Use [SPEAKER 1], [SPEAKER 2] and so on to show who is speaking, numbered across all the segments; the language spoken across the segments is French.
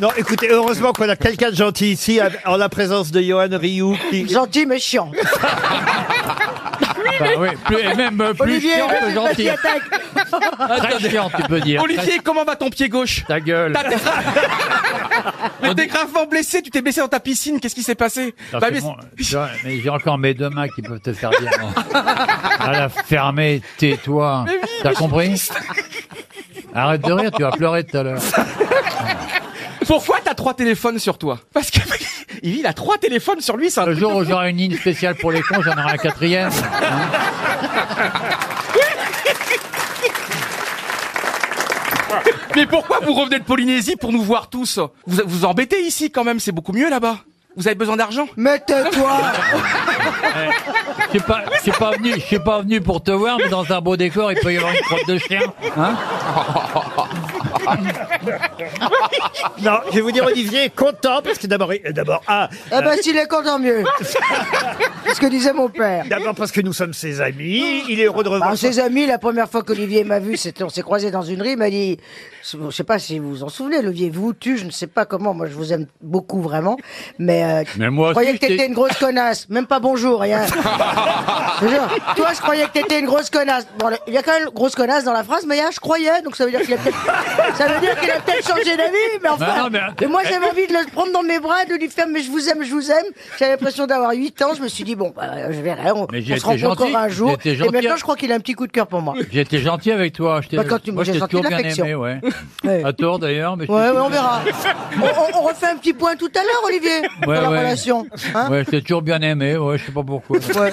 [SPEAKER 1] Non, écoutez, heureusement qu'on a quelqu'un de gentil ici, à- en la présence de Johan Rioux. Qui...
[SPEAKER 2] Gentil mais chiant.
[SPEAKER 3] Bah oui, plus, et même euh, plus
[SPEAKER 2] Olivier,
[SPEAKER 3] chiant que
[SPEAKER 2] vas-y, vas-y,
[SPEAKER 3] gentil.
[SPEAKER 2] attaque.
[SPEAKER 3] Très chiant, tu peux dire.
[SPEAKER 4] Ah, Olivier, comment va ton pied gauche
[SPEAKER 3] Ta gueule.
[SPEAKER 4] T'as- t'es grave- Mais t'es gravement blessé, tu t'es blessé dans ta piscine, qu'est-ce qui s'est passé
[SPEAKER 3] Non,
[SPEAKER 4] Bah,
[SPEAKER 3] c'est
[SPEAKER 4] mais-
[SPEAKER 3] bon, euh, tu vois, mais j'ai encore mes deux mains qui peuvent te faire bien. À la fermer, tais-toi. T'as compris Arrête de rire, tu vas pleurer tout à l'heure.
[SPEAKER 4] Pourquoi t'as trois téléphones sur toi Parce que il a trois téléphones sur lui, c'est un
[SPEAKER 3] Le
[SPEAKER 4] truc
[SPEAKER 3] jour
[SPEAKER 4] de
[SPEAKER 3] où
[SPEAKER 4] fou.
[SPEAKER 3] j'aurai une ligne spéciale pour les cons, j'en aurai un quatrième.
[SPEAKER 4] Mais pourquoi vous revenez de Polynésie pour nous voir tous Vous vous embêtez ici quand même, c'est beaucoup mieux là-bas. Vous avez besoin d'argent
[SPEAKER 2] Mais tais-toi.
[SPEAKER 3] Je suis pas, je suis pas venu, je suis pas venu pour te voir, mais dans un beau décor, il peut y avoir une crotte de chien, hein
[SPEAKER 1] Non, je vais vous dire, Olivier est content, parce que d'abord, il- d'abord, ah,
[SPEAKER 2] Eh ben s'il est content mieux. C'est ce que disait mon père.
[SPEAKER 1] d'abord parce que nous sommes ses amis, il est heureux de revoir
[SPEAKER 2] Alors, ses amis, la première fois qu'Olivier m'a vu, c'était, on s'est croisés dans une rue, il m'a dit, je sais pas si vous vous en souvenez, Olivier, vous tu, je ne sais pas comment, moi je vous aime beaucoup vraiment, mais, euh,
[SPEAKER 3] Mais moi
[SPEAKER 2] je croyais
[SPEAKER 3] aussi,
[SPEAKER 2] que t'étais
[SPEAKER 3] j'étais-
[SPEAKER 2] une grosse connasse, même pas bonjour, rien. Je te jure. Toi, je croyais que t'étais une grosse connasse. Bon, le- il y a quand même grosse connasse dans la phrase, mais il y a je croyais, donc ça veut dire qu'il a peut-être, ça veut dire qu'il a peut-être changé d'avis, mais enfin.
[SPEAKER 3] Non, non, mais- eh,
[SPEAKER 2] et moi, j'avais envie de le prendre dans mes bras, de lui faire, mais je vous aime, je vous aime. J'avais l'impression d'avoir 8 ans, je me suis dit, bon, bah, je verrai, on,
[SPEAKER 3] Mais j'ai
[SPEAKER 2] on se
[SPEAKER 3] été
[SPEAKER 2] rencontrera
[SPEAKER 3] gentil,
[SPEAKER 2] un
[SPEAKER 3] j'ai
[SPEAKER 2] jour.
[SPEAKER 3] été
[SPEAKER 2] Et
[SPEAKER 3] gentil.
[SPEAKER 2] maintenant, je crois qu'il a un petit coup de cœur pour moi.
[SPEAKER 3] J'ai été gentil avec toi. je t'ai-
[SPEAKER 2] Bah, quand tu-
[SPEAKER 3] moi, je
[SPEAKER 2] j'ai
[SPEAKER 3] t'ai
[SPEAKER 2] senti
[SPEAKER 3] toujours
[SPEAKER 2] de
[SPEAKER 3] bien
[SPEAKER 2] l'affection.
[SPEAKER 3] aimé, ouais.
[SPEAKER 2] Ouais.
[SPEAKER 3] À tort d'ailleurs, mais je t'ai
[SPEAKER 2] Ouais, ouais, on verra. On, on- on refait un petit point tout à l'heure, Olivier, pour
[SPEAKER 3] Ouais,
[SPEAKER 2] la
[SPEAKER 3] ouais.
[SPEAKER 2] relation. Hein
[SPEAKER 3] Ouais, je t'ai toujours bien aimé, ouais, je sais pas pourquoi.
[SPEAKER 2] Ouais.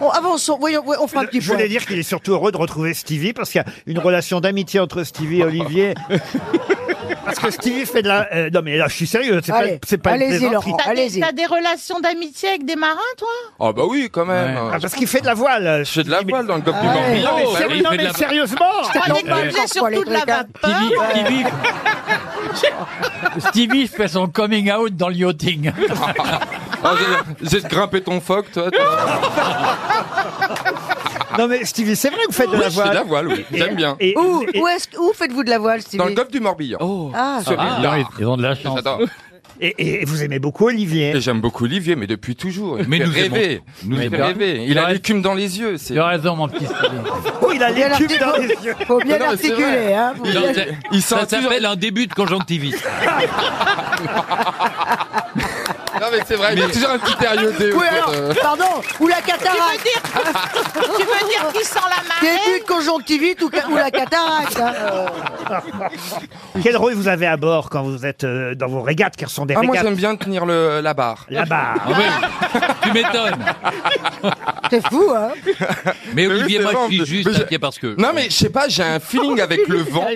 [SPEAKER 2] On- avançons, voyons, ouais, on fera un petit
[SPEAKER 1] Je
[SPEAKER 2] point.
[SPEAKER 1] voulais dire qu'il est surtout heureux de retrouver Stevie parce qu'il y a une relation d'amitié entre Stevie et Olivier. Parce que Stevie fait de la. euh, non, mais là, je suis sérieux, c'est pas,
[SPEAKER 2] Allez,
[SPEAKER 1] c'est pas une
[SPEAKER 2] allez-y,
[SPEAKER 1] plaisanterie.
[SPEAKER 2] Laurent.
[SPEAKER 5] T'as des,
[SPEAKER 2] Allez-y.
[SPEAKER 5] t'as des relations d'amitié avec des marins, toi
[SPEAKER 4] Oh bah oui, quand même.
[SPEAKER 3] Ouais.
[SPEAKER 1] Ah, parce qu'il fait de la voile.
[SPEAKER 4] Je fais de la voile dans le golfe du
[SPEAKER 2] Ah ouais.
[SPEAKER 1] Non, mais,
[SPEAKER 4] Morbihan.
[SPEAKER 1] sérieux-
[SPEAKER 3] il
[SPEAKER 1] non,
[SPEAKER 3] fait de
[SPEAKER 1] mais
[SPEAKER 3] la-
[SPEAKER 2] Oh,
[SPEAKER 1] sérieusement
[SPEAKER 5] On est
[SPEAKER 2] mais-
[SPEAKER 5] obligé
[SPEAKER 2] Quoi, les
[SPEAKER 5] surtout de la
[SPEAKER 2] trucs, hein
[SPEAKER 5] vapeur.
[SPEAKER 3] Stevie, Stevie- Stevie fait son coming out dans le yachting.
[SPEAKER 4] Ah, j'ai- J'ai grimpé ton phoque, toi. toi.
[SPEAKER 1] Non, mais Stevie, c'est vrai que vous faites de
[SPEAKER 4] Oui,
[SPEAKER 1] la
[SPEAKER 4] je fais de la
[SPEAKER 1] voile.
[SPEAKER 4] voile, oui. J'aime bien.
[SPEAKER 1] Et,
[SPEAKER 2] Où,
[SPEAKER 1] et-
[SPEAKER 2] où, est-ce- où faites-vous de la voile, Stevie
[SPEAKER 4] Dans le golfe du Morbihan.
[SPEAKER 2] Ah,
[SPEAKER 4] Sur
[SPEAKER 3] Ah,
[SPEAKER 4] l'île d'Ar.
[SPEAKER 3] ils, ils ont de la chance.
[SPEAKER 4] J'adore.
[SPEAKER 1] et- et vous aimez beaucoup Olivier.
[SPEAKER 4] Et J'aime beaucoup Olivier, mais depuis toujours. Il
[SPEAKER 6] Mais
[SPEAKER 4] fait
[SPEAKER 6] nous aimons-
[SPEAKER 4] rêver.
[SPEAKER 6] nous
[SPEAKER 4] Il
[SPEAKER 3] aimons-
[SPEAKER 4] fait rêver. Il a
[SPEAKER 3] Ouais.
[SPEAKER 4] l'écume dans les yeux. c'est-
[SPEAKER 3] Tu as raison, mon petit Stevie.
[SPEAKER 1] Oh, il a
[SPEAKER 2] bien
[SPEAKER 1] l'écume
[SPEAKER 2] l'article.
[SPEAKER 1] dans les yeux.
[SPEAKER 2] faut bien
[SPEAKER 4] Non, non, mais c'est
[SPEAKER 2] l'articuler,
[SPEAKER 4] vrai.
[SPEAKER 2] hein. faut bien-
[SPEAKER 4] Il- il
[SPEAKER 6] Ça
[SPEAKER 4] sent toujours-
[SPEAKER 6] s'appelle un début de conjonctivite.
[SPEAKER 4] Non mais c'est vrai, il y a toujours un petit période. euh.
[SPEAKER 2] Oui, alors, pardon, ou la cataracte.
[SPEAKER 5] Tu veux dire qu'il sent la marée
[SPEAKER 2] Début de conjonctivite ou, ca- ou la cataracte. hein. Euh,
[SPEAKER 1] Quel rôle vous avez à bord quand vous êtes euh, dans vos régates, car ce sont des
[SPEAKER 4] Ah, moi
[SPEAKER 1] régates
[SPEAKER 4] j'aime bien tenir le, la barre.
[SPEAKER 1] là-bas
[SPEAKER 6] Ah oui, tu m'étonnes.
[SPEAKER 2] C'est fou, hein.
[SPEAKER 6] Mais
[SPEAKER 4] oui,
[SPEAKER 6] Olivier,
[SPEAKER 4] c'est
[SPEAKER 6] moi,
[SPEAKER 4] vrai,
[SPEAKER 6] je
[SPEAKER 4] mais-
[SPEAKER 6] suis juste
[SPEAKER 4] mais je-
[SPEAKER 6] un pied parce que.
[SPEAKER 4] Non mais je sais pas, j'ai un feeling avec le vent.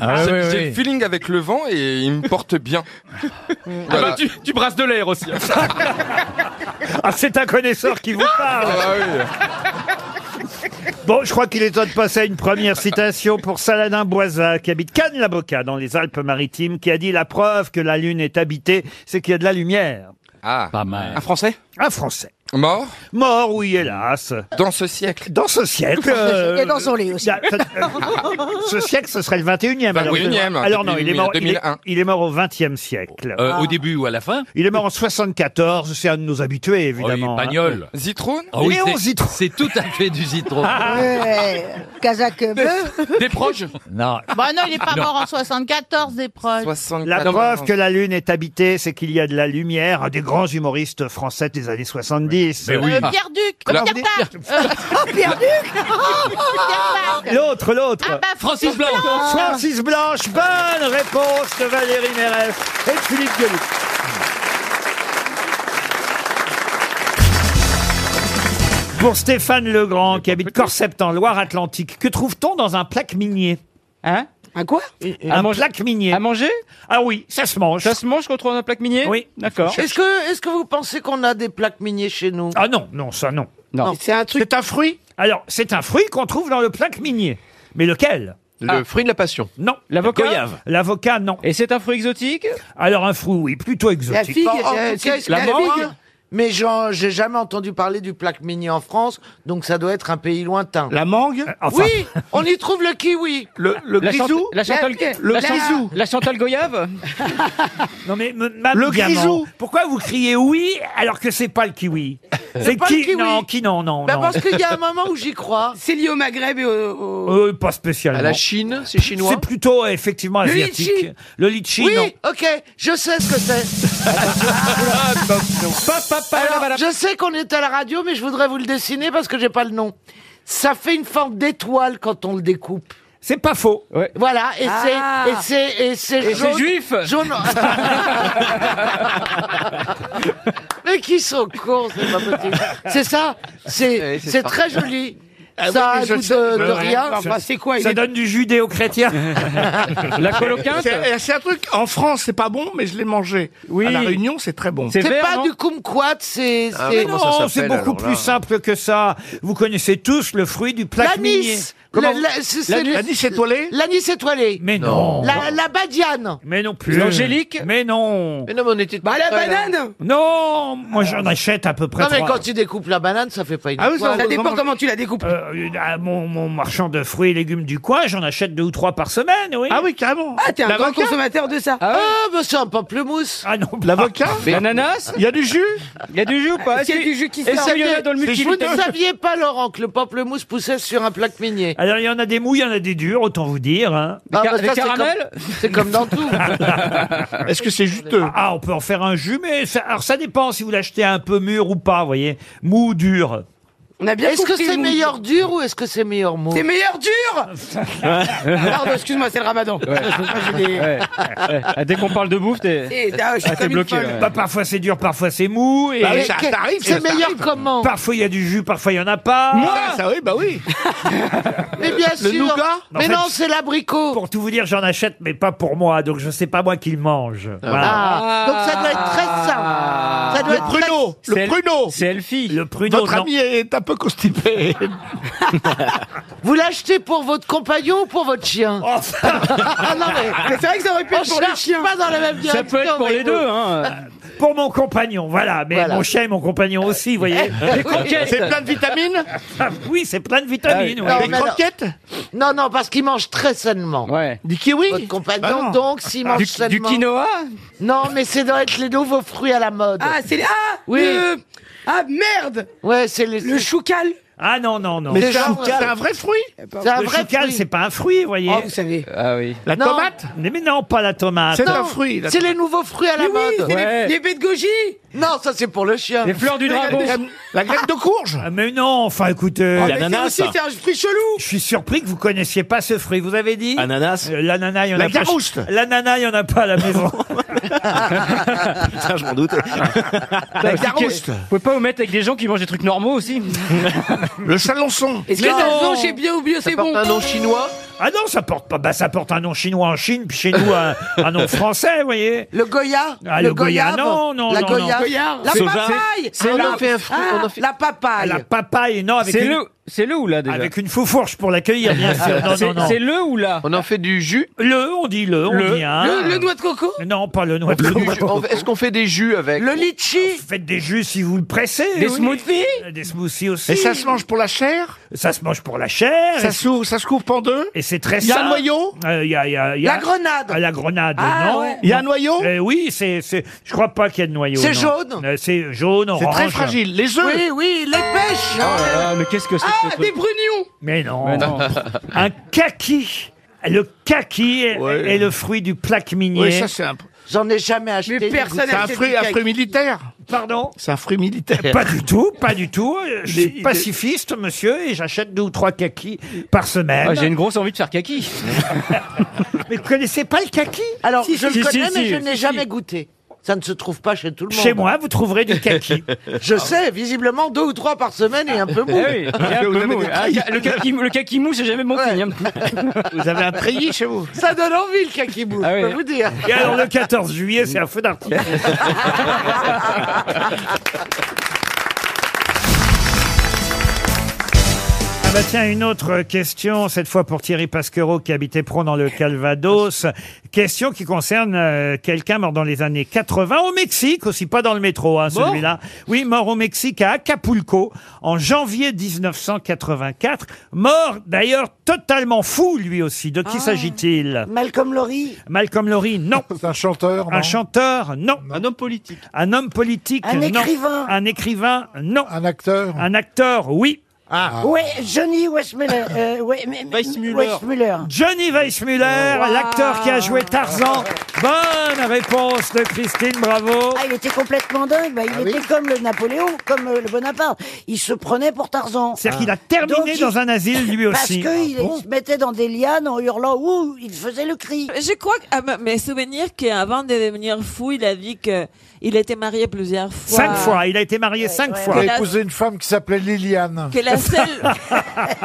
[SPEAKER 3] Ah,
[SPEAKER 4] J'ai
[SPEAKER 3] oui,
[SPEAKER 4] j'ai
[SPEAKER 3] oui.
[SPEAKER 4] le feeling avec le vent et il me porte bien. Voilà.
[SPEAKER 3] tu, brasses de l'air aussi.
[SPEAKER 1] Ah, c'est un connaisseur qui vous parle
[SPEAKER 4] Ah oui.
[SPEAKER 1] Bon, je crois qu'il est temps de passer à une première citation pour Saladin Boisa, qui habite Cannes-la-Boca, dans les Alpes-Maritimes, qui a dit La preuve que la Lune est habitée, c'est qu'il y a de la lumière.
[SPEAKER 4] Ah.
[SPEAKER 3] Pas mal.
[SPEAKER 4] Un français
[SPEAKER 1] Un Français.
[SPEAKER 4] Mort
[SPEAKER 1] Mort, oui, hélas.
[SPEAKER 4] dans ce siècle.
[SPEAKER 1] Dans ce siècle. euh,
[SPEAKER 2] Et dans son lit
[SPEAKER 1] il y
[SPEAKER 2] aussi.
[SPEAKER 1] a- Ah, ce siècle, ce serait le 21e. alors,
[SPEAKER 4] 21e,
[SPEAKER 1] alors non, il est, mort, il, est,
[SPEAKER 4] 2001.
[SPEAKER 1] il est mort au 20e siècle. Ah.
[SPEAKER 6] Euh, Au début ou à la fin
[SPEAKER 1] Il est mort en 74, c'est un de nos habitués,
[SPEAKER 6] Oh, il est
[SPEAKER 1] évidemment. hein.
[SPEAKER 6] Pagnol.
[SPEAKER 4] Zitrone
[SPEAKER 6] Ah oui,
[SPEAKER 1] Léon
[SPEAKER 6] c'est-
[SPEAKER 1] Zitron.
[SPEAKER 6] C'est tout à fait du citron.
[SPEAKER 2] Ouais, Kazakh euh, bleu.
[SPEAKER 4] Des proches
[SPEAKER 3] Non,
[SPEAKER 6] Ah,
[SPEAKER 5] Bah non, il est pas mort en 74, des proches.
[SPEAKER 4] 64.
[SPEAKER 1] La preuve que la Lune est habitée, c'est qu'il y a de la lumière. Un des grands humoristes français des années 70.
[SPEAKER 6] Mais oui.
[SPEAKER 5] Euh, Pierre Duc,
[SPEAKER 4] Là-
[SPEAKER 5] Pierre Dac, euh,
[SPEAKER 2] Oh, Pierre Duc
[SPEAKER 5] Pierre Dac.
[SPEAKER 1] L'autre, l'autre.
[SPEAKER 5] Ah bah
[SPEAKER 6] Francis Blanc.
[SPEAKER 1] Francis Blanche, bonne réponse de Valérie Mérès et de Philippe Gueluc. Pour Stéphane Legrand, qui habite Corsept en Loire-Atlantique, que trouve-t-on dans un plaque minier
[SPEAKER 7] Hein
[SPEAKER 2] Un quoi
[SPEAKER 1] Un plaque minier.
[SPEAKER 7] À manger
[SPEAKER 1] Ah oui, ça se mange.
[SPEAKER 7] Ça se mange qu'on trouve dans un plaque minier
[SPEAKER 1] Oui.
[SPEAKER 7] D'accord.
[SPEAKER 8] Est-ce que, est-ce que vous pensez qu'on a des plaques miniers chez nous
[SPEAKER 1] Ah non, non, ça non.
[SPEAKER 8] C'est un truc. C'est un fruit
[SPEAKER 1] Alors, c'est un fruit qu'on trouve dans le plaque minier. Mais lequel
[SPEAKER 9] Le fruit de la passion.
[SPEAKER 1] Non.
[SPEAKER 7] L'avocat
[SPEAKER 1] L'avocat, non.
[SPEAKER 7] Et c'est un fruit exotique
[SPEAKER 10] Oh,
[SPEAKER 1] Alors, un fruit, oui, plutôt exotique.
[SPEAKER 10] euh,
[SPEAKER 8] En tout cas, est-ce
[SPEAKER 7] La
[SPEAKER 8] que-
[SPEAKER 7] mangue
[SPEAKER 10] mais j'en- j'ai jamais entendu parler du plaque minier en France, donc ça doit être un pays lointain.
[SPEAKER 11] La mangue
[SPEAKER 1] Euh, enfin.
[SPEAKER 10] Oui, on y trouve le kiwi.
[SPEAKER 11] Le, le grisou
[SPEAKER 9] La Chantal,
[SPEAKER 11] Le
[SPEAKER 9] la, Chan-
[SPEAKER 11] grisou.
[SPEAKER 9] la Chantal Goyave
[SPEAKER 1] Non mais me- Mme
[SPEAKER 11] Le
[SPEAKER 1] Diamant,
[SPEAKER 11] grisou.
[SPEAKER 1] Pourquoi vous criez oui alors que c'est pas le kiwi C'est
[SPEAKER 10] pas le
[SPEAKER 1] qui
[SPEAKER 10] kiwi.
[SPEAKER 1] Non, qui non, non,
[SPEAKER 10] Bah
[SPEAKER 1] non.
[SPEAKER 10] parce qu'il y a un moment où j'y crois.
[SPEAKER 9] C'est lié au Maghreb et au.
[SPEAKER 1] Euh, pas spécialement.
[SPEAKER 12] À la Chine, c'est chinois.
[SPEAKER 1] C'est plutôt euh, effectivement
[SPEAKER 10] Le
[SPEAKER 1] asiatique.
[SPEAKER 10] litchi.
[SPEAKER 1] Le litchi,
[SPEAKER 10] Oui,
[SPEAKER 1] non.
[SPEAKER 10] ok, je sais ce que c'est. Alors, je sais qu'on est à la radio, mais je voudrais vous le dessiner parce que j'ai pas le nom. Ça fait une forme d'étoile quand on le découpe.
[SPEAKER 1] C'est pas faux.
[SPEAKER 10] Voilà, et
[SPEAKER 9] Ah.
[SPEAKER 10] c'est et c'est et c'est
[SPEAKER 9] Et c'est
[SPEAKER 10] jaune-
[SPEAKER 9] juif
[SPEAKER 10] jaune- Mais qui sont cons, c'est pas possible. C'est ça, c'est c'est très joli.
[SPEAKER 4] Ah,
[SPEAKER 10] Ça a un goût de, de rien.
[SPEAKER 9] Enfin, c'est quoi il
[SPEAKER 1] Ça
[SPEAKER 9] est-
[SPEAKER 1] donne du judéo-chrétien.
[SPEAKER 9] La coloquinte
[SPEAKER 11] C'est c'est un truc, en France, c'est pas bon, mais je l'ai mangé. Oui. À La Réunion, c'est très bon.
[SPEAKER 10] C'est
[SPEAKER 9] vert,
[SPEAKER 10] pas
[SPEAKER 9] non
[SPEAKER 10] du kumquat, c'est
[SPEAKER 12] Ah,
[SPEAKER 10] c'est-
[SPEAKER 12] mais Comment ça
[SPEAKER 1] Non,
[SPEAKER 12] s'appelle,
[SPEAKER 1] c'est beaucoup
[SPEAKER 12] alors là
[SPEAKER 1] plus simple que ça. Vous connaissez tous le fruit du plaque minier.
[SPEAKER 10] l'anis.
[SPEAKER 1] Comment
[SPEAKER 10] Le- la- c'est- c'est le-
[SPEAKER 11] L'anis étoilé
[SPEAKER 10] L'anis étoilé.
[SPEAKER 1] Mais non.
[SPEAKER 10] La, la badiane.
[SPEAKER 1] Mais non plus.
[SPEAKER 9] L'angélique
[SPEAKER 1] Mais non.
[SPEAKER 12] Mais non, mais on était.
[SPEAKER 9] Bah, la banane
[SPEAKER 1] Non, moi j'en achète à peu près
[SPEAKER 10] Non mais
[SPEAKER 1] trois.
[SPEAKER 10] quand tu découpes la banane, ça fait pas une
[SPEAKER 11] Ah oui, ça-
[SPEAKER 10] étoile.
[SPEAKER 9] Ça dépend
[SPEAKER 11] Comment-
[SPEAKER 9] comment tu la découpes.
[SPEAKER 1] Euh, à mon, mon marchand de fruits et légumes du coin, j'en achète deux ou trois par semaine, oui.
[SPEAKER 11] Ah oui, carrément.
[SPEAKER 9] Ah, t'es un grand
[SPEAKER 11] L'avocat
[SPEAKER 9] consommateur de ça.
[SPEAKER 10] Ah, mais c'est un pamplemousse.
[SPEAKER 1] Ah non,
[SPEAKER 11] L'avocat
[SPEAKER 9] L'ananas
[SPEAKER 11] Il y a du jus
[SPEAKER 9] Il y a du jus ou pas Il y a du jus qui sort. Il y en a dans le
[SPEAKER 10] Vous ne
[SPEAKER 9] multivitamine.
[SPEAKER 10] saviez pas, Laurent, que le pamplemousse poussait sur un plaque minier.
[SPEAKER 1] Alors, il y en a des mous, il y en a des durs, autant vous dire. hein.
[SPEAKER 10] Ah,
[SPEAKER 9] car-
[SPEAKER 10] bah,
[SPEAKER 9] des
[SPEAKER 10] ça, c'est
[SPEAKER 9] caramels
[SPEAKER 10] comme- C'est comme dans tout.
[SPEAKER 11] Est-ce que c'est juteux
[SPEAKER 1] Ah, on peut en faire un jus, mais ça, alors ça dépend si vous l'achetez un peu mûr ou pas, vous voyez. Mou, dur.
[SPEAKER 9] On a bien
[SPEAKER 10] Est-ce que
[SPEAKER 9] compris,
[SPEAKER 10] c'est
[SPEAKER 9] nous.
[SPEAKER 10] meilleur dur ou est-ce que c'est meilleur mou
[SPEAKER 9] C'est meilleur dur
[SPEAKER 10] Ah,
[SPEAKER 9] Pardon, excuse-moi, c'est le ramadan.
[SPEAKER 11] Ah,
[SPEAKER 13] Dès qu'on parle de bouffe, t'es.
[SPEAKER 9] Et, ah, je suis comme une
[SPEAKER 13] bloqué,
[SPEAKER 9] folle.
[SPEAKER 13] ouais.
[SPEAKER 1] Bah, parfois c'est dur, parfois c'est mou. Et
[SPEAKER 11] Bah oui,
[SPEAKER 10] Et
[SPEAKER 11] ça-
[SPEAKER 10] que-
[SPEAKER 11] ça arrive,
[SPEAKER 10] C'est
[SPEAKER 11] ça, ça
[SPEAKER 10] meilleur comment
[SPEAKER 1] Parfois il y a du jus, parfois il n'y en a pas.
[SPEAKER 11] Ah, ça oui, bah oui.
[SPEAKER 10] Mais bien sûr.
[SPEAKER 11] nougat
[SPEAKER 10] Mais
[SPEAKER 1] En fait,
[SPEAKER 10] non, c'est l'abricot.
[SPEAKER 1] Pour tout vous dire, j'en achète, mais pas pour moi, donc je sais pas moi qui le mange. Voilà.
[SPEAKER 10] Ah. Donc ça doit être très simple. Ça doit être
[SPEAKER 11] Le pruneau, le
[SPEAKER 13] C'est-
[SPEAKER 11] pruneau.
[SPEAKER 13] C'est Elfie.
[SPEAKER 1] Le pruneau,
[SPEAKER 11] Votre
[SPEAKER 1] non.
[SPEAKER 11] ami est un peu constipé.
[SPEAKER 10] très- Vous l'achetez pour votre compagnon ou pour votre chien
[SPEAKER 1] Oh,
[SPEAKER 10] Ah non mais.
[SPEAKER 9] Mais c'est vrai que ça aurait pu
[SPEAKER 10] On
[SPEAKER 9] être pour le
[SPEAKER 10] cherche
[SPEAKER 9] chien.
[SPEAKER 10] pas dans la même direction.
[SPEAKER 13] Ça peut être pour
[SPEAKER 10] mais
[SPEAKER 13] les deux, hein.
[SPEAKER 1] pour mon compagnon, voilà. Mais
[SPEAKER 10] Voilà.
[SPEAKER 1] mon chien et mon compagnon aussi, vous voyez.
[SPEAKER 11] C'est plein de vitamines
[SPEAKER 1] Ah oui, c'est plein de vitamines. oui.
[SPEAKER 10] Ah, Non,
[SPEAKER 11] Des
[SPEAKER 10] mais alors-
[SPEAKER 11] croquettes
[SPEAKER 10] Non, non, parce qu'il mange très sainement.
[SPEAKER 13] Ouais.
[SPEAKER 11] Du kiwi
[SPEAKER 10] Votre
[SPEAKER 11] Bah
[SPEAKER 10] compagnon,
[SPEAKER 11] non.
[SPEAKER 10] donc, s'il mange
[SPEAKER 13] Du, du
[SPEAKER 10] sainement.
[SPEAKER 13] quinoa
[SPEAKER 10] Non, mais c'est doit être les nouveaux fruits à la mode.
[SPEAKER 9] Ah, c'est les... Ah
[SPEAKER 10] Oui.
[SPEAKER 9] le- Ah, merde
[SPEAKER 10] ouais, c'est les.
[SPEAKER 9] Le choucal
[SPEAKER 1] Ah non, non, non.
[SPEAKER 11] Mais
[SPEAKER 10] Des
[SPEAKER 11] c'est un,
[SPEAKER 10] gens,
[SPEAKER 11] c'est
[SPEAKER 10] euh,
[SPEAKER 11] un vrai fruit
[SPEAKER 10] c'est un
[SPEAKER 1] le
[SPEAKER 10] vrai
[SPEAKER 1] choucal,
[SPEAKER 10] fruit.
[SPEAKER 1] c'est pas un fruit, vous voyez.
[SPEAKER 9] Oh, vous savez.
[SPEAKER 13] Ah oui.
[SPEAKER 11] La
[SPEAKER 10] Non.
[SPEAKER 11] tomate
[SPEAKER 1] mais, mais non, pas la tomate.
[SPEAKER 11] C'est
[SPEAKER 10] Non,
[SPEAKER 11] un fruit. la
[SPEAKER 10] C'est les nouveaux fruits à la
[SPEAKER 9] Mais oui,
[SPEAKER 10] mode.
[SPEAKER 9] c'est
[SPEAKER 13] Ouais.
[SPEAKER 9] les, les baies de goji
[SPEAKER 10] Non, ça c'est pour le chien.
[SPEAKER 13] Les fleurs du dragon.
[SPEAKER 11] tomate. La graine de courge
[SPEAKER 1] Ah, Mais non, enfin écoutez,
[SPEAKER 9] Mais c'est aussi, c'est un fruit chelou
[SPEAKER 1] je suis surpris que vous connaissiez pas ce fruit. Vous avez dit
[SPEAKER 14] Ananas
[SPEAKER 1] Euh, L'ananas, il y en
[SPEAKER 11] La
[SPEAKER 1] a pas.
[SPEAKER 11] garouste.
[SPEAKER 1] L'ananas, il y en a pas à la maison.
[SPEAKER 14] Ça, je m'en doutais.
[SPEAKER 11] La garouste
[SPEAKER 13] Vous pouvez pas vous mettre avec des gens qui mangent des trucs normaux aussi
[SPEAKER 11] Le chalençon
[SPEAKER 9] Est-ce que ça se mange chez bio ou bio, c'est bon
[SPEAKER 12] un nom chinois
[SPEAKER 1] ah non, ça porte pas. Bah, ça porte un nom chinois en Chine, puis chez nous un, un nom français, vous voyez.
[SPEAKER 10] Le goya.
[SPEAKER 1] Ah, le goya,
[SPEAKER 10] goyave,
[SPEAKER 1] non, non,
[SPEAKER 10] La
[SPEAKER 1] non,
[SPEAKER 10] goya.
[SPEAKER 9] Goyard
[SPEAKER 10] La
[SPEAKER 13] Soja.
[SPEAKER 10] papaye.
[SPEAKER 13] C'est
[SPEAKER 10] Ah,
[SPEAKER 13] là.
[SPEAKER 10] on en fait un fruit, on en fait- La papaye.
[SPEAKER 1] La papaye, non, avec
[SPEAKER 13] C'est
[SPEAKER 1] une,
[SPEAKER 13] le, c'est le ou là déjà
[SPEAKER 1] avec une foufourche pour l'accueillir, bien sûr. Non,
[SPEAKER 13] C'est
[SPEAKER 1] non, non.
[SPEAKER 13] c'est le ou là
[SPEAKER 12] On en fait du jus
[SPEAKER 1] Le, on dit le, on
[SPEAKER 13] Le-
[SPEAKER 1] dit un.
[SPEAKER 9] le, le noix de coco
[SPEAKER 1] Non, pas le noix de
[SPEAKER 12] Du
[SPEAKER 1] coco.
[SPEAKER 12] jus. On- Est-ce qu'on fait des jus avec
[SPEAKER 10] Le litchi.
[SPEAKER 1] Faites des jus si vous le pressez.
[SPEAKER 13] Des
[SPEAKER 1] oui.
[SPEAKER 13] smoothies
[SPEAKER 1] Des smoothies aussi.
[SPEAKER 11] Et ça se mange pour la chair
[SPEAKER 1] Ça se mange pour la chair.
[SPEAKER 11] Ça se ça se coupe en deux
[SPEAKER 1] et c'est très
[SPEAKER 11] Il y a
[SPEAKER 1] sain.
[SPEAKER 11] un noyau
[SPEAKER 1] Euh, Il y a, il y a- il y a-
[SPEAKER 10] La grenade.
[SPEAKER 1] Ah, La grenade, non.
[SPEAKER 11] Il y a un noyau
[SPEAKER 1] Euh, oui, c'est, c'est, je crois pas qu'il y ait de noyau.
[SPEAKER 10] C'est
[SPEAKER 1] non.
[SPEAKER 10] jaune
[SPEAKER 1] Euh, c'est jaune, orange.
[SPEAKER 11] C'est très fragile. Les œufs
[SPEAKER 10] Oui, oui, les pêches.
[SPEAKER 13] Ah, mais qu'est-ce que c'est que
[SPEAKER 9] Ah,
[SPEAKER 13] ce
[SPEAKER 9] des
[SPEAKER 13] truc
[SPEAKER 9] brugnons
[SPEAKER 1] Mais non.
[SPEAKER 13] Mais non.
[SPEAKER 1] Un kaki. Le kaki est-
[SPEAKER 11] Ouais.
[SPEAKER 1] est le fruit du plaque minier.
[SPEAKER 11] Oui, ça c'est un,
[SPEAKER 10] J'en ai jamais acheté.
[SPEAKER 9] Mais personne
[SPEAKER 11] c'est un
[SPEAKER 9] n'a fait
[SPEAKER 11] fruit, un fruit militaire.
[SPEAKER 1] Pardon.
[SPEAKER 11] C'est un fruit militaire.
[SPEAKER 1] Pas du tout, pas du tout. Euh, Je
[SPEAKER 11] Des-
[SPEAKER 1] suis pacifiste, monsieur, et j'achète deux ou trois kakis par semaine.
[SPEAKER 13] Ah, J'ai une grosse envie de faire kaki.
[SPEAKER 1] Mais vous connaissez pas le kaki
[SPEAKER 10] Alors, je
[SPEAKER 13] si,
[SPEAKER 10] le connais,
[SPEAKER 13] si,
[SPEAKER 10] mais
[SPEAKER 13] si,
[SPEAKER 10] je n'ai
[SPEAKER 13] si.
[SPEAKER 10] jamais goûté. Ça ne se trouve pas chez tout le monde.
[SPEAKER 1] Chez moi, vous trouverez du kaki.
[SPEAKER 10] Je sais, visiblement, deux ou trois par semaine et un peu mou.
[SPEAKER 13] Ah oui, il y a un peu mou. Ah, il y a- le kaki- le kaki mou, c'est jamais bon signe. hein.
[SPEAKER 11] Vous avez un treillis chez vous
[SPEAKER 10] Ça donne envie, le kakibou,
[SPEAKER 13] Ah oui.
[SPEAKER 10] je peux vous dire.
[SPEAKER 1] et alors, le 14 juillet, c'est un feu d'artifice. bah tiens, une autre question, cette fois pour Thierry Pasquereau qui habitait Pron dans le Calvados. Question qui concerne euh, quelqu'un mort dans les années 80 au Mexique, aussi pas dans le métro, hein,
[SPEAKER 15] Mort
[SPEAKER 1] celui-là. Oui, mort au Mexique à Acapulco en janvier 1984. Mort d'ailleurs totalement fou lui aussi. De qui s'agit-il Malcolm Lowry. Malcolm Lowry, non. un chanteur. Un
[SPEAKER 16] non
[SPEAKER 1] chanteur, non. Un homme politique. Un homme politique.
[SPEAKER 16] Un
[SPEAKER 1] non.
[SPEAKER 16] écrivain.
[SPEAKER 1] Un écrivain, non. Un acteur. Un acteur, oui. Ah.
[SPEAKER 7] Ouais, Johnny Weissmuller. Euh, ouais, mais- Weissmuller.
[SPEAKER 1] Johnny Weissmuller,
[SPEAKER 16] Oh,
[SPEAKER 7] Wow.
[SPEAKER 1] l'acteur qui a joué Tarzan. Bonne réponse de Christine, bravo.
[SPEAKER 2] Ah, il était complètement dingue.
[SPEAKER 1] Ah
[SPEAKER 2] Bah, il était comme le Napoléon, comme euh, le Bonaparte. Il se prenait pour Tarzan.
[SPEAKER 1] C'est-à-dire qu'il a terminé dans un asile, lui aussi.
[SPEAKER 2] Parce qu'il
[SPEAKER 1] Ah bon
[SPEAKER 2] se mettait dans des lianes en hurlant ouh, il faisait le cri.
[SPEAKER 17] Je crois ah, que, à ma- mes souvenirs, qu'avant de devenir fou, il a dit que il était marié plusieurs fois.
[SPEAKER 1] Cinq fois, il a été marié cinq fois.
[SPEAKER 17] Il a épousé
[SPEAKER 1] une femme qui s'appelait Liliane.
[SPEAKER 17] Que la seule,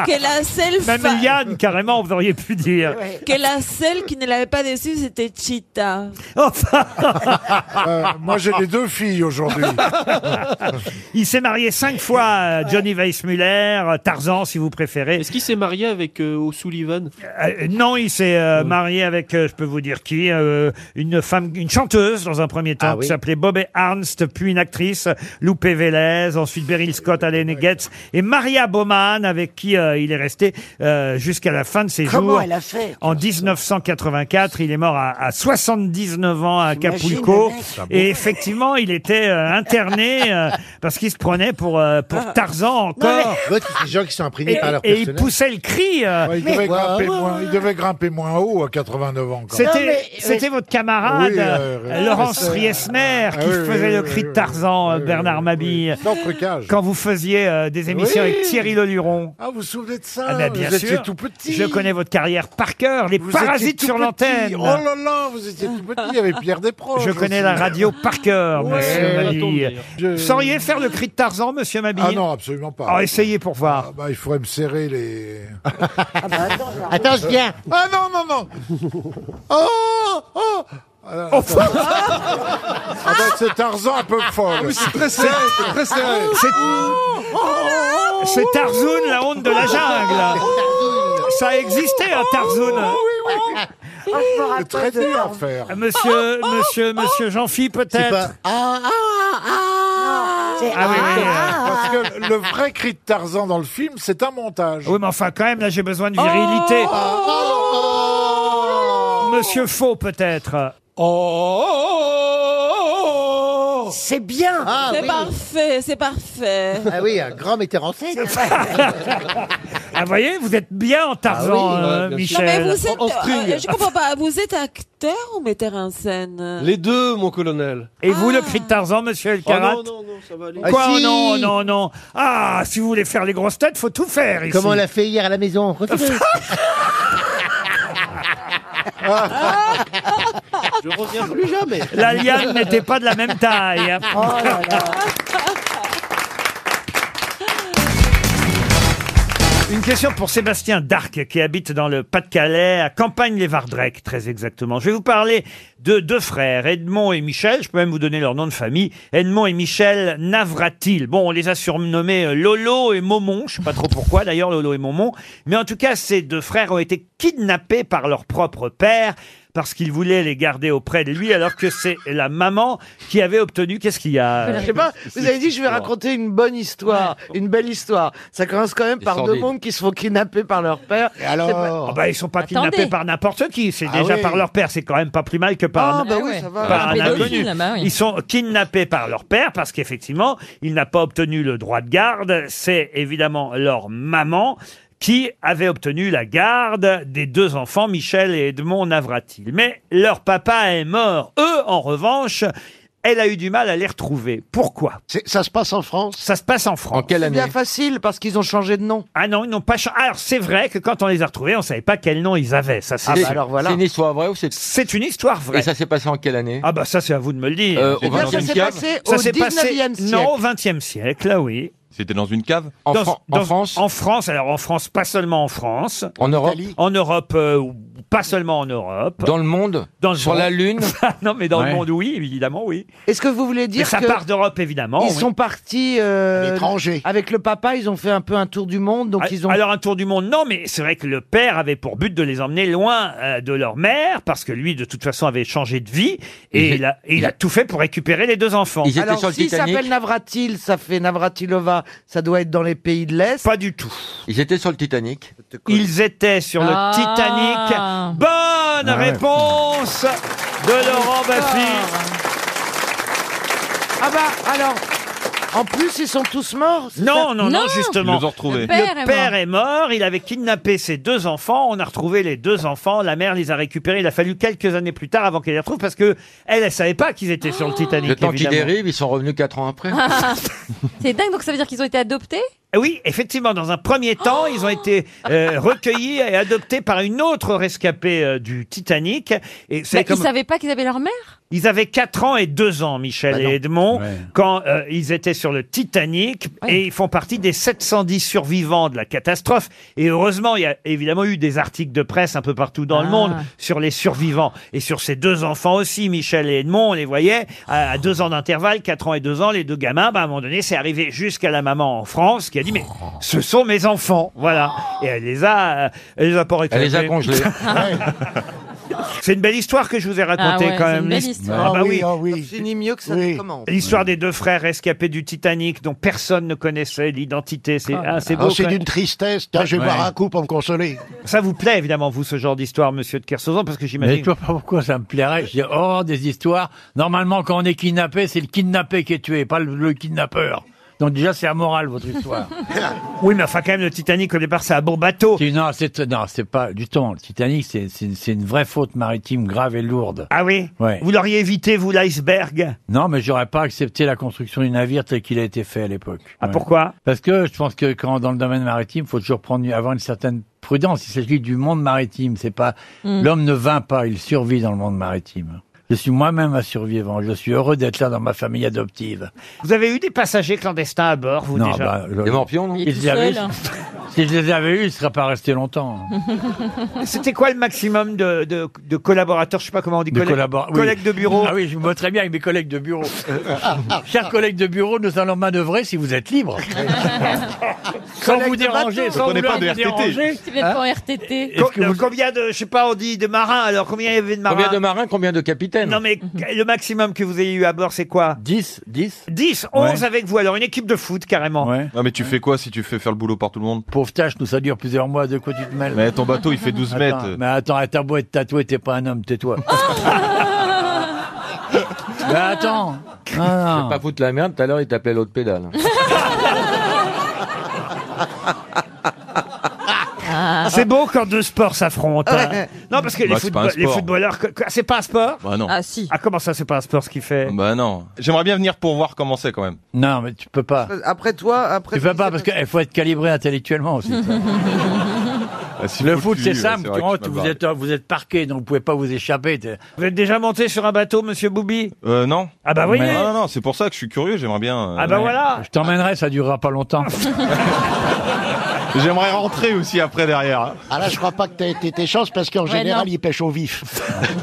[SPEAKER 17] que la seule
[SPEAKER 1] Même
[SPEAKER 17] fa-
[SPEAKER 1] Liliane, carrément, vous auriez pu dire.
[SPEAKER 17] que la seule qui ne l'avait pas déçu, c'était Chita.
[SPEAKER 16] Euh, moi, j'ai les deux filles aujourd'hui.
[SPEAKER 1] Il s'est marié cinq fois, euh, Johnny Weissmuller, euh, Tarzan si vous préférez.
[SPEAKER 10] Est-ce qu'il s'est marié avec euh, O'Sullivan
[SPEAKER 1] Euh, non, il s'est euh, marié avec, euh, je peux vous dire qui, euh, une femme, une chanteuse dans un premier temps,
[SPEAKER 10] Ah oui.
[SPEAKER 1] qui s'appelait Bobby Arnst, puis une actrice, Lupe Vélez, ensuite Beryl Scott, Allen Getz, et Maria Bowman, avec qui euh, il est resté euh, jusqu'à la fin de ses
[SPEAKER 2] Comment
[SPEAKER 1] jours.
[SPEAKER 2] elle a fait
[SPEAKER 1] En 1984, il est mort à, à 79 ans à Acapulco,
[SPEAKER 2] le mec. Ah bon
[SPEAKER 1] et effectivement, il était euh, interné euh, parce qu'il se prenait pour, euh,
[SPEAKER 2] Ah.
[SPEAKER 1] pour Tarzan encore.
[SPEAKER 11] Ces gens qui sont imprégnés
[SPEAKER 1] Et-
[SPEAKER 11] par leur
[SPEAKER 1] et il euh.
[SPEAKER 11] personnage.
[SPEAKER 1] poussait le cri.
[SPEAKER 16] Ouais, il, devait
[SPEAKER 1] Mais-
[SPEAKER 16] grimper
[SPEAKER 1] Ouais, ouais,
[SPEAKER 16] moins, il devait grimper moins haut à 89 ans. quand même.
[SPEAKER 1] C'était c'était votre camarade
[SPEAKER 16] Oui, euh,
[SPEAKER 1] euh, Laurence
[SPEAKER 16] Riesmer.
[SPEAKER 1] Riesmer
[SPEAKER 16] Ah
[SPEAKER 1] qui
[SPEAKER 16] oui,
[SPEAKER 1] faisait
[SPEAKER 16] oui,
[SPEAKER 1] le
[SPEAKER 16] oui,
[SPEAKER 1] cri de
[SPEAKER 16] oui,
[SPEAKER 1] Tarzan, euh, Bernard Mabille. Quand vous faisiez euh, des émissions
[SPEAKER 16] Oui.
[SPEAKER 1] avec Thierry Leluron.
[SPEAKER 16] Ah, vous vous souvenez de ça
[SPEAKER 1] Ah ben, bien
[SPEAKER 16] Vous
[SPEAKER 1] sûr.
[SPEAKER 16] étiez tout petit.
[SPEAKER 1] Je connais votre carrière par cœur, les
[SPEAKER 16] Vous étiez
[SPEAKER 1] parasites
[SPEAKER 16] tout
[SPEAKER 1] sur
[SPEAKER 16] petit.
[SPEAKER 1] l'antenne.
[SPEAKER 16] Oh là là, vous étiez tout petit. Il y avait Pierre Desproges.
[SPEAKER 1] Je connais
[SPEAKER 16] aussi.
[SPEAKER 1] la radio par cœur,
[SPEAKER 16] Ouais,
[SPEAKER 1] monsieur
[SPEAKER 16] ça tombe
[SPEAKER 1] Mabille.
[SPEAKER 16] d'ailleurs. Je-
[SPEAKER 1] Vous sauriez faire le cri de Tarzan, monsieur Mabille
[SPEAKER 16] Ah non, absolument pas.
[SPEAKER 1] Oh, essayez pour voir.
[SPEAKER 16] Ah bah, il faudrait me serrer les.
[SPEAKER 1] Oh,
[SPEAKER 11] Attends, je viens.
[SPEAKER 9] Euh,
[SPEAKER 16] Ah non, non, non. Oh, oh.
[SPEAKER 9] Euh,
[SPEAKER 16] Ah, attends. Ah bah, c'est Tarzan un
[SPEAKER 1] Ah,
[SPEAKER 16] peu folle. c'est très serré, c'est très serré.
[SPEAKER 1] oh, C'est Tarzoun, la honte de la
[SPEAKER 9] Oh,
[SPEAKER 1] jungle. Ça existait, un Tarzoun. Ah,
[SPEAKER 9] Ah,
[SPEAKER 16] C'est très dur à faire.
[SPEAKER 1] Euh, Monsieur, monsieur, monsieur Jean-Phi,
[SPEAKER 16] C'est
[SPEAKER 1] peut-être.
[SPEAKER 16] pas-
[SPEAKER 9] ah,
[SPEAKER 1] Ah oui, oui,
[SPEAKER 16] Parce que
[SPEAKER 9] Ah,
[SPEAKER 16] le vrai cri de Tarzan dans le film, c'est un montage.
[SPEAKER 1] Oui, mais enfin, quand même, là, j'ai besoin de virilité.
[SPEAKER 9] Oh,
[SPEAKER 16] Oh.
[SPEAKER 1] Monsieur Faux, peut-être.
[SPEAKER 10] Oh.
[SPEAKER 17] C'est bien.
[SPEAKER 11] Ah,
[SPEAKER 17] c'est
[SPEAKER 11] oui.
[SPEAKER 17] parfait, c'est parfait.
[SPEAKER 11] Ah
[SPEAKER 18] euh,
[SPEAKER 11] oui, un grand metteur en scène.
[SPEAKER 1] Ah, voyez, vous êtes bien en Tarzan,
[SPEAKER 11] Ah oui,
[SPEAKER 1] euh,
[SPEAKER 11] ouais, bien sûr.
[SPEAKER 17] Non mais
[SPEAKER 1] Michel.
[SPEAKER 17] vous êtes,
[SPEAKER 10] En- en string.
[SPEAKER 17] euh, je comprends pas. Vous êtes acteur ou metteur en scène
[SPEAKER 10] Les deux, mon colonel.
[SPEAKER 1] Et vous,
[SPEAKER 17] Ah.
[SPEAKER 1] le cri de Tarzan, monsieur El Karat
[SPEAKER 10] Oh non, non, non, ça va aller.
[SPEAKER 1] Quoi
[SPEAKER 11] Ah, si.
[SPEAKER 1] Non, non, non. Ah, si vous voulez faire les grosses têtes, faut tout faire ici.
[SPEAKER 11] Comme on l'a fait hier à la maison. Retenez.
[SPEAKER 10] Je reviens plus jamais.
[SPEAKER 1] La liane n'était pas de la même
[SPEAKER 9] Oh
[SPEAKER 1] taille. hein.
[SPEAKER 11] Oh,
[SPEAKER 1] Une question pour Sébastien Darc, qui habite dans le Pas-de-Calais, à Campagne-les-Vardrec, très exactement. Je vais vous parler de deux frères, Edmond et Michel. Je peux même vous donner leur nom de famille. Edmond et Michel Navratil. Bon, on les a surnommés euh, Lolo et Momon. Je sais pas trop pourquoi, d'ailleurs, Lolo et Momon. Mais en tout cas, ces deux frères ont été kidnappés par leur propre père parce qu'il voulait les garder auprès de lui, alors que c'est la maman qui avait obtenu... Qu'est-ce qu'il y a
[SPEAKER 8] Je sais pas, vous avez dit je vais raconter une bonne histoire, une belle histoire. Ça commence quand même par deux
[SPEAKER 1] sordide.
[SPEAKER 8] mondes qui se font kidnapper par leur père. C'est pas-
[SPEAKER 1] Ah bah, Ils sont pas kidnappés par n'importe qui, c'est
[SPEAKER 8] Ah
[SPEAKER 1] déjà
[SPEAKER 8] oui.
[SPEAKER 1] par leur père, c'est quand même pas plus mal que par,
[SPEAKER 8] Ah,
[SPEAKER 1] un-
[SPEAKER 8] bah oui, ça va.
[SPEAKER 1] par
[SPEAKER 8] Ah,
[SPEAKER 1] un
[SPEAKER 8] les pédophiles,
[SPEAKER 1] inconnu.
[SPEAKER 8] là-bas, oui.
[SPEAKER 1] Ils sont kidnappés par leur père parce qu'effectivement, il n'a pas obtenu le droit de garde, c'est évidemment leur maman qui avait obtenu la garde des deux enfants, Michel et Edmond Navratil. Mais leur papa est mort. Eux, en revanche, elle a eu du mal à les retrouver. Pourquoi Ça se passe en France Ça se passe en France. En quelle
[SPEAKER 8] C'est bien facile parce qu'ils ont changé de nom.
[SPEAKER 1] Ah non, ils n'ont pas changé. Alors c'est vrai que quand on les a retrouvés, on savait pas quel nom ils avaient. Ça, c'est
[SPEAKER 19] C'est-
[SPEAKER 1] sûr.
[SPEAKER 19] C'est une histoire vraie ou c'est
[SPEAKER 1] C'est une histoire vraie.
[SPEAKER 19] Et ça s'est passé en quelle année
[SPEAKER 1] Ah bah ça c'est à vous de me le dire.
[SPEAKER 19] Euh, au Ça s'est 20e passé siècle
[SPEAKER 1] Ça
[SPEAKER 19] au
[SPEAKER 1] s'est passé-
[SPEAKER 19] 19e siècle.
[SPEAKER 1] Non, au 20e siècle, là oui.
[SPEAKER 20] C'était dans une cave
[SPEAKER 19] En
[SPEAKER 1] Dans-
[SPEAKER 19] Fran- en
[SPEAKER 1] dans- En France, alors en France, pas seulement en France. En Europe En Europe, euh, Pas seulement en Europe. Dans le monde Dans
[SPEAKER 19] Sur la Lune
[SPEAKER 1] Non, mais dans
[SPEAKER 19] Ouais.
[SPEAKER 1] le monde, oui, évidemment, oui.
[SPEAKER 15] Est-ce que vous voulez
[SPEAKER 1] Mais
[SPEAKER 15] dire
[SPEAKER 1] ça
[SPEAKER 15] que
[SPEAKER 1] part d'Europe, évidemment.
[SPEAKER 15] ils
[SPEAKER 1] oui.
[SPEAKER 15] sont partis euh, avec le papa Ils ont fait un peu un tour du monde, donc
[SPEAKER 1] Ah,
[SPEAKER 15] ils ont.
[SPEAKER 1] Alors un tour du monde, non, mais c'est vrai que le père avait pour but de les emmener loin euh, de leur mère, parce que lui, de toute façon, avait changé de vie, et il a, et il a tout fait pour récupérer les deux enfants.
[SPEAKER 15] Alors, s'il s'appelle Navratil, ça fait Navratilova, ça doit être dans les pays de l'Est.
[SPEAKER 1] Pas du tout.
[SPEAKER 19] Ils étaient sur le Titanic.
[SPEAKER 1] Ils étaient sur le
[SPEAKER 19] Ah.
[SPEAKER 1] Titanic. Bonne
[SPEAKER 19] Ah ouais.
[SPEAKER 1] réponse de Laurent Baffy.
[SPEAKER 15] Ah bah alors, en plus ils sont tous morts. c'est
[SPEAKER 1] Non,
[SPEAKER 15] ça
[SPEAKER 1] non, non, justement.
[SPEAKER 20] Ils les ont retrouvés.
[SPEAKER 1] Le
[SPEAKER 20] Le
[SPEAKER 1] père,
[SPEAKER 20] père
[SPEAKER 1] est,
[SPEAKER 20] est
[SPEAKER 1] mort. Il avait kidnappé ses deux enfants. On a retrouvé les deux enfants. La mère les a récupérés. Il a fallu quelques années plus tard avant qu'elle les retrouve parce que elle, elle savait pas qu'ils étaient sur le Titanic.
[SPEAKER 19] Le temps qu'ils
[SPEAKER 1] évidemment.
[SPEAKER 19] dérivent, ils sont revenus 4 ans après.
[SPEAKER 18] C'est dingue, donc ça veut dire qu'ils ont été adoptés
[SPEAKER 1] Ah Oui, effectivement, dans un premier temps, ils ont été euh, recueillis et adoptés par une autre rescapée euh, du Titanic. Et
[SPEAKER 18] Bah,
[SPEAKER 1] c'est comme-
[SPEAKER 18] Ils savaient pas qu'ils avaient leur mère
[SPEAKER 1] Ils avaient 4 ans et 2 ans, Michel
[SPEAKER 19] Bah
[SPEAKER 1] et Edmond, quand euh, ils étaient sur le Titanic. Et ils font partie des 710 survivants de la catastrophe. Et heureusement, il y a évidemment eu des articles de presse un peu partout dans le
[SPEAKER 21] Ah.
[SPEAKER 1] monde sur les survivants. Et sur ces deux enfants aussi, Michel et Edmond, on les voyait à, à deux ans d'intervalle, 4 ans et 2 ans, les deux gamins. Bah, à un moment donné, c'est arrivé jusqu'à la maman en France qui a dit, mais
[SPEAKER 19] Oh.
[SPEAKER 1] ce sont mes enfants. Voilà. Et elle les a, euh, elle les a pas
[SPEAKER 19] Elle les a
[SPEAKER 1] récupérés.
[SPEAKER 19] congelés.
[SPEAKER 1] C'est une belle histoire que je vous ai racontée
[SPEAKER 15] Ah ouais,
[SPEAKER 1] quand
[SPEAKER 15] c'est
[SPEAKER 1] même.
[SPEAKER 15] une belle
[SPEAKER 1] L'his-
[SPEAKER 15] histoire.
[SPEAKER 1] Ah bah
[SPEAKER 15] Ah
[SPEAKER 1] oui.
[SPEAKER 15] oui, ah oui. Ça finit mieux que ça ne commence.
[SPEAKER 1] L'histoire des deux frères rescapés du Titanic dont personne ne connaissait l'identité. C'est
[SPEAKER 22] Ah,
[SPEAKER 1] ah, c'est
[SPEAKER 22] ah,
[SPEAKER 1] beau.
[SPEAKER 22] c'est
[SPEAKER 1] quand même.
[SPEAKER 22] d'une tristesse. Tiens, je vais
[SPEAKER 1] Ouais.
[SPEAKER 22] boire un coup pour me consoler.
[SPEAKER 1] Ça vous plaît évidemment vous ce genre d'histoire, Monsieur de Kersauzon, parce que
[SPEAKER 3] Mais
[SPEAKER 1] j'imagine.
[SPEAKER 3] je vois pas pourquoi ça me plairait. Je dis, oh, des histoires. Normalement, quand on est kidnappé, c'est le kidnappé qui est tué, pas le, le kidnappeur. Donc déjà, c'est amoral, votre histoire.
[SPEAKER 1] oui, mais enfin, quand même, le Titanic, au départ, c'est un bon bateau.
[SPEAKER 3] Non, c'est, non, c'est pas du tout. Le Titanic, c'est, c'est, c'est une vraie faute maritime grave et lourde.
[SPEAKER 1] Ah oui
[SPEAKER 3] Ouais.
[SPEAKER 1] Vous l'auriez évité vous l'iceberg
[SPEAKER 3] Non, mais j'aurais pas accepté la construction du navire tel qu'il a été fait à l'époque.
[SPEAKER 1] Ah, pourquoi
[SPEAKER 3] Parce que je pense que quand dans le domaine maritime, faut toujours prendre avoir une certaine prudence. Il s'agit du monde maritime. C'est pas
[SPEAKER 21] Mm.
[SPEAKER 3] l'homme ne vint pas, il survit dans le monde maritime. Je suis moi-même un survivant. Je suis heureux d'être là dans ma famille adoptive.
[SPEAKER 1] Vous avez eu des passagers clandestins à bord, vous
[SPEAKER 3] Non,
[SPEAKER 1] déjà
[SPEAKER 3] bah, je- Des morpions, non Il est
[SPEAKER 1] Ils
[SPEAKER 3] tout
[SPEAKER 1] avaient-
[SPEAKER 3] seul. Si je les avais eus, ils seraient pas restés longtemps.
[SPEAKER 9] hein.
[SPEAKER 1] C'était quoi le maximum de, de- de collaborateurs Je sais pas comment on dit.
[SPEAKER 3] De
[SPEAKER 1] collègues-
[SPEAKER 3] collabora- oui.
[SPEAKER 1] collègues de bureau.
[SPEAKER 3] Ah oui, je me vois très bien avec mes collègues de bureau. Chers collègues de bureau, nous allons manœuvrer si vous êtes libres. sans vous déranger, sans
[SPEAKER 1] hein,
[SPEAKER 3] vouloir vous déranger.
[SPEAKER 18] Si vous n'êtes pas en RTT.
[SPEAKER 1] Co- euh, Combien de, je sais pas, on dit de marins alors Combien il y avait de marins
[SPEAKER 19] Combien de marins, combien de capitaines
[SPEAKER 1] Non mais que- le maximum que vous ayez eu à bord, c'est quoi
[SPEAKER 3] 10 10
[SPEAKER 1] 10 11 avec vous, alors une équipe de foot carrément.
[SPEAKER 20] Non, mais tu fais quoi si tu fais faire le boulot par tout le monde
[SPEAKER 3] Pauvre tâche, nous ça dure plusieurs mois, de quoi tu te mêles
[SPEAKER 20] Mais ton bateau, il fait 12
[SPEAKER 3] Attends,
[SPEAKER 20] mètres.
[SPEAKER 3] Mais attends, t'as beau être tatoué, t'es pas un homme, tais-toi. mais Bah, attends
[SPEAKER 19] Je vais pas foutre la merde, tout à l'heure, il t'appelait l'autre pédale.
[SPEAKER 10] Ah.
[SPEAKER 1] C'est beau quand deux sports s'affrontent. hein.
[SPEAKER 19] Ouais.
[SPEAKER 1] Non parce que les,
[SPEAKER 20] Bah, c'est pas un
[SPEAKER 1] football- les
[SPEAKER 20] sport.
[SPEAKER 1] footballeurs, que- que- c'est pas un sport
[SPEAKER 20] Bah non.
[SPEAKER 1] Ah si. Ah comment ça c'est pas un sport ce qu'il fait
[SPEAKER 20] Bah non. J'aimerais bien venir pour voir comment c'est quand même.
[SPEAKER 3] Non, mais tu peux pas.
[SPEAKER 15] Après toi, après.
[SPEAKER 3] Tu peux pas parce qu'il faut être calibré intellectuellement aussi. Ah, le foot, c'est simple. tu rentres, vous êtes, vous êtes parqué, donc vous pouvez pas vous échapper. t'es-
[SPEAKER 1] Vous êtes déjà monté sur un bateau, monsieur Boubi
[SPEAKER 20] Euh, non.
[SPEAKER 1] Ah bah oui.
[SPEAKER 20] Non, non, non, c'est pour ça que je suis curieux, j'aimerais bien. euh,
[SPEAKER 1] Ah bah voilà.
[SPEAKER 3] Je t'emmènerai, ça durera pas longtemps.
[SPEAKER 20] J'aimerais rentrer aussi après derrière.
[SPEAKER 16] Oh.
[SPEAKER 22] Ah là, je crois pas que t'as été tes chances parce qu'en
[SPEAKER 20] Ouais,
[SPEAKER 22] général,
[SPEAKER 20] non.
[SPEAKER 22] ils pêchent au vif.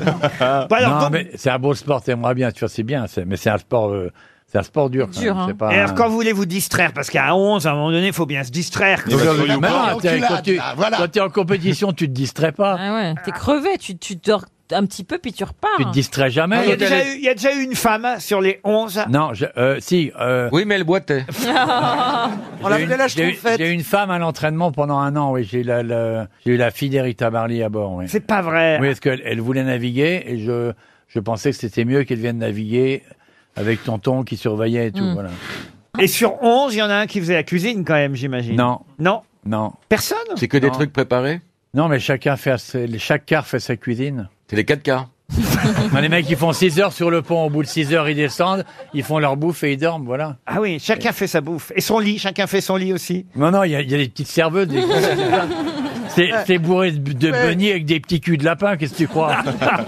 [SPEAKER 3] non, mais c'est un beau sport, t'aimerais bien, tu vois, c'est bien, c'est- mais c'est un sport, euh, c'est un sport dur.
[SPEAKER 20] Ah,
[SPEAKER 3] hein. quand même, c'est pas
[SPEAKER 1] Et alors
[SPEAKER 3] un-
[SPEAKER 1] quand vous voulez vous distraire, parce qu'à 11, à un moment donné, il faut bien se distraire.
[SPEAKER 3] Mais non,
[SPEAKER 20] Ah,
[SPEAKER 3] t'es- quand tu- quand t'es en compétition, tu te distrais pas.
[SPEAKER 18] Ah ouais, t'es crevé, tu, tu dors un petit peu puis tu repars.
[SPEAKER 3] Tu te distrais jamais.
[SPEAKER 1] Ah. Il y, a déjà eu, il y a déjà eu une femme sur les 11.
[SPEAKER 3] Non, je- euh, si. Oui, mais elle boitait. Oh,
[SPEAKER 15] On l'appelait la schtroumpfette.
[SPEAKER 3] J'ai eu une femme à l'entraînement pendant un an, oui. J'ai eu la, la- j'ai eu la fille d'Erita Barley à bord, oui.
[SPEAKER 1] C'est pas vrai.
[SPEAKER 3] Oui, parce qu'elle elle voulait naviguer et je, je pensais que c'était mieux qu'elle vienne naviguer avec tonton qui surveillait et tout,
[SPEAKER 15] Hmm.
[SPEAKER 1] Mm.
[SPEAKER 3] voilà.
[SPEAKER 1] Et sur 11, il y en a un qui faisait la cuisine quand même, j'imagine.
[SPEAKER 3] Non.
[SPEAKER 1] Non.
[SPEAKER 3] Non.
[SPEAKER 1] Personne
[SPEAKER 19] C'est que des trucs
[SPEAKER 3] préparés Non, mais chacun fait ses- chaque quart fait sa cuisine. C'est les quatre quarts. les mecs, ils font 6 heures sur le pont. Au bout de 6 heures, ils descendent, ils font leur bouffe et ils dorment, voilà.
[SPEAKER 1] Ah oui, chacun fait sa bouffe. Et son lit, chacun fait son lit aussi.
[SPEAKER 3] Non, non, il y, a- il y a des petites serveuses. des- C'est c'est bourré de, de
[SPEAKER 1] Ouais.
[SPEAKER 3] beignets avec des petits culs de lapin, qu'est-ce que tu crois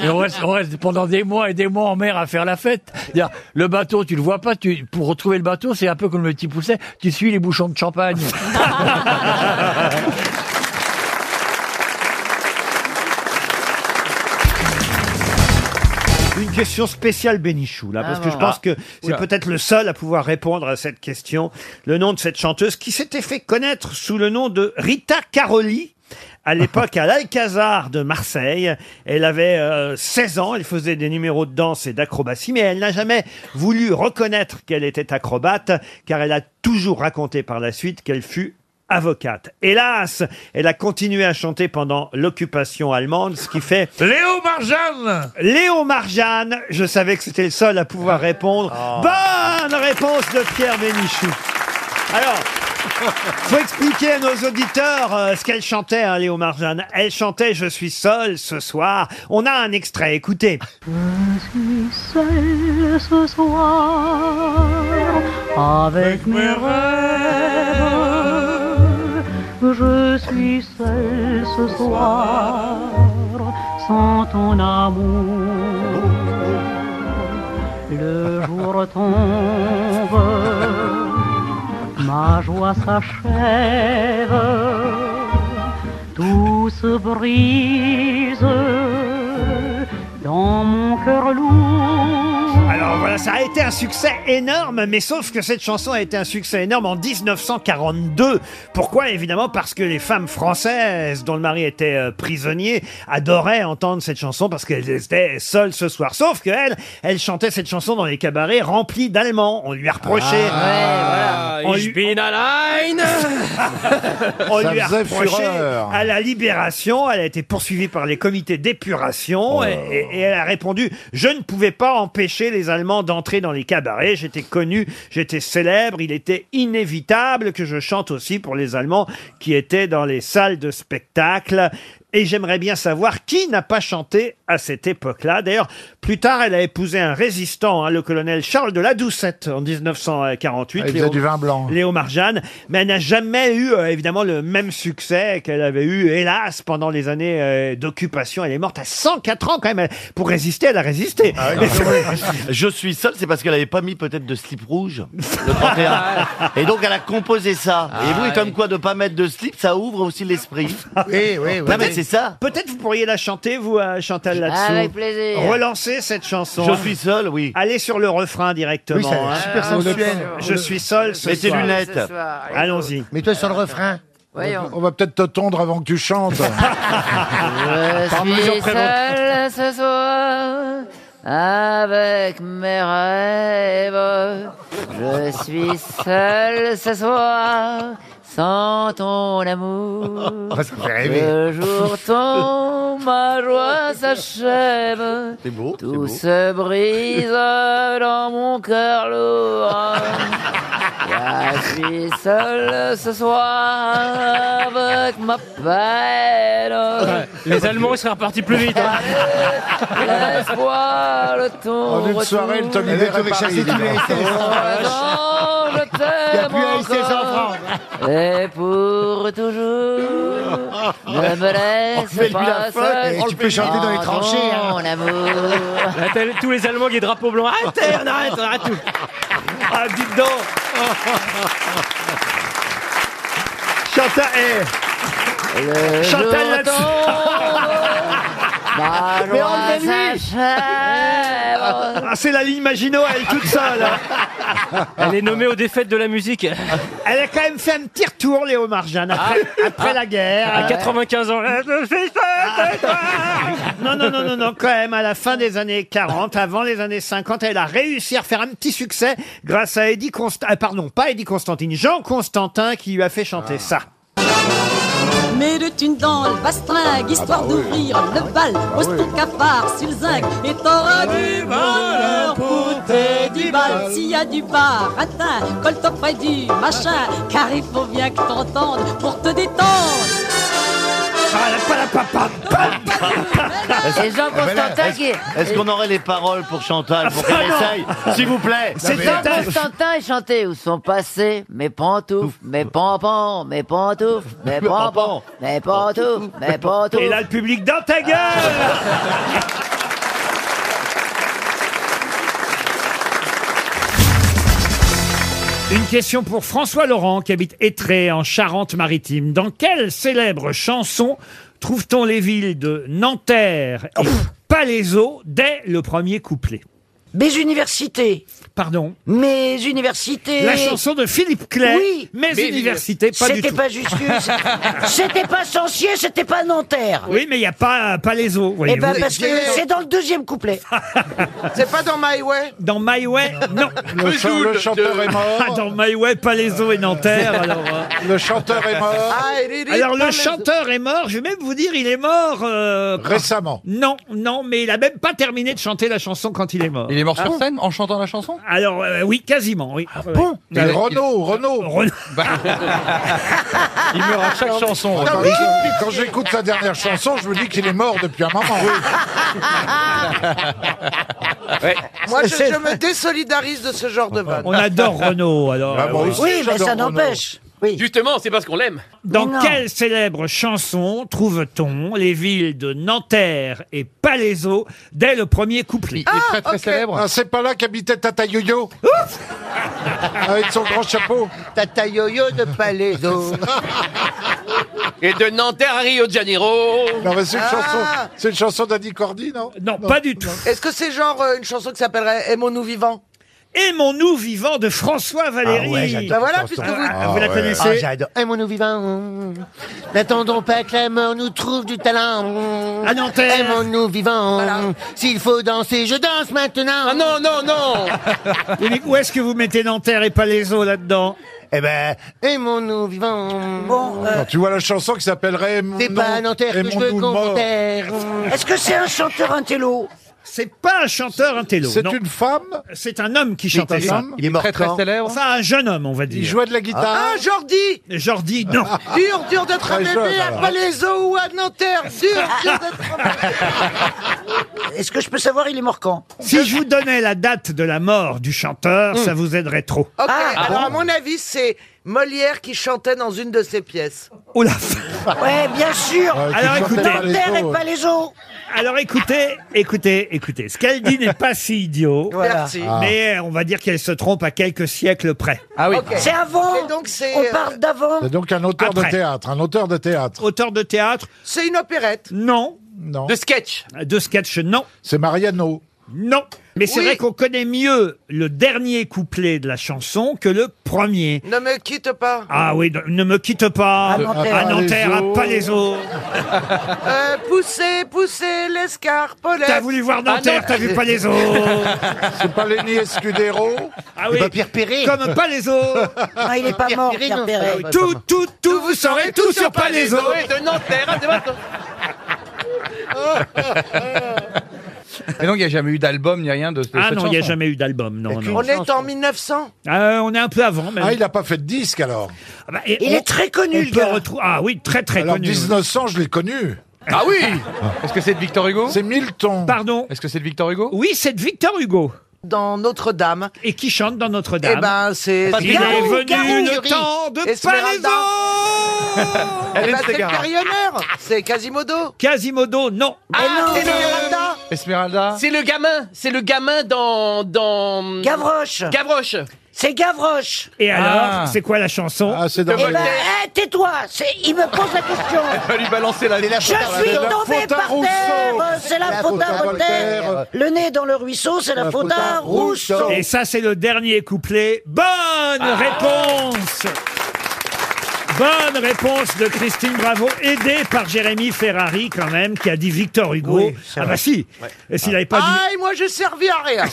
[SPEAKER 3] Et on, reste, on reste pendant des mois et des mois en mer à faire la fête. C'est-à-dire, Le bateau, tu le vois pas, tu, pour retrouver le bateau, c'est un peu comme le petit pousset, tu suis les bouchons de champagne.
[SPEAKER 1] une question spéciale Bénichou, là, parce
[SPEAKER 10] Ah
[SPEAKER 1] que
[SPEAKER 10] bon.
[SPEAKER 1] je pense
[SPEAKER 10] Ah.
[SPEAKER 1] que c'est
[SPEAKER 10] Oula.
[SPEAKER 1] peut-être le seul à pouvoir répondre à cette question. Le nom de cette chanteuse qui s'était fait connaître sous le nom de Rita Caroli. À l'époque, à l'Alcazar de Marseille, elle avait euh, 16 ans, elle faisait des numéros de danse et d'acrobatie, mais elle n'a jamais voulu reconnaître qu'elle était acrobate, car elle a toujours raconté par la suite qu'elle fut avocate. Hélas, elle a continué à chanter pendant l'occupation allemande, ce qui fait... Léo Marjane Léo Marjane Je savais que c'était le seul à pouvoir répondre. Bonne réponse de Pierre Bénichou. Alors... Faut expliquer à nos auditeurs euh, ce qu'elle chantait, hein, Léo Marjane. Elle chantait Je suis seule ce soir. On a un extrait, écoutez.
[SPEAKER 5] suis seul ce soir avec mes rêves. Je suis seul ce soir sans ton amour. Le jour tombe, ma joie s'achève, tout se brise dans mon cœur lourd.
[SPEAKER 1] Alors voilà, ça a été un succès énorme, mais sauf que cette chanson a été un succès énorme en 1942. Pourquoi Évidemment parce que les femmes françaises dont le mari était euh, prisonnier adoraient entendre cette chanson parce qu'elles étaient seules ce soir. Sauf que elle, elle chantait cette chanson dans les cabarets remplis d'Allemands. On lui a reproché. On lui-
[SPEAKER 9] Ah, ich bin allein.
[SPEAKER 1] on
[SPEAKER 9] Ça
[SPEAKER 1] lui a
[SPEAKER 9] faisait
[SPEAKER 1] reproché
[SPEAKER 9] fureur.
[SPEAKER 1] à la libération. Elle a été poursuivie par les comités
[SPEAKER 9] Oh
[SPEAKER 1] d'épuration et, et- et elle a répondu Je ne pouvais pas empêcher les Allemands d'entrer dans les cabarets. J'étais connu, j'étais célèbre. Il était inévitable que je chante aussi pour les Allemands qui étaient dans les salles de spectacle. Et j'aimerais bien savoir qui n'a pas chanté à cette époque-là. D'ailleurs, plus tard, elle a épousé un résistant, hein, le colonel Charles de la Doucette, en 1948.
[SPEAKER 23] Ah, il faisait
[SPEAKER 1] Léo-
[SPEAKER 23] du vin blanc.
[SPEAKER 1] Léo Marjane, mais elle n'a jamais eu euh, évidemment le même succès qu'elle avait eu, hélas, pendant les années euh, d'occupation. Elle est morte à 104 ans quand même. Elle- Pour résister, elle a résisté.
[SPEAKER 24] Ah Je suis seul, c'est parce qu'elle n'avait pas mis peut-être de slip rouge le 31. Et donc elle a composé ça. Et Ah oui, comme quoi de pas mettre de slip, ça ouvre aussi l'esprit. Oui, oui, oui. Non mais c'est ça.
[SPEAKER 1] Peut-être vous pourriez la chanter, vous, euh, Chantal, là-dessous.
[SPEAKER 24] Avec plaisir.
[SPEAKER 1] Relancez cette chanson.
[SPEAKER 24] Je
[SPEAKER 1] hein.
[SPEAKER 24] suis seul, oui.
[SPEAKER 1] Allez sur le refrain directement.
[SPEAKER 24] Oui, ça a l'air
[SPEAKER 1] hein.
[SPEAKER 24] super sensuel.
[SPEAKER 1] Je suis seul ce
[SPEAKER 24] Mets tes
[SPEAKER 1] soir.
[SPEAKER 24] lunettes.
[SPEAKER 1] Ce soir, allez. Allons-y.
[SPEAKER 23] Mais toi, sur le refrain.
[SPEAKER 16] On va- On va peut-être te tondre avant que tu chantes. Par
[SPEAKER 25] Je
[SPEAKER 16] mesure
[SPEAKER 25] suis
[SPEAKER 16] préventive.
[SPEAKER 25] seul ce soir avec mes rêves. Je suis seul ce soir sans ton amour.
[SPEAKER 23] Ah, ça me fait rêver.
[SPEAKER 25] Le jour tombe, ma joie s'achève.
[SPEAKER 23] C'est beau. c'est
[SPEAKER 25] Tout
[SPEAKER 23] beau.
[SPEAKER 25] se brise dans mon cœur lourd. Je suis seul ce soir avec ma peine.
[SPEAKER 9] Les Allemands, ils seraient repartis plus vite. hein.
[SPEAKER 25] Laisse-moi le temps.
[SPEAKER 9] En une soirée, le Tom Hubert est parti, dis-donc.
[SPEAKER 23] Oh,
[SPEAKER 25] Oh, je t'aime encore. Et pour toujours, ne me laisse
[SPEAKER 9] Enlevez-lui la
[SPEAKER 25] pas
[SPEAKER 9] faute.
[SPEAKER 25] seul.
[SPEAKER 9] Et tu peux chanter dans les tranchées, hein.
[SPEAKER 25] Mon amour.
[SPEAKER 9] Là, t'as les- tous les Allemands avec les drapeaux blancs. Arrêtez, on arrête, on arrête tout.
[SPEAKER 1] Ah, dites donc. Chantal,
[SPEAKER 25] eh.
[SPEAKER 5] Chantal là-dessus.
[SPEAKER 9] Bah,
[SPEAKER 25] Ma
[SPEAKER 1] Mais
[SPEAKER 25] joie
[SPEAKER 1] enlevez-lui.
[SPEAKER 25] s'achève.
[SPEAKER 1] Ah, c'est la ligne Maginot à elle toute seule. hein.
[SPEAKER 9] Elle est nommée aux défaites de la musique.
[SPEAKER 1] Elle a quand même fait un petit retour, Léo Marjane, après,
[SPEAKER 24] Ah.
[SPEAKER 1] après la guerre.
[SPEAKER 9] À 95 ans.
[SPEAKER 1] Euh,
[SPEAKER 9] Je suis seul, c'est toi.
[SPEAKER 1] Non, non, non, non, non, quand même, à la fin des années 40, avant les années 50, elle a réussi à faire un petit succès grâce à Eddie Constantin, pardon, pas Eddie Constantine, Jean Constantin qui lui a fait chanter ça.
[SPEAKER 26] Mets le thune dans le bastringue, histoire d'ouvrir le bal. Pose ton cafard sur le zinc et t'auras du bonheur pour tes du bal. S'il y a du baratin, colle-toi près du machin, car il faut bien que t'entendes pour te détendre.
[SPEAKER 24] Est-ce-
[SPEAKER 25] Jean Constantin qui-
[SPEAKER 24] Est-ce qu'on aurait les paroles pour Chantal pour
[SPEAKER 25] Ah,
[SPEAKER 24] qu'elle
[SPEAKER 25] non.
[SPEAKER 24] essaye S'il vous plaît.
[SPEAKER 25] C'est Jean Constantin est chanté où sont passés mes pantoufles, mes pampans, mes pantoufles, mes pampans, mes pantoufles,
[SPEAKER 8] Ben,
[SPEAKER 25] mes pantoufles.
[SPEAKER 1] Et là, le public dans ta gueule Une question pour François Laurent qui habite Étré en Charente-Maritime. Dans quelle célèbre chanson trouve-t-on les villes de Nanterre et, Palaiso dès le premier couplet.
[SPEAKER 8] Mes universités.
[SPEAKER 1] Pardon.
[SPEAKER 8] Mes universités.
[SPEAKER 1] La chanson de Philippe Clair.
[SPEAKER 8] Oui.
[SPEAKER 1] Mes, universités, pas du tout.
[SPEAKER 8] C'était pas Jussieu, c'était pas Sancier, c'était pas Nanterre.
[SPEAKER 1] Oui, mais il n'y a pas euh, Palaiso.
[SPEAKER 8] Eh
[SPEAKER 1] voyez-vous.
[SPEAKER 8] ben parce que c'est dans le deuxième couplet.
[SPEAKER 1] C'est pas dans My Way Dans My Way, non.
[SPEAKER 16] Le chan- Bezoul, le chanteur de- est mort.
[SPEAKER 1] Ah, dans My Way, Palaiso et Nanterre. Alors, hein.
[SPEAKER 16] Le chanteur est mort. Ah, il est- il est
[SPEAKER 1] alors le
[SPEAKER 16] Palaiso.
[SPEAKER 1] chanteur est mort, je vais même vous dire, il est mort. euh, par-
[SPEAKER 16] Récemment.
[SPEAKER 1] Non, non, mais il a même pas terminé de chanter la chanson quand il est mort.
[SPEAKER 4] Il est mort sur
[SPEAKER 1] Ah.
[SPEAKER 4] scène en chantant la chanson
[SPEAKER 1] Alors, euh, oui, quasiment, oui.
[SPEAKER 16] Ah
[SPEAKER 4] Et Renaud,
[SPEAKER 1] Renaud.
[SPEAKER 4] Bah. Il meurt à chaque chanson.
[SPEAKER 16] Attends,
[SPEAKER 4] Renaud.
[SPEAKER 16] mais je- quand j'écoute sa dernière chanson, je me dis qu'il est mort depuis un moment.
[SPEAKER 1] Ah.
[SPEAKER 10] Moi, je,
[SPEAKER 16] C'est-
[SPEAKER 10] je me désolidarise de ce genre de vanne.
[SPEAKER 1] On adore Renaud, alors.
[SPEAKER 10] Ah bon,
[SPEAKER 1] euh,
[SPEAKER 10] aussi, Oui, mais j'adore ça Renaud. n'empêche.
[SPEAKER 9] Justement, c'est parce qu'on l'aime.
[SPEAKER 1] Dans
[SPEAKER 9] Mais non.
[SPEAKER 1] quelle célèbre chanson trouve-t-on les villes de Nanterre et Palaiso dès le premier couplet
[SPEAKER 16] Ah, c'est pas là qu'habitait Tata Yoyo Ah, Avec son grand chapeau. Tata Yoyo de Palaiso.
[SPEAKER 9] Et de Nanterre à Rio de Janeiro.
[SPEAKER 16] Non, mais c'est une
[SPEAKER 10] Ah.
[SPEAKER 16] chanson, c'est une chanson d'Annie Cordy, non
[SPEAKER 1] non pas du tout.
[SPEAKER 10] Est-ce que c'est genre euh, une chanson qui s'appellerait Aimons-nous vivants
[SPEAKER 1] Aimons-nous vivants de
[SPEAKER 16] Ah
[SPEAKER 1] François Valéry.
[SPEAKER 11] Bah voilà, puisque vous...
[SPEAKER 1] Ah, vous la connaissez
[SPEAKER 11] J'adore. Aimons-nous vivants. N'attendons pas que la mort nous trouve du talent.
[SPEAKER 1] À Nanterre.
[SPEAKER 11] Aimons-nous vivants. S'il faut danser, je danse maintenant. Ah
[SPEAKER 9] non, non, non.
[SPEAKER 1] Et mais où est-ce que vous mettez Nanterre et Palaiso là-dedans
[SPEAKER 11] Eh ben, aimons-nous vivants. Bon,
[SPEAKER 16] Non, tu vois la chanson qui s'appellerait
[SPEAKER 11] C'est pas à Nanterre que je veux qu'on m'enterre.
[SPEAKER 8] Est-ce que c'est un chanteur intello
[SPEAKER 1] C'est pas un chanteur intello.
[SPEAKER 16] C'est
[SPEAKER 1] non.
[SPEAKER 16] une femme
[SPEAKER 1] C'est un homme qui chantait
[SPEAKER 16] était
[SPEAKER 1] ça.
[SPEAKER 16] femme Il est mort Très, très quand célèbre.
[SPEAKER 1] Ça, un jeune homme, on va dire.
[SPEAKER 16] Il jouait de la guitare.
[SPEAKER 10] Ah, Jordi
[SPEAKER 1] Jordi, non.
[SPEAKER 10] Dur, dur d'être un
[SPEAKER 1] Très
[SPEAKER 10] bébé
[SPEAKER 1] jeune,
[SPEAKER 10] à
[SPEAKER 1] alors.
[SPEAKER 10] Palaiso ou à Nanterre Dur, dur d'être...
[SPEAKER 8] Ah, Est-ce que je peux savoir il est mort quand
[SPEAKER 1] Si je vous donnais la date de la mort du chanteur, ça vous aiderait trop.
[SPEAKER 10] Ok,
[SPEAKER 1] Ah,
[SPEAKER 10] alors
[SPEAKER 1] bon
[SPEAKER 10] à mon avis, c'est Molière qui chantait dans une de ses pièces.
[SPEAKER 1] Oula
[SPEAKER 8] Ouais, bien sûr.
[SPEAKER 1] Ouais, Alors, qui chantait écoutez- Palaiso.
[SPEAKER 8] Nanterre et Palaiso.
[SPEAKER 1] Alors écoutez, écoutez, écoutez. Ce qu'elle dit n'est pas si idiot.
[SPEAKER 10] Voilà. Merci.
[SPEAKER 16] Ah.
[SPEAKER 1] Mais euh, on va dire qu'elle se trompe à quelques siècles près. Ah
[SPEAKER 10] Ok.
[SPEAKER 8] C'est avant. On
[SPEAKER 10] euh,
[SPEAKER 8] parle d'avant.
[SPEAKER 16] C'est donc un auteur
[SPEAKER 1] Après.
[SPEAKER 16] de théâtre, un auteur de théâtre.
[SPEAKER 1] Auteur de théâtre
[SPEAKER 10] C'est une opérette.
[SPEAKER 1] Non.
[SPEAKER 16] Non.
[SPEAKER 9] De sketch.
[SPEAKER 1] De sketch, non.
[SPEAKER 16] C'est Mariano.
[SPEAKER 1] Non. Mais c'est
[SPEAKER 10] Oui.
[SPEAKER 1] vrai qu'on connaît mieux le dernier couplet de la chanson que le premier.
[SPEAKER 10] Ne me quitte pas.
[SPEAKER 1] Ah oui, ne- ne me quitte pas.
[SPEAKER 10] À Nanterre.
[SPEAKER 1] à Nanterre, à
[SPEAKER 10] Palaiso.
[SPEAKER 1] Palaiso.
[SPEAKER 10] Euh, poussez, poussez l'escarpolette.
[SPEAKER 1] T'as voulu
[SPEAKER 10] Ah
[SPEAKER 1] voir Nanterre, t'as vu Palaiso.
[SPEAKER 16] C'est pas Lenny Escudero
[SPEAKER 1] Ah oui.
[SPEAKER 16] Eh ben, Pierre
[SPEAKER 1] Perret. Comme Palaiso.
[SPEAKER 8] Ah, il est pas mort,
[SPEAKER 11] Perret,
[SPEAKER 8] Pierre
[SPEAKER 11] non.
[SPEAKER 8] Perret.
[SPEAKER 1] Tout, tout, tout, vous saurez tout sur Palaiso.
[SPEAKER 9] de Nanterre à
[SPEAKER 4] Et donc, il n'y a jamais eu d'album, il n'y a rien de. de
[SPEAKER 1] Ah
[SPEAKER 4] cette
[SPEAKER 1] non, il n'y a
[SPEAKER 4] chanson.
[SPEAKER 1] jamais eu d'album, non, non.
[SPEAKER 10] On est en 1900.
[SPEAKER 1] Ah, on est un peu avant, même.
[SPEAKER 16] Ah, il n'a pas fait de disque alors.
[SPEAKER 1] Ah bah, et
[SPEAKER 10] Il est très connu,
[SPEAKER 1] on
[SPEAKER 10] le
[SPEAKER 1] peut
[SPEAKER 10] gars.
[SPEAKER 1] retrou- Ah oui, très très
[SPEAKER 16] Alors
[SPEAKER 1] connu.
[SPEAKER 16] 1900, je l'ai connu.
[SPEAKER 4] Ah oui Est-ce que c'est de Victor Hugo
[SPEAKER 16] C'est Milton.
[SPEAKER 1] Pardon
[SPEAKER 4] Est-ce que c'est de Victor Hugo
[SPEAKER 1] Oui, c'est de Victor Hugo.
[SPEAKER 10] Dans Notre-Dame.
[SPEAKER 1] Et qui chante dans Notre-Dame
[SPEAKER 10] Eh ben, c'est.
[SPEAKER 1] Il est venu le temps de
[SPEAKER 10] Esmeralda. Eh ben, c'est le carillonneur. C'est Quasimodo.
[SPEAKER 1] Quasimodo, non.
[SPEAKER 9] Ah, c'est
[SPEAKER 10] Esmeralda.
[SPEAKER 9] le-
[SPEAKER 4] Esmeralda.
[SPEAKER 9] C'est le gamin, c'est le gamin dans dans
[SPEAKER 8] Gavroche.
[SPEAKER 9] Gavroche.
[SPEAKER 8] C'est Gavroche.
[SPEAKER 1] Et alors,
[SPEAKER 4] Ah.
[SPEAKER 1] c'est quoi la chanson
[SPEAKER 16] Ah, c'est
[SPEAKER 8] Eh
[SPEAKER 16] dans
[SPEAKER 8] ben,
[SPEAKER 16] la...
[SPEAKER 8] eh, tais-toi. c'est- Il me pose la question.
[SPEAKER 4] va lui balancer la
[SPEAKER 8] Je suis tombé
[SPEAKER 16] faute à
[SPEAKER 8] par
[SPEAKER 16] Rousseau.
[SPEAKER 8] terre, c'est la, faute à Voltaire. Le nez dans le ruisseau, c'est la, faute à Rousseau. Ah.
[SPEAKER 1] Et ça, c'est le dernier couplet. Bonne réponse Bonne réponse de Christine Bravo, aidée par Jérémy Ferrari quand même, qui a dit Victor Hugo.
[SPEAKER 11] Oui, c'est
[SPEAKER 1] ah
[SPEAKER 11] vrai.
[SPEAKER 1] bah si Et s'il n'avait pas dit...
[SPEAKER 10] Ah, et moi, j'ai servi à rien.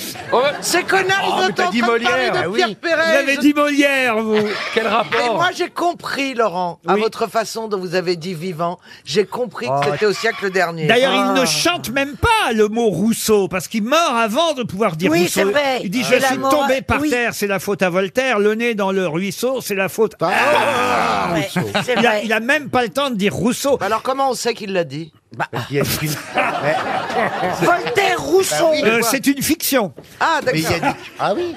[SPEAKER 10] Ces connards,
[SPEAKER 4] Oh,
[SPEAKER 10] ils
[SPEAKER 4] mais
[SPEAKER 10] ont
[SPEAKER 4] t'as dit
[SPEAKER 10] en train de parler
[SPEAKER 4] Molière,
[SPEAKER 10] de
[SPEAKER 4] ah oui.
[SPEAKER 10] Pierre Perret.
[SPEAKER 1] Vous avez
[SPEAKER 10] Je-
[SPEAKER 1] dit Molière, vous
[SPEAKER 4] Quel
[SPEAKER 10] Mais
[SPEAKER 4] rapport
[SPEAKER 10] moi j'ai compris, Laurent, à votre façon dont vous avez dit vivant, j'ai compris que c'était au siècle
[SPEAKER 8] Eh
[SPEAKER 10] dernier.
[SPEAKER 1] Ah. D'ailleurs,
[SPEAKER 8] ben.
[SPEAKER 1] il ne
[SPEAKER 10] Ah.
[SPEAKER 1] chante même pas le mot Rousseau, parce qu'il meurt avant de pouvoir dire
[SPEAKER 8] Oui,
[SPEAKER 1] Rousseau.
[SPEAKER 8] c'est vrai. Ah.
[SPEAKER 1] Il dit
[SPEAKER 8] C'est
[SPEAKER 1] Je
[SPEAKER 8] la
[SPEAKER 1] suis
[SPEAKER 8] mort-
[SPEAKER 1] tombé par
[SPEAKER 8] oui.
[SPEAKER 1] terre, c'est la faute à Voltaire. Le nez dans le ruisseau, c'est la faute à
[SPEAKER 8] Ah. Ouais, c'est
[SPEAKER 1] il, a,
[SPEAKER 8] vrai.
[SPEAKER 1] il a même pas le temps de dire Rousseau.
[SPEAKER 10] Alors comment on sait qu'il l'a dit
[SPEAKER 1] Bah.
[SPEAKER 8] Voltaire,
[SPEAKER 9] Bah
[SPEAKER 8] Rousseau.
[SPEAKER 1] Euh, c'est une fiction.
[SPEAKER 10] Ah d'accord.
[SPEAKER 11] Ah oui.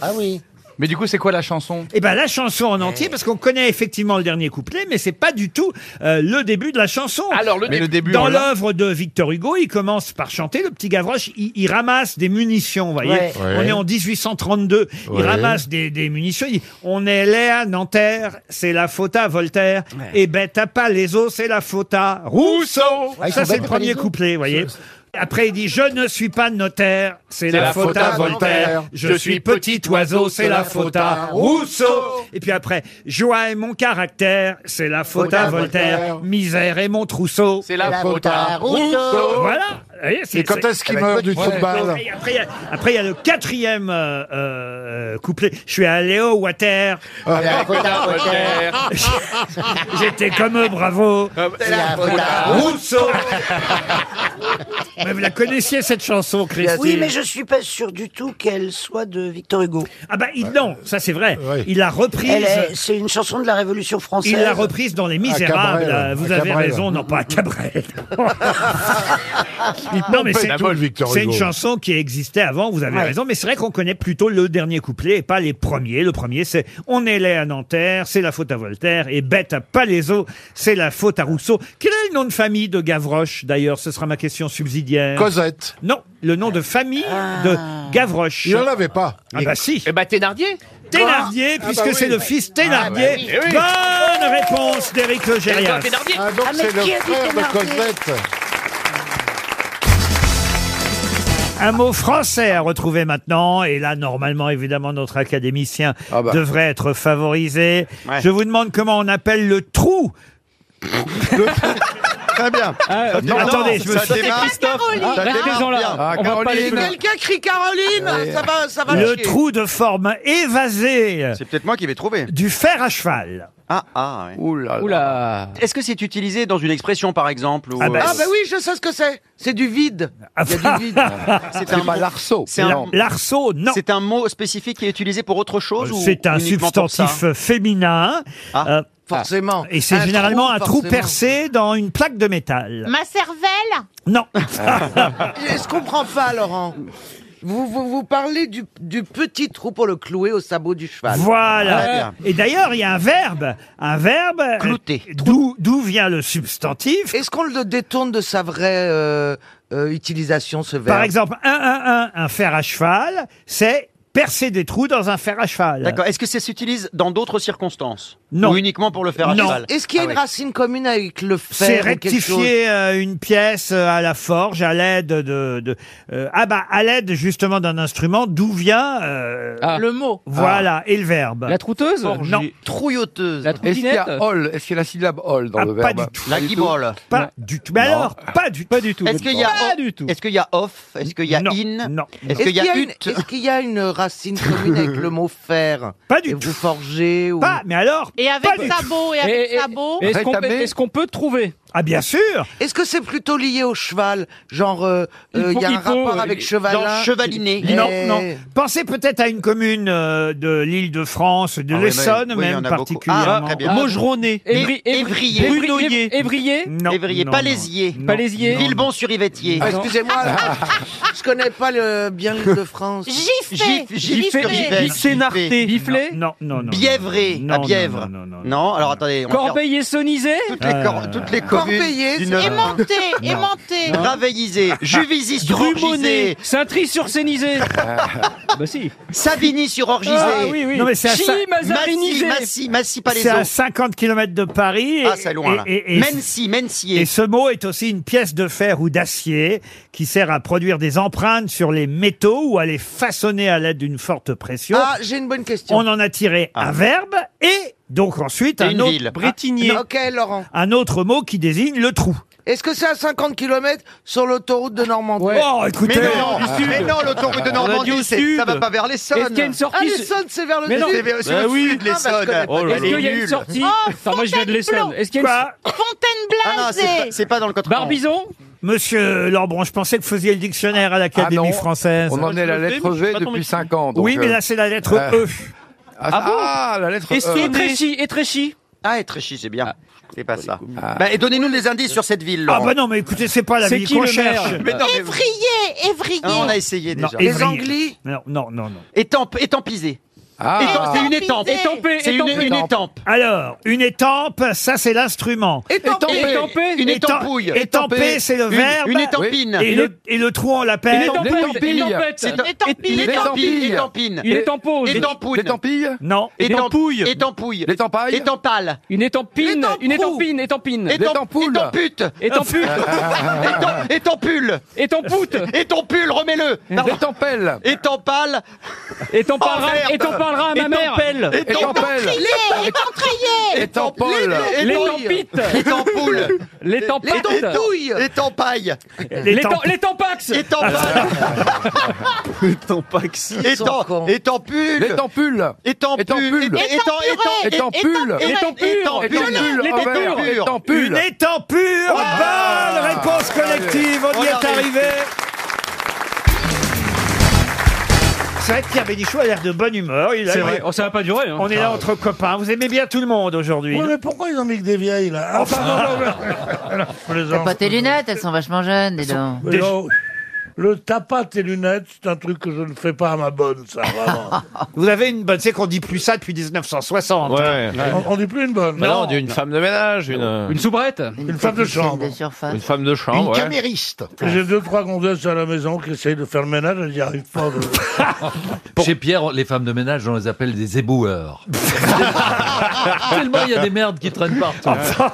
[SPEAKER 11] Ah oui.
[SPEAKER 4] Mais du coup, c'est quoi la chanson
[SPEAKER 1] Eh ben la chanson en entier, parce qu'on connaît effectivement le dernier couplet, mais c'est pas du tout euh, le début de la chanson.
[SPEAKER 9] Alors le
[SPEAKER 4] Mais le
[SPEAKER 9] début.
[SPEAKER 4] début, on
[SPEAKER 1] Dans
[SPEAKER 4] l'a.
[SPEAKER 1] l'œuvre de Victor Hugo, il commence par chanter. Le petit Gavroche, il, il ramasse des munitions, vous voyez.
[SPEAKER 8] Ouais.
[SPEAKER 1] On est en 1832. Il
[SPEAKER 16] Ouais.
[SPEAKER 1] ramasse des, des munitions. Il dit, on est laid à Nanterre, c'est la faute à Voltaire. Et bête à Palaiso, c'est la faute à Rousseau.
[SPEAKER 11] Ah, ils
[SPEAKER 1] Ça,
[SPEAKER 11] Ah, sont
[SPEAKER 1] c'est
[SPEAKER 11] bêtes
[SPEAKER 1] le
[SPEAKER 11] à
[SPEAKER 1] premier
[SPEAKER 11] Palaiso.
[SPEAKER 1] couplet, vous voyez. Après, il dit Je ne suis pas notaire, c'est la, faute à Voltaire. Je suis petit oiseau, c'est la faute à Rousseau. Et puis après, Joie est mon caractère, c'est la faute à Voltaire. Misère est mon trousseau, c'est
[SPEAKER 16] la faute à Rousseau.
[SPEAKER 1] Voilà. Vous voyez, c'est-
[SPEAKER 16] Et quand
[SPEAKER 1] c'est-
[SPEAKER 16] est-ce qu'il meurt du trou de balle
[SPEAKER 1] Et Après, il y a- après, il y a le quatrième euh, euh, couplet. Je suis à Léo Water.
[SPEAKER 16] C'est la faute à Voltaire.
[SPEAKER 1] J'étais comme eux, bravo.
[SPEAKER 16] C'est la faute à
[SPEAKER 1] Ah, bah, Rousseau. Mais vous la connaissiez cette chanson, Christine
[SPEAKER 21] Oui, mais je suis pas sûr du tout qu'elle soit de Victor Hugo.
[SPEAKER 1] Ah bah il,
[SPEAKER 16] Euh,
[SPEAKER 1] non, ça c'est vrai. Il l'a reprise.
[SPEAKER 21] Elle est- C'est une chanson de la Révolution française.
[SPEAKER 1] Il l'a reprise dans Les Misérables.
[SPEAKER 21] Cabrel,
[SPEAKER 1] euh, vous
[SPEAKER 21] à
[SPEAKER 1] avez
[SPEAKER 21] Cabrel.
[SPEAKER 1] raison, non pas à Cabrel.
[SPEAKER 16] pompe
[SPEAKER 1] c'est
[SPEAKER 16] la balle, Victor
[SPEAKER 1] c'est une
[SPEAKER 16] Hugo.
[SPEAKER 1] chanson qui existait avant. Vous avez
[SPEAKER 16] Ouais.
[SPEAKER 1] raison, mais c'est vrai qu'on connaît plutôt le dernier couplet et pas les premiers. Le premier, c'est On est laid à Nanterre, c'est la faute à Voltaire, et bête à Palaiso, c'est la faute à Rousseau. Quel est le nom de famille de Gavroche D'ailleurs, ce sera ma question subsidiaire.
[SPEAKER 16] Cosette.
[SPEAKER 1] Non, le nom de famille de
[SPEAKER 21] Ah.
[SPEAKER 1] Gavroche.
[SPEAKER 16] Il n'en avait pas.
[SPEAKER 1] Ah bah si. Eh
[SPEAKER 16] ben Thénardier
[SPEAKER 1] Thénardier, puisque c'est le fils Thénardier. Bonne réponse d'Éric Logérias.
[SPEAKER 16] Ah, donc
[SPEAKER 21] Ah, mais
[SPEAKER 16] c'est le
[SPEAKER 21] qui a dit
[SPEAKER 16] frère de
[SPEAKER 21] Thénardier
[SPEAKER 16] Cosette.
[SPEAKER 1] Un mot français à retrouver maintenant. Et là, normalement, évidemment, notre académicien
[SPEAKER 6] bah.
[SPEAKER 1] devrait être favorisé.
[SPEAKER 6] Ouais.
[SPEAKER 1] Je vous demande comment on appelle le trou.
[SPEAKER 6] Très bien.
[SPEAKER 1] Ah, non, attendez, je me suis-
[SPEAKER 10] Ah,
[SPEAKER 6] Ça démarre bien.
[SPEAKER 1] Ah,
[SPEAKER 6] On va pas les
[SPEAKER 1] Caroline.
[SPEAKER 6] faire.
[SPEAKER 10] Quelqu'un crie Caroline Ça va, ça va
[SPEAKER 1] Le
[SPEAKER 10] chier.
[SPEAKER 1] trou de forme évasée
[SPEAKER 6] C'est peut-être moi qui vais trouver.
[SPEAKER 1] du fer à cheval.
[SPEAKER 6] Ah, ah, ouais. Oula. Est-ce que c'est utilisé dans une expression, par exemple ou,
[SPEAKER 1] Ah bah, Ah, bah.
[SPEAKER 6] euh,
[SPEAKER 10] Ah bah oui, je sais ce que c'est. C'est du vide. Il y a du vide.
[SPEAKER 6] C'est un mot- C'est un
[SPEAKER 1] l'arceau, non. Euh,
[SPEAKER 6] C'est un mot spécifique qui est utilisé pour autre chose euh, ou
[SPEAKER 1] C'est un
[SPEAKER 6] uniquement pour ça Ah.
[SPEAKER 1] substantif féminin. Euh,
[SPEAKER 10] Forcément.
[SPEAKER 1] Et c'est
[SPEAKER 10] Un
[SPEAKER 1] généralement
[SPEAKER 10] trou,
[SPEAKER 1] un trou
[SPEAKER 10] forcément.
[SPEAKER 1] percé dans une plaque de métal.
[SPEAKER 13] Ma cervelle
[SPEAKER 1] Non.
[SPEAKER 6] Ah,
[SPEAKER 10] Je comprends pas, Laurent. Vous, vous, vous parlez du, du petit trou pour le clouer au sabot du
[SPEAKER 6] bah,
[SPEAKER 10] cheval. Très
[SPEAKER 1] Voilà.
[SPEAKER 10] bien.
[SPEAKER 1] Et d'ailleurs, il y a un verbe, un verbe. euh, D'où d'où vient le substantif
[SPEAKER 10] Est-ce qu'on le détourne de sa vraie euh, euh, utilisation, ce verbe
[SPEAKER 1] Par exemple, un, un, un, un fer à cheval, c'est percer des trous dans un fer à cheval.
[SPEAKER 6] D'accord. Est-ce que ça s'utilise dans d'autres circonstances
[SPEAKER 1] Non.
[SPEAKER 6] Ou uniquement pour le faire à
[SPEAKER 1] Non.
[SPEAKER 6] cheval
[SPEAKER 10] Est-ce qu'il y a
[SPEAKER 6] Ah
[SPEAKER 10] une
[SPEAKER 6] ouais.
[SPEAKER 10] racine commune avec le fer
[SPEAKER 1] C'est
[SPEAKER 10] ou quelque
[SPEAKER 1] rectifier
[SPEAKER 10] chose
[SPEAKER 1] euh, une pièce euh, à la forge à l'aide de, de euh, ah bah à l'aide justement d'un instrument d'où vient euh,
[SPEAKER 9] Le mot.
[SPEAKER 1] voilà et le verbe
[SPEAKER 9] La trouteuse
[SPEAKER 1] non
[SPEAKER 6] Trouilloteuse.
[SPEAKER 9] La
[SPEAKER 1] Est-ce qu'il y a
[SPEAKER 9] troutinette
[SPEAKER 1] hall
[SPEAKER 6] Est-ce qu'il y a la syllabe all
[SPEAKER 1] dans Ah, le pas verbe du tout.
[SPEAKER 6] La
[SPEAKER 1] Pas du tout.
[SPEAKER 6] guibole.
[SPEAKER 1] Pas du tout. Mais
[SPEAKER 6] Non.
[SPEAKER 1] alors, pas du, pas du tout.
[SPEAKER 6] Est-ce qu'il y a
[SPEAKER 1] Pas
[SPEAKER 6] o- Est-ce qu'il y a off Est-ce qu'il y a in
[SPEAKER 1] Non.
[SPEAKER 6] Est-ce qu'il y a une
[SPEAKER 10] Est-ce qu'il y a une racine commune avec le mot fer
[SPEAKER 1] Pas du
[SPEAKER 10] tout. Vous forgez ou...
[SPEAKER 1] Pas, mais alors
[SPEAKER 13] Et
[SPEAKER 1] Pas du
[SPEAKER 13] avec
[SPEAKER 1] tout.
[SPEAKER 13] sabot, et avec sabot.
[SPEAKER 9] Est-ce qu'on peut, est-ce qu'on peut trouver
[SPEAKER 1] Ah bien sûr.
[SPEAKER 10] Est-ce que c'est plutôt lié au cheval Genre, euh, euh, il
[SPEAKER 1] Hippo-
[SPEAKER 10] y a un
[SPEAKER 1] hippo,
[SPEAKER 10] rapport
[SPEAKER 1] euh,
[SPEAKER 10] avec chevalin
[SPEAKER 1] dans
[SPEAKER 6] chevaliné.
[SPEAKER 1] Non,
[SPEAKER 10] Eh,
[SPEAKER 1] non. Pensez peut-être à une commune euh, de l'Île-de-France, de
[SPEAKER 6] Ah ouais,
[SPEAKER 1] l'Essonne
[SPEAKER 6] mais- oui, il y en a
[SPEAKER 1] même
[SPEAKER 6] beaucoup. Ah,
[SPEAKER 1] particulièrement.
[SPEAKER 6] très bien. Maugeronnet.
[SPEAKER 9] Évri-
[SPEAKER 6] Évrier.
[SPEAKER 9] évri- Évrier. Évrier.
[SPEAKER 1] Non,
[SPEAKER 6] Évrier,
[SPEAKER 1] non,
[SPEAKER 6] Palaisier.
[SPEAKER 1] non, non,
[SPEAKER 9] Palaisier.
[SPEAKER 1] non, non.
[SPEAKER 6] Villebon-sur-Yvetier.
[SPEAKER 10] Ah, Excusez-moi, je connais pas le bien de France.
[SPEAKER 6] Gif- Gif- sur Givelle.
[SPEAKER 9] Bifflé
[SPEAKER 1] Non, non, non.
[SPEAKER 6] Bièvré,
[SPEAKER 1] Non,
[SPEAKER 6] à
[SPEAKER 1] non,
[SPEAKER 6] Bièvre.
[SPEAKER 1] non,
[SPEAKER 6] Non, alors attendez. on va faire-
[SPEAKER 9] Corbeil et Sonisé
[SPEAKER 6] Toutes les,
[SPEAKER 9] Ah.
[SPEAKER 17] Euh,
[SPEAKER 6] cor- toutes les communes.
[SPEAKER 9] Corbeil-Essonnisé,
[SPEAKER 6] d'une-
[SPEAKER 9] c'est-
[SPEAKER 13] Aimanté, aimanté.
[SPEAKER 6] Draveillisé,
[SPEAKER 9] Ah.
[SPEAKER 6] Juvisy sur
[SPEAKER 9] Drumonnet,
[SPEAKER 6] Orgisé,
[SPEAKER 9] Saintry sur Sénisé. bah si.
[SPEAKER 6] Savigny sur Orgisé,
[SPEAKER 9] Ah oui, oui.
[SPEAKER 1] Non, mais c'est à ça-
[SPEAKER 9] Chilly, Mazarinisé.
[SPEAKER 6] Massy, Massy
[SPEAKER 1] C'est à
[SPEAKER 6] Palaiso.
[SPEAKER 1] 50 km de Paris.
[SPEAKER 6] Ah, c'est loin, là. Mency,
[SPEAKER 1] Et ce mot est aussi une pièce de fer ou d'acier qui sert à produire des empreintes sur les métaux ou à les façonner à l'aide d'une forte pression.
[SPEAKER 10] Ah, j'ai une bonne question.
[SPEAKER 1] On en a tiré
[SPEAKER 6] Ah.
[SPEAKER 1] un verbe et donc ensuite un autre
[SPEAKER 10] Ah,
[SPEAKER 1] Ah,
[SPEAKER 10] Ok, Laurent.
[SPEAKER 1] Un autre mot qui désigne le trou.
[SPEAKER 10] Est-ce que c'est à 50 km sur l'autoroute de Normandie
[SPEAKER 1] Oh, écoutez.
[SPEAKER 6] Mais non, Ah, mais non, l'autoroute de Normandie, c'est- ça va pas vers l'Essonne.
[SPEAKER 9] Ah, Est-ce qu'il y a une sortie
[SPEAKER 10] Ah, l'Essonne, c'est vers le
[SPEAKER 9] Mais non.
[SPEAKER 10] sud.
[SPEAKER 6] C'est- c'est Bah au oui. sud de l'Essonne.
[SPEAKER 10] Ah, bah, je connais pas.
[SPEAKER 6] Oh là
[SPEAKER 9] Est-ce qu'il y a
[SPEAKER 6] Elle est
[SPEAKER 9] une
[SPEAKER 6] nulle.
[SPEAKER 9] sortie
[SPEAKER 13] Oh,
[SPEAKER 9] Enfin, moi, je viens de l'Essonne. Est-ce qu'il y a
[SPEAKER 6] Ah
[SPEAKER 1] Quoi
[SPEAKER 9] une...
[SPEAKER 6] non, c'est pas-
[SPEAKER 13] Fontaineblaze
[SPEAKER 6] c'est pas dans le code.
[SPEAKER 9] Barbizon
[SPEAKER 1] Monsieur Lambron, je pensais que vous faisiez le dictionnaire à l'Académie
[SPEAKER 27] Ah non,
[SPEAKER 1] française.
[SPEAKER 27] On en est la lettre V depuis 5 ans. donc,
[SPEAKER 1] Oui, mais
[SPEAKER 27] euh,
[SPEAKER 1] là, c'est la lettre
[SPEAKER 27] euh,
[SPEAKER 1] E.
[SPEAKER 27] Ah,
[SPEAKER 9] Ah bon
[SPEAKER 27] ah, la lettre E.
[SPEAKER 9] Étréchy, Étréchy.
[SPEAKER 6] Ah, Étréchy, c'est bien. C'est pas ça.
[SPEAKER 27] Ah.
[SPEAKER 6] Bah, et donnez-nous des indices sur cette ville.
[SPEAKER 1] Ah
[SPEAKER 6] Laurent.
[SPEAKER 1] bah non, mais écoutez, c'est pas la
[SPEAKER 6] C'est
[SPEAKER 1] ville
[SPEAKER 6] qui
[SPEAKER 1] qu'on
[SPEAKER 6] le maire
[SPEAKER 1] cherche.
[SPEAKER 6] Mais non, mais-
[SPEAKER 13] Évrier, évrier.
[SPEAKER 6] Ah, on a essayé déjà.
[SPEAKER 1] Non, Évry. Non, non, non, non.
[SPEAKER 6] Étamp- Étampisé.
[SPEAKER 17] Ah.
[SPEAKER 1] Étampe,
[SPEAKER 17] C'est une étampe, étampée,
[SPEAKER 1] C'est une,
[SPEAKER 17] étampée.
[SPEAKER 1] une étampe. Alors, une étampe, ça c'est l'instrument.
[SPEAKER 17] Étampée. Étampée.
[SPEAKER 1] Une
[SPEAKER 17] Une
[SPEAKER 1] étampouille.
[SPEAKER 17] étampouille.
[SPEAKER 1] Étampée, c'est le
[SPEAKER 17] Une-
[SPEAKER 1] verbe.
[SPEAKER 17] une étampine.
[SPEAKER 1] Et le, et le trou, on l'appelle.
[SPEAKER 17] Une étampette. Une étampette. Une étampette. C'est un- Une étampille. Une étampose. Une étampille.
[SPEAKER 1] Non.
[SPEAKER 17] Étampouille.
[SPEAKER 10] Étampouille.
[SPEAKER 17] L'étampaille.
[SPEAKER 10] Étampale.
[SPEAKER 17] Une étampine.
[SPEAKER 9] Une étampine, étampine.
[SPEAKER 17] Étampoule.
[SPEAKER 10] Étampute.
[SPEAKER 9] Étampute.
[SPEAKER 10] Étam- Étampule.
[SPEAKER 9] Étampoute.
[SPEAKER 10] Étampule, remets-le.
[SPEAKER 17] Étampelle.
[SPEAKER 10] Étampale.
[SPEAKER 9] Étamparera-
[SPEAKER 6] Oh,
[SPEAKER 9] étamparera à ma mère.
[SPEAKER 10] Étampelle.
[SPEAKER 9] Étampelle.
[SPEAKER 10] Étamprier.
[SPEAKER 9] Étampole. L'étampite.
[SPEAKER 10] L'étampoule.
[SPEAKER 9] L'étampate.
[SPEAKER 10] L'étampouille. L'étampaille.
[SPEAKER 9] L'étam- L'étampax.
[SPEAKER 10] Étampale.
[SPEAKER 17] Étampax.
[SPEAKER 10] Étam- Étampule.
[SPEAKER 17] Étampule.
[SPEAKER 10] Étampule. Étampurée.
[SPEAKER 17] Étampule.
[SPEAKER 10] Étampure.
[SPEAKER 17] Étampule.
[SPEAKER 1] Une étampe pure. Bonne réponse collective.
[SPEAKER 17] Oh,
[SPEAKER 1] On y
[SPEAKER 10] On
[SPEAKER 1] est
[SPEAKER 10] arrive.
[SPEAKER 1] arrivé. C'est vrai que Pierre Bénichou a l'air de bonne humeur. Il a-
[SPEAKER 9] C'est vrai. Oh, ça va pas durer. hein.
[SPEAKER 1] On est là entre copains. Vous aimez bien tout le monde aujourd'hui.
[SPEAKER 11] Ouais, mais pourquoi ils ont mis que des vieilles, là Enfin, non, non,
[SPEAKER 25] T'as pas tes lunettes, elles sont vachement jeunes, dis donc.
[SPEAKER 11] mais- mais non, Le tapas tes lunettes, c'est un truc que je ne fais pas à ma bonne, ça, vraiment.
[SPEAKER 1] Vous avez une bonne. C'est qu'on dit plus ça depuis 1960.
[SPEAKER 11] On, on dit plus une bonne.
[SPEAKER 24] Bah non, d'une femme de ménage, une. euh,
[SPEAKER 11] Une
[SPEAKER 9] soubrette
[SPEAKER 11] Une, femme de chambre.
[SPEAKER 24] Une femme de chambre. ouais.
[SPEAKER 11] J'ai deux, trois gondesses à la maison qui essayent de faire le ménage, Ah, elles n'y arrivent pas.
[SPEAKER 3] Chez Pierre, les femmes de ménage, on les appelle des éboueurs. Tellement il y a des merdes qui traînent partout.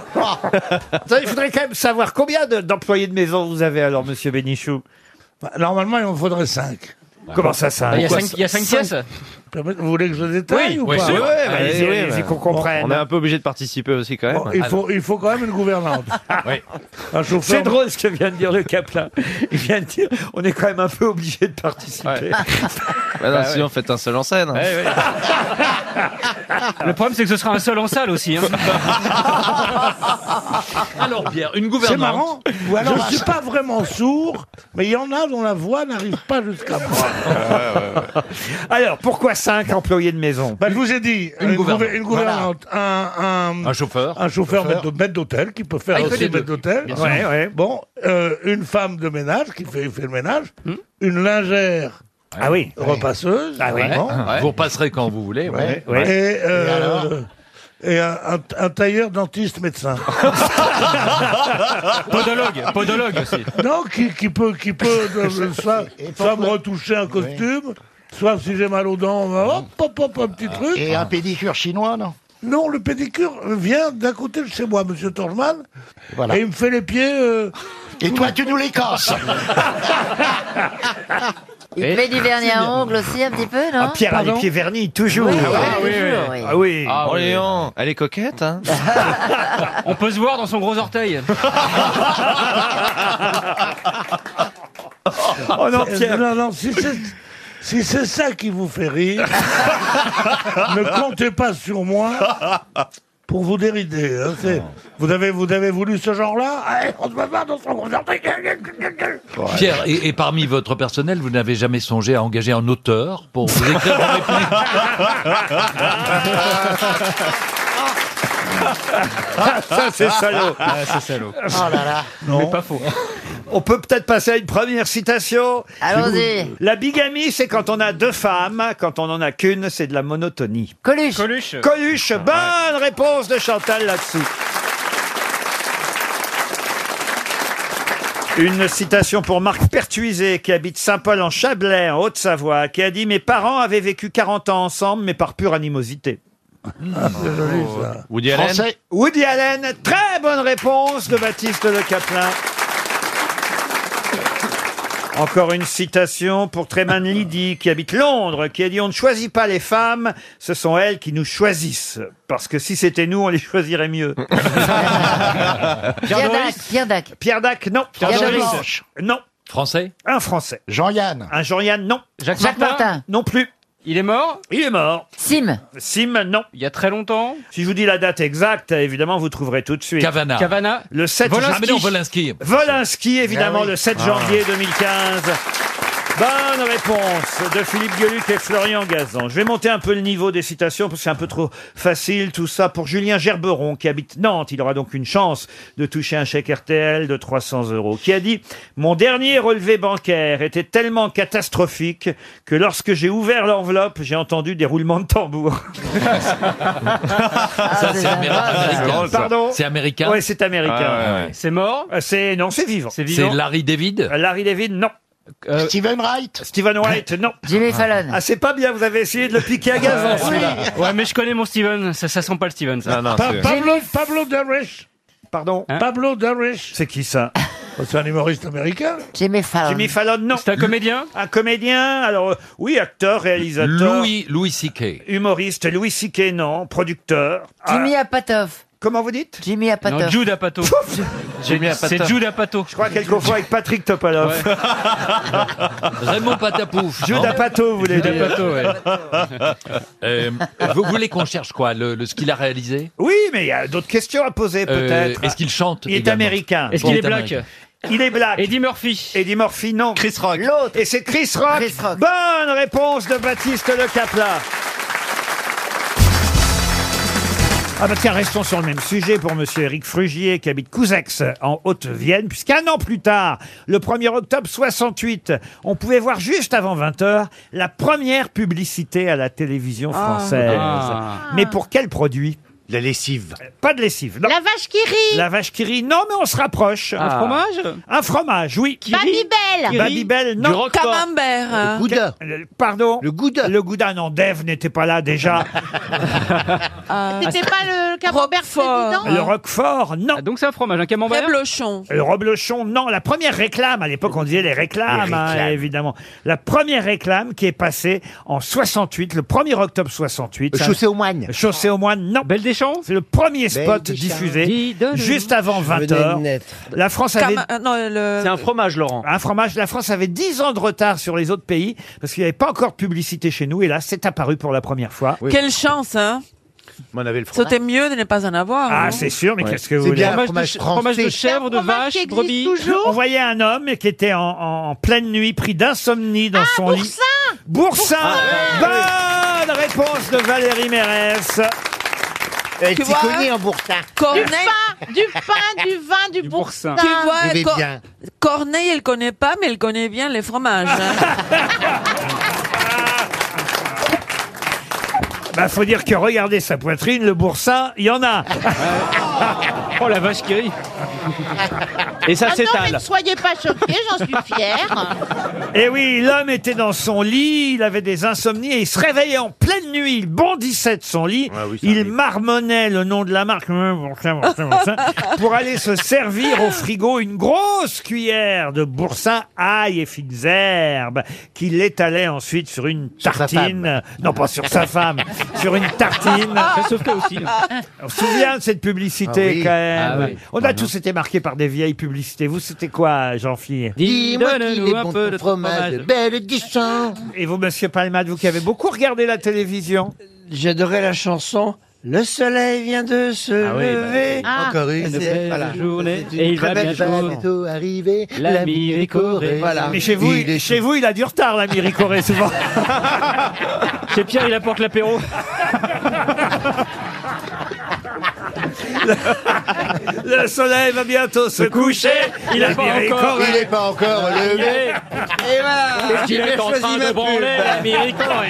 [SPEAKER 1] Attends, Il faudrait quand même savoir combien de- d'employés de maison vous avez alors, monsieur Bénichou Bah,
[SPEAKER 11] Normalement, il en faudrait 5.
[SPEAKER 1] Comment ça, ça
[SPEAKER 11] Pourquoi
[SPEAKER 1] cinq-
[SPEAKER 11] cinq- Vous voulez que je détaille ou
[SPEAKER 24] oui,
[SPEAKER 11] pas
[SPEAKER 24] sûr.
[SPEAKER 11] Ouais,
[SPEAKER 24] Allez,
[SPEAKER 11] allez-y,
[SPEAKER 24] oui,
[SPEAKER 11] allez-y,
[SPEAKER 24] bah,
[SPEAKER 11] qu'on comprenne.
[SPEAKER 24] On est un peu obligé de participer aussi quand même.
[SPEAKER 11] Bon, il, faut, il faut quand même une gouvernante. Un chauffeur.
[SPEAKER 1] C'est drôle ce que vient de dire le Caplan. Il vient de dire on est quand même un peu obligé de participer. Ah,
[SPEAKER 24] Bah non, sinon, faites un seul en scène.
[SPEAKER 9] Le problème, c'est que ce sera un seul en salle aussi. hein.
[SPEAKER 3] Alors, Pierre, une
[SPEAKER 11] C'est
[SPEAKER 3] gouvernante.
[SPEAKER 11] marrant.
[SPEAKER 3] Ou alors-
[SPEAKER 11] je ne suis pas vraiment sourd, mais il y en a dont la voix n'arrive pas jusqu'à moi.
[SPEAKER 1] Alors, pourquoi 5 employés de maison
[SPEAKER 11] Bah, je vous ai dit,
[SPEAKER 1] Une
[SPEAKER 11] une,
[SPEAKER 1] gouvernante.
[SPEAKER 11] gouver- une gouvernante, un,
[SPEAKER 1] Un chauffeur.
[SPEAKER 11] un chauffeur maître
[SPEAKER 1] Chauffeur.
[SPEAKER 11] maître d'hôtel qui peut faire
[SPEAKER 1] Ah, il connaît
[SPEAKER 11] aussi
[SPEAKER 1] deux.
[SPEAKER 11] maître d'hôtel.
[SPEAKER 1] Bien sûr. Ouais, ouais.
[SPEAKER 11] Bon, euh, une femme de ménage qui fait, fait le ménage, une lingère.
[SPEAKER 1] Hmm. Ah oui.
[SPEAKER 11] Repasseuse.
[SPEAKER 1] Bah
[SPEAKER 3] Ah oui.
[SPEAKER 11] vraiment.
[SPEAKER 3] Vous repasserez quand vous voulez. ouais.
[SPEAKER 11] Et, euh,
[SPEAKER 3] Et alors
[SPEAKER 11] et un, un- un tailleur dentiste médecin.
[SPEAKER 9] Podologue, podologue aussi.
[SPEAKER 11] Non, qui, qui peut, qui peut euh, soit, soit me retoucher un costume, soit si j'ai mal aux dents, euh, hop, hop, hop, un petit truc.
[SPEAKER 28] Euh, Et un pédicure chinois, non
[SPEAKER 11] Non, le pédicure vient d'un côté de chez moi, Monsieur Torgeman,
[SPEAKER 28] Voilà.
[SPEAKER 11] et il me fait les pieds. euh,
[SPEAKER 28] Et toi, tu nous les casses
[SPEAKER 25] Il te fait du vernis à ongles aussi, un petit peu, non
[SPEAKER 1] Ah, Pierre a les pieds vernis, toujours.
[SPEAKER 25] Oui,
[SPEAKER 1] ah,
[SPEAKER 25] oui, toujours, oui.
[SPEAKER 1] Ah oui.
[SPEAKER 24] Ah, Orléans, elle est coquette, hein
[SPEAKER 9] On peut se voir dans son gros orteil.
[SPEAKER 1] Oh non, Pierre.
[SPEAKER 11] Non, non, si c'est si c'est ça qui vous fait rire, ne comptez pas sur moi pour vous dérider. hein, c'est- vous, avez, vous avez voulu ce genre-là Allez, on se bat pas dans son gros orteil.
[SPEAKER 3] Pierre, et, et parmi votre personnel, vous n'avez jamais songé à engager un auteur pour vous écrire vos répliques
[SPEAKER 1] ça, c'est salaud.
[SPEAKER 3] Ah, c'est salaud.
[SPEAKER 1] Oh là là.
[SPEAKER 11] Non. Mais
[SPEAKER 1] pas faux. On peut peut-être passer à une première citation.
[SPEAKER 25] Allons-y.
[SPEAKER 1] La bigamie, c'est quand on a deux femmes. Quand on en a qu'une, c'est de la monotonie.
[SPEAKER 25] Coluche.
[SPEAKER 9] Coluche.
[SPEAKER 1] Coluche, bonne réponse de Chantal là-dessous. Une citation pour Marc Pertuiset, qui habite Saint-Paul en Chablais, en Haute-Savoie, qui a dit Mes parents avaient vécu 40 ans ensemble, mais par pure animosité.
[SPEAKER 11] C'est joli, ça.
[SPEAKER 24] Woody Allen
[SPEAKER 1] Français. Woody Allen, très bonne réponse de Baptiste Le Caplin. Encore une citation pour Tréman Liddy, qui habite Londres, qui a dit On ne choisit pas les femmes, ce sont elles qui nous choisissent. Parce que si c'était nous, on les choisirait mieux.
[SPEAKER 25] Pierre Dac, Pierre Dac.
[SPEAKER 1] Pierre Dac, non.
[SPEAKER 25] Pierre Pierre Doris. Doris.
[SPEAKER 1] Non.
[SPEAKER 3] Français
[SPEAKER 1] Un Français.
[SPEAKER 28] Jean-Yann.
[SPEAKER 1] Un Jean-Yann, non.
[SPEAKER 9] Jacques Jacques Martin Martin.
[SPEAKER 1] Non plus.
[SPEAKER 9] Il est mort
[SPEAKER 1] Il est mort.
[SPEAKER 25] Sim.
[SPEAKER 1] Sim, non.
[SPEAKER 9] Il y a très longtemps
[SPEAKER 1] Si je vous dis la date exacte, évidemment, vous trouverez tout de suite.
[SPEAKER 3] Cavana.
[SPEAKER 9] Cavana
[SPEAKER 1] Le 7
[SPEAKER 3] Volinsky.
[SPEAKER 1] janvier.
[SPEAKER 3] Ah, mais non, Volinsky.
[SPEAKER 1] Volinsky, évidemment,
[SPEAKER 3] Ah oui.
[SPEAKER 1] le 7
[SPEAKER 3] Ah.
[SPEAKER 1] janvier 2015. Bonne réponse de Philippe Gueluc et Florian Gazan. Je vais monter un peu le niveau des citations parce que c'est un peu trop facile tout ça. Pour Julien Gerberon qui habite Nantes, il aura donc une chance de toucher un chèque RTL de 300 euros. Qui a dit Mon dernier relevé bancaire était tellement catastrophique que lorsque j'ai ouvert l'enveloppe, j'ai entendu des roulements de tambour.
[SPEAKER 20] Ça,
[SPEAKER 1] Ah,
[SPEAKER 20] c'est américain.
[SPEAKER 1] Pardon
[SPEAKER 20] C'est américain.
[SPEAKER 1] Oui, c'est américain.
[SPEAKER 20] Ah, ouais, ouais.
[SPEAKER 1] C'est mort Euh, C'est non, c'est vivant. C'est
[SPEAKER 20] vivant. C'est Larry
[SPEAKER 1] David Larry David, non. Steven Wright Steven Wright, non.
[SPEAKER 7] Euh, Jimmy Fallon.
[SPEAKER 1] Ah, c'est pas bien, vous avez essayé de le
[SPEAKER 9] Ah,
[SPEAKER 1] piquer à gazon, celui-là. Ah,
[SPEAKER 9] Ouais, mais je connais mon Steven, ça, ça sent pas le Steven, ça.
[SPEAKER 2] Pa- Pablo, Pablo Darish.
[SPEAKER 1] Pardon
[SPEAKER 11] Hein?
[SPEAKER 2] Pablo Darish.
[SPEAKER 1] C'est qui ça
[SPEAKER 2] C'est un humoriste américain.
[SPEAKER 7] Jimmy Fallon.
[SPEAKER 1] Jimmy Fallon, non.
[SPEAKER 9] Ah. C'est un comédien
[SPEAKER 1] Un comédien, alors euh, oui, acteur, réalisateur.
[SPEAKER 20] Louis, Louis C.K.
[SPEAKER 1] Humoriste, Louis C.K., non. Producteur. Ah.
[SPEAKER 7] Jimmy Apatow.
[SPEAKER 1] Comment vous dites
[SPEAKER 7] Jimmy Apatow.
[SPEAKER 9] Non, Jude Apatow. C'est-
[SPEAKER 20] Jimmy Apatow.
[SPEAKER 9] C'est Jude Apatow.
[SPEAKER 1] Je crois quelquefois avec Patrick Topalov.
[SPEAKER 20] Raymond Patapouf.
[SPEAKER 1] Jude
[SPEAKER 20] non
[SPEAKER 3] Hein
[SPEAKER 1] Apatow, vous voulez
[SPEAKER 20] Jude
[SPEAKER 1] dire.
[SPEAKER 20] Apatow, ouais. Euh, vous voulez qu'on cherche quoi le, le- Ce qu'il a réalisé
[SPEAKER 1] Oui, mais il y a d'autres questions à poser,
[SPEAKER 20] Euh,
[SPEAKER 1] peut-être.
[SPEAKER 20] Est-ce qu'il chante
[SPEAKER 1] Il est
[SPEAKER 20] également
[SPEAKER 1] américain.
[SPEAKER 9] Est-ce qu'il
[SPEAKER 20] Il
[SPEAKER 9] est
[SPEAKER 20] est
[SPEAKER 9] black
[SPEAKER 20] américain.
[SPEAKER 1] Il est black.
[SPEAKER 9] Eddie Murphy.
[SPEAKER 1] Eddie Murphy, non. Chris Rock. L'autre. Et c'est Chris Rock.
[SPEAKER 7] Chris Rock.
[SPEAKER 1] Bonne réponse de Baptiste Le Capla. Ah bah tiens, restons sur le même sujet pour Monsieur Éric Frugier qui habite Couzex en Haute-Vienne, puisqu'un an plus tard, le 1er octobre 68, on pouvait voir juste avant 20h la première publicité à la télévision française.
[SPEAKER 27] Ah.
[SPEAKER 1] Mais pour quel produit
[SPEAKER 24] La lessive.
[SPEAKER 1] Pas de lessive, non.
[SPEAKER 13] La vache qui rit.
[SPEAKER 1] La vache qui rit, non mais on se rapproche.
[SPEAKER 10] Ah.
[SPEAKER 27] Un fromage
[SPEAKER 1] Un fromage, oui.
[SPEAKER 13] Babybel.
[SPEAKER 1] Babybel, non.
[SPEAKER 21] Camembert.
[SPEAKER 1] Gouda. Pardon Le Gouda. Le Gouda, non, Dave n'était pas là déjà.
[SPEAKER 17] Ah.
[SPEAKER 13] C'était pas le camembert président
[SPEAKER 1] le Roquefort, non.
[SPEAKER 9] Hein. Ah, Donc c'est un fromage, un camembert.
[SPEAKER 21] Reblochon.
[SPEAKER 1] Le Roblochon, non. La première réclame, à l'époque on disait les réclames,
[SPEAKER 27] Les
[SPEAKER 1] hein,
[SPEAKER 27] réclames.
[SPEAKER 1] évidemment. La première réclame qui est passée en 68, le 1er octobre 68. ça-
[SPEAKER 22] Chaussée aux moines.
[SPEAKER 1] Chaussée aux moines, non. Belle
[SPEAKER 9] des Champs
[SPEAKER 1] C'est le premier
[SPEAKER 22] Belle
[SPEAKER 1] spot
[SPEAKER 22] des Champs.
[SPEAKER 1] diffusé
[SPEAKER 9] Dis de nous.
[SPEAKER 1] juste avant
[SPEAKER 22] venais de
[SPEAKER 1] 20h.
[SPEAKER 22] naître.
[SPEAKER 1] La France avait
[SPEAKER 21] Cam- euh, non, le...
[SPEAKER 9] fromage, Laurent.
[SPEAKER 1] un fromage. La France avait 10 ans de retard sur les autres pays parce qu'il n'y avait pas encore de publicité chez nous. Et là, c'est apparu pour la première fois.
[SPEAKER 21] Quelle chance, hein
[SPEAKER 24] Moi, on avait le fromage.
[SPEAKER 21] C'était mieux de ne pas en avoir. hein.
[SPEAKER 1] Ah,
[SPEAKER 21] non
[SPEAKER 1] c'est sûr, mais
[SPEAKER 24] Ouais.
[SPEAKER 1] qu'est-ce que vous
[SPEAKER 22] C'est
[SPEAKER 1] voulez
[SPEAKER 22] bien un
[SPEAKER 9] Fromage de
[SPEAKER 22] fromage
[SPEAKER 9] ch-
[SPEAKER 22] français.
[SPEAKER 9] fromage de chèvre, de
[SPEAKER 13] Fromage
[SPEAKER 9] vache,
[SPEAKER 13] qui existe
[SPEAKER 9] brebis.
[SPEAKER 1] On
[SPEAKER 13] toujours
[SPEAKER 1] voyait un homme qui était en, en pleine nuit, pris d'insomnie dans
[SPEAKER 13] Ah,
[SPEAKER 1] son lit. Boursin Bonne réponse de Valérie Mérès.
[SPEAKER 22] Elle
[SPEAKER 21] Tu
[SPEAKER 22] s'y
[SPEAKER 21] vois
[SPEAKER 22] connaît Euh, en boursin.
[SPEAKER 21] Corneille,
[SPEAKER 13] Du pain, du vin, du boursin.
[SPEAKER 9] boursin.
[SPEAKER 1] Ah.
[SPEAKER 21] tu vois,
[SPEAKER 22] Je vais
[SPEAKER 21] Cor-
[SPEAKER 22] bien.
[SPEAKER 21] Corneille, elle connaît pas, mais elle connaît bien les fromages. hein.
[SPEAKER 1] Ah. Bah, faut dire que regardez sa poitrine, le boursin, il y en a.
[SPEAKER 9] Oh la vache qui rit.
[SPEAKER 27] Et ça
[SPEAKER 13] Ah non, mais ne soyez pas choqués, j'en suis fière.
[SPEAKER 1] Et Eh oui, l'homme était dans son lit, il avait des insomnies et il se réveillait en pleine nuit, il bondissait de son lit,
[SPEAKER 22] Ah
[SPEAKER 24] oui, ça
[SPEAKER 1] il
[SPEAKER 24] arrive.
[SPEAKER 1] marmonnait le nom de la marque hum, boursin, boursin, boursin, pour aller se servir au frigo une grosse cuillère de boursin, ail et fines herbes qu'il étalait ensuite sur une
[SPEAKER 22] Sur sa
[SPEAKER 1] tartine. Non, pas sur sa femme, sur une tartine.
[SPEAKER 9] Sauf que aussi.
[SPEAKER 1] On se souvient de cette publicité
[SPEAKER 22] Ah oui.
[SPEAKER 1] quand même.
[SPEAKER 9] Ah oui.
[SPEAKER 1] On a tous été marqués par des vieilles publicités. Vous, c'était quoi, Jean-Philippe
[SPEAKER 9] Dis-moi qu'il est bon ton
[SPEAKER 22] belle du sang.
[SPEAKER 1] Et vous, monsieur Palmade, vous qui avez beaucoup regardé la télévision
[SPEAKER 22] J'adorais la chanson Le soleil vient de se
[SPEAKER 9] Ah oui, bah,
[SPEAKER 22] lever.
[SPEAKER 13] Ah.
[SPEAKER 22] Encore
[SPEAKER 9] Une
[SPEAKER 22] une
[SPEAKER 9] belle
[SPEAKER 22] voilà.
[SPEAKER 9] journée.
[SPEAKER 22] C'est une
[SPEAKER 9] Et il
[SPEAKER 22] très
[SPEAKER 9] va
[SPEAKER 22] belle
[SPEAKER 9] bientôt
[SPEAKER 22] bientôt arriver.
[SPEAKER 9] l'ami Ricoré.
[SPEAKER 22] Voilà.
[SPEAKER 1] Mais chez vous, il,
[SPEAKER 22] est
[SPEAKER 1] chez vous, il a du retard, l'ami Ricoré, souvent.
[SPEAKER 9] Chez Pierre, il apporte l'apéro.
[SPEAKER 1] Le soleil va bientôt se coucher.
[SPEAKER 9] Il a pas encore.
[SPEAKER 16] Il n'est pas encore levé.
[SPEAKER 21] Et voilà.
[SPEAKER 9] Il est en train de branler l'ami Ricoré.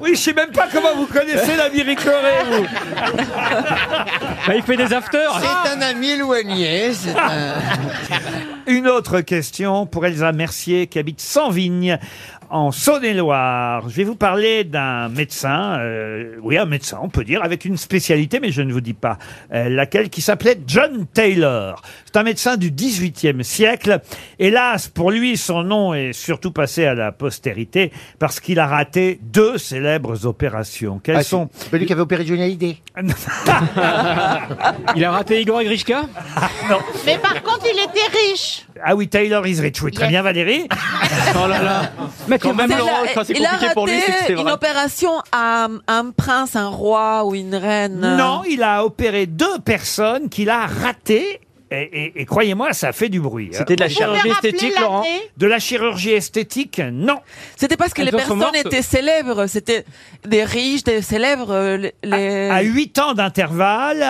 [SPEAKER 1] Oui, je sais même pas comment vous connaissez l'ami Ricoré, vous.
[SPEAKER 9] Bah, il fait des afters.
[SPEAKER 22] C'est un ami éloigné. c'est un-
[SPEAKER 1] Une autre question pour Elsa Mercier qui habite Sanvignes en Saône-et-Loire. Je vais vous parler d'un médecin, euh, oui un médecin on peut dire, avec une spécialité, mais je ne vous dis pas euh, laquelle, qui s'appelait John Taylor. C'est un médecin du 18e siècle. Hélas, pour lui, son nom est surtout passé à la postérité parce qu'il a raté deux célèbres opérations. Quelles
[SPEAKER 22] Ah,
[SPEAKER 1] sont
[SPEAKER 22] c'est Celui qui avait opéré Johnny Hallyday.
[SPEAKER 1] Eh
[SPEAKER 9] Il a raté Igor et Grishka.
[SPEAKER 13] Mais par contre, il était riche.
[SPEAKER 1] Ah oui, Taylor is rich. Oui, très
[SPEAKER 13] Yes.
[SPEAKER 1] bien Valérie.
[SPEAKER 9] Oh là là. Mais quand même,
[SPEAKER 21] C'est
[SPEAKER 9] Laurent,
[SPEAKER 21] la-
[SPEAKER 9] quand c'est
[SPEAKER 21] il a
[SPEAKER 9] compliqué
[SPEAKER 21] raté
[SPEAKER 9] pour lui, c'est que c'est
[SPEAKER 21] une
[SPEAKER 9] vrai.
[SPEAKER 21] opération à un prince, un roi ou une reine. euh
[SPEAKER 1] Non, il a opéré deux personnes qu'il a ratées Et, et- et croyez-moi, ça a fait du bruit. hein.
[SPEAKER 15] C'était de la Vous pouvez chirurgie rappeler esthétique, l'année Laurent
[SPEAKER 1] De la chirurgie esthétique, non.
[SPEAKER 15] C'était parce que les personnes étaient célèbres, c'était des riches, des célèbres. euh, Les...
[SPEAKER 1] À 8 ans d'intervalle,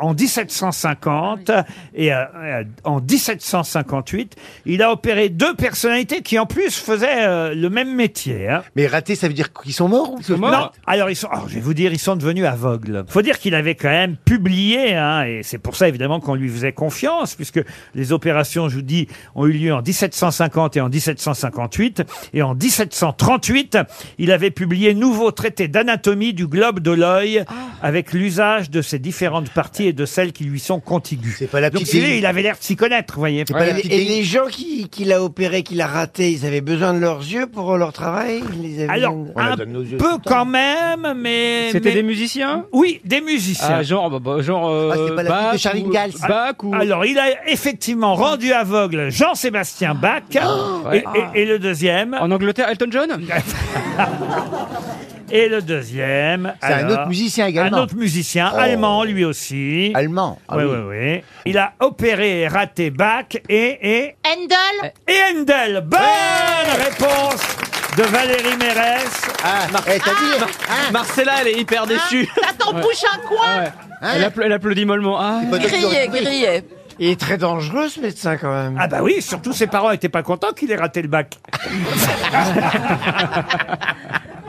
[SPEAKER 1] en 1750
[SPEAKER 9] Ah
[SPEAKER 1] et euh, euh, en 1758, il a opéré deux personnalités qui en plus faisaient euh, le même métier. hein. Mais raté, ça veut dire qu'ils sont morts ou
[SPEAKER 15] morts
[SPEAKER 1] Non, Ah, alors ils sont, alors, je vais vous dire, ils sont devenus aveugles. Faut dire qu'il avait quand même publié, hein, et c'est pour ça évidemment qu'on lui faisait confiance, puisque les opérations, je vous dis, ont eu lieu en 1750 et en 1758, et en 1738, il avait publié Nouveau traité d'anatomie du globe de l'œil, avec l'usage de ses différentes parties et de celles qui lui sont contiguës. C'est pas la Donc
[SPEAKER 21] petite
[SPEAKER 1] il,
[SPEAKER 21] Élie.
[SPEAKER 1] il avait l'air de s'y connaître, vous voyez.
[SPEAKER 21] Et, les- et les gens qui, qui l'a opéré, qui l'a raté, ils avaient besoin de leurs yeux pour leur travail ils les avaient
[SPEAKER 1] Alors,
[SPEAKER 21] besoin de-
[SPEAKER 1] un peu quand même, mais...
[SPEAKER 21] C'était des
[SPEAKER 1] musiciens Oui, des musiciens.
[SPEAKER 15] Ah, genre, bah, bah, genre
[SPEAKER 19] Ah,
[SPEAKER 15] euh, Bach ou- Bach ou...
[SPEAKER 1] Alors, il a effectivement rendu aveugle Jean-Sébastien Bach.
[SPEAKER 15] Ah.
[SPEAKER 1] et, et- et le deuxième... En Angleterre, Elton John Et le deuxième...
[SPEAKER 19] C'est un
[SPEAKER 1] alors,
[SPEAKER 19] autre musicien également.
[SPEAKER 1] Un autre musicien,
[SPEAKER 19] Oh.
[SPEAKER 1] allemand lui aussi. Allemand
[SPEAKER 19] ah
[SPEAKER 1] oui,
[SPEAKER 19] oui.
[SPEAKER 1] oui, oui. Il a opéré et raté Bach et... et...
[SPEAKER 13] Handel
[SPEAKER 1] Et Handel Bonne réponse de Valérie Mérès.
[SPEAKER 19] Ah, eh,
[SPEAKER 15] Ah.
[SPEAKER 19] hein.
[SPEAKER 15] Marcella, elle est hyper déçue.
[SPEAKER 13] Ça t'en bouche Hein un
[SPEAKER 9] Ah
[SPEAKER 13] coin
[SPEAKER 15] Elle, appla- elle applaudit mollement. Ah,
[SPEAKER 1] Il est très dangereux ce médecin quand même. Ah bah oui, surtout ses parents étaient pas contents qu'il ait raté le bac.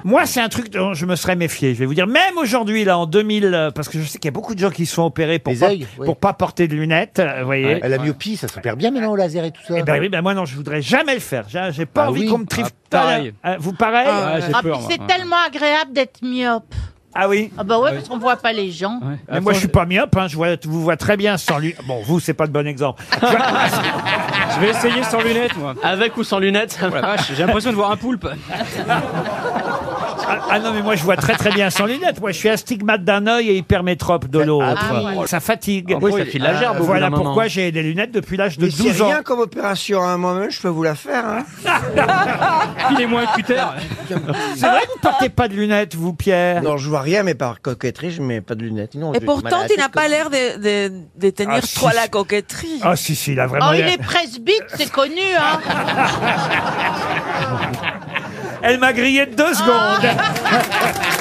[SPEAKER 1] Moi, c'est un truc dont je me serais méfié. Je vais vous dire, même aujourd'hui, là, en 2000, euh, parce que je sais qu'il y a beaucoup de gens qui se font opérer pour,
[SPEAKER 19] Les
[SPEAKER 1] pas,
[SPEAKER 19] aigles, oui.
[SPEAKER 1] pour pas porter de lunettes, euh, vous voyez.
[SPEAKER 19] Ouais, la myopie, ça se perd bien maintenant au laser et tout ça.
[SPEAKER 1] Eh ben oui, ben moi non, je voudrais jamais le faire. J'ai j'ai pas
[SPEAKER 19] Ah
[SPEAKER 1] envie
[SPEAKER 19] oui.
[SPEAKER 1] qu'on me trive.
[SPEAKER 19] Ah, pareil.
[SPEAKER 1] Euh, Vous pareil
[SPEAKER 15] Ah, ouais, j'ai
[SPEAKER 13] Ah, puis c'est tellement agréable d'être myope.
[SPEAKER 1] Ah oui
[SPEAKER 13] Ah bah ouais, parce qu'on voit pas les gens.
[SPEAKER 1] Mais moi, je suis pas myope, hein, je vois, vous vois très bien sans lui. Bon, vous, c'est pas le bon exemple.
[SPEAKER 15] Je vais essayer sans lunettes, moi. Avec ou sans lunettes, ça vache, J'ai l'impression de voir un poulpe.
[SPEAKER 1] Ah, ah non, mais moi, je vois très très bien sans lunettes. Moi, je suis astigmate d'un œil et hypermétrope de l'autre.
[SPEAKER 21] Ah, voilà.
[SPEAKER 1] Ça fatigue. Euh,
[SPEAKER 21] Oui, ça file la gerbe au bout
[SPEAKER 1] Voilà
[SPEAKER 21] d'un moment.
[SPEAKER 1] pourquoi j'ai des lunettes depuis l'âge de
[SPEAKER 21] Mais c'est
[SPEAKER 1] 12 ans.
[SPEAKER 21] rien comme opération, hein. moi-même je peux vous la
[SPEAKER 1] Oh,
[SPEAKER 21] faire. Hein.
[SPEAKER 15] Filez-moi un cutter.
[SPEAKER 1] Ah, C'est vrai que vous portez pas de lunettes, vous, Pierre
[SPEAKER 21] Non, je vois rien, mais par coquetterie, je mets pas de lunettes. Sinon,
[SPEAKER 15] Et
[SPEAKER 21] j'ai mal à
[SPEAKER 15] pourtant,
[SPEAKER 21] la
[SPEAKER 15] tu
[SPEAKER 21] tête,
[SPEAKER 15] n'as pas l'air de, de, de tenir
[SPEAKER 21] Ah, si,
[SPEAKER 15] trop à la
[SPEAKER 21] si.
[SPEAKER 15] coquetterie.
[SPEAKER 1] Ah si, si, il a vraiment...
[SPEAKER 13] Oh, il
[SPEAKER 1] l'air-
[SPEAKER 13] est presbyte, c'est connu, hein
[SPEAKER 1] Elle m'a grillé de
[SPEAKER 13] Ah.
[SPEAKER 1] deux secondes.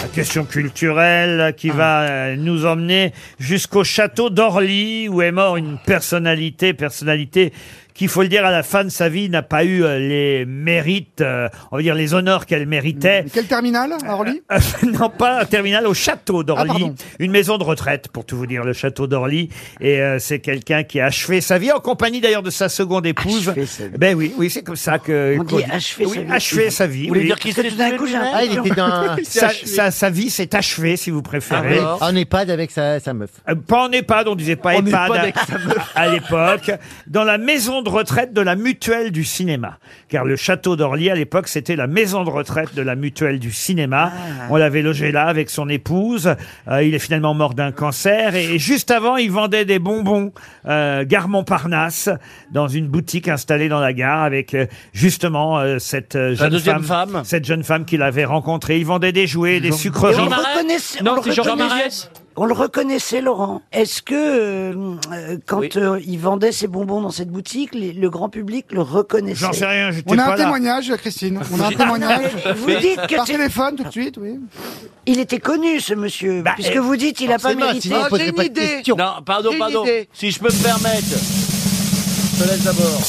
[SPEAKER 1] La question culturelle qui va euh, nous emmener jusqu'au château d'Orly où est mort une personnalité, personnalité qui, faut le dire, à la fin de sa vie n'a pas eu euh, les mérites, euh, on va dire les honneurs qu'elle
[SPEAKER 17] Mm.
[SPEAKER 1] méritait.
[SPEAKER 19] Quel terminal à Orly
[SPEAKER 1] Euh, non, pas un terminal, au château d'Orly.
[SPEAKER 19] pardon.
[SPEAKER 1] une maison de retraite, pour tout vous dire, le château d'Orly. Et euh, c'est quelqu'un qui a achevé sa vie, en compagnie d'ailleurs de sa seconde épouse. Ben oui, oui, c'est comme ça que...
[SPEAKER 21] On dit
[SPEAKER 1] qu'on dit.
[SPEAKER 21] achever
[SPEAKER 1] Oui,
[SPEAKER 21] sa vie.
[SPEAKER 1] achever sa vie.
[SPEAKER 21] Vous voulez
[SPEAKER 1] oui.
[SPEAKER 21] dire qu'il Parce que s'est tout d'un tué coup, j'ai lui-même
[SPEAKER 19] Ah, il était dans- Il s'est
[SPEAKER 1] sa,
[SPEAKER 19] achevé.
[SPEAKER 1] sa- sa vie s'est achevée, si vous
[SPEAKER 21] Ah,
[SPEAKER 1] préférez.
[SPEAKER 19] En EHPAD avec sa, sa meuf.
[SPEAKER 1] Euh, Pas en EHPAD, on disait pas
[SPEAKER 19] En
[SPEAKER 1] EHPAD
[SPEAKER 19] EHPAD
[SPEAKER 1] à-
[SPEAKER 19] avec sa
[SPEAKER 1] à, l'époque, dans la maison de retraite de la Mutuelle du Cinéma. Car le château d'Orly, à l'époque, c'était la maison de retraite de la Mutuelle du Cinéma. On l'avait logé là avec son épouse. Euh, il est finalement mort d'un cancer. Et, et juste avant, il vendait des bonbons euh, Gare Montparnasse dans une boutique installée dans la gare avec euh, justement euh, cette euh, jeune
[SPEAKER 15] deuxième
[SPEAKER 1] femme, cette jeune femme qu'il avait rencontrée. Il vendait des jouets, des
[SPEAKER 21] Et
[SPEAKER 1] sucreries.
[SPEAKER 21] on le reconnaissait. on le reconnaissait- On le reconnaissait, Laurent. Est-ce que euh, euh, quand euh, il vendait ses bonbons dans cette boutique, les- le grand public le reconnaissait
[SPEAKER 1] J'en sais rien, j'étais
[SPEAKER 19] On a
[SPEAKER 1] pas
[SPEAKER 19] un
[SPEAKER 1] là.
[SPEAKER 19] témoignage, Christine. On a un témoignage.
[SPEAKER 21] Vous dites que
[SPEAKER 19] Par
[SPEAKER 21] c'est-
[SPEAKER 19] téléphone, tout de suite, oui.
[SPEAKER 21] Il était connu, ce monsieur.
[SPEAKER 1] Bah,
[SPEAKER 21] puisque
[SPEAKER 19] eh,
[SPEAKER 21] vous dites qu'il n'a pas
[SPEAKER 24] Bah, forcément,
[SPEAKER 21] mérité.
[SPEAKER 24] sinon on Ah, poserait j'ai pas une de idée. questions. Non, pardon, J'ai une pardon. idée.
[SPEAKER 21] Si je peux me permettre.
[SPEAKER 24] Je te laisse d'abord.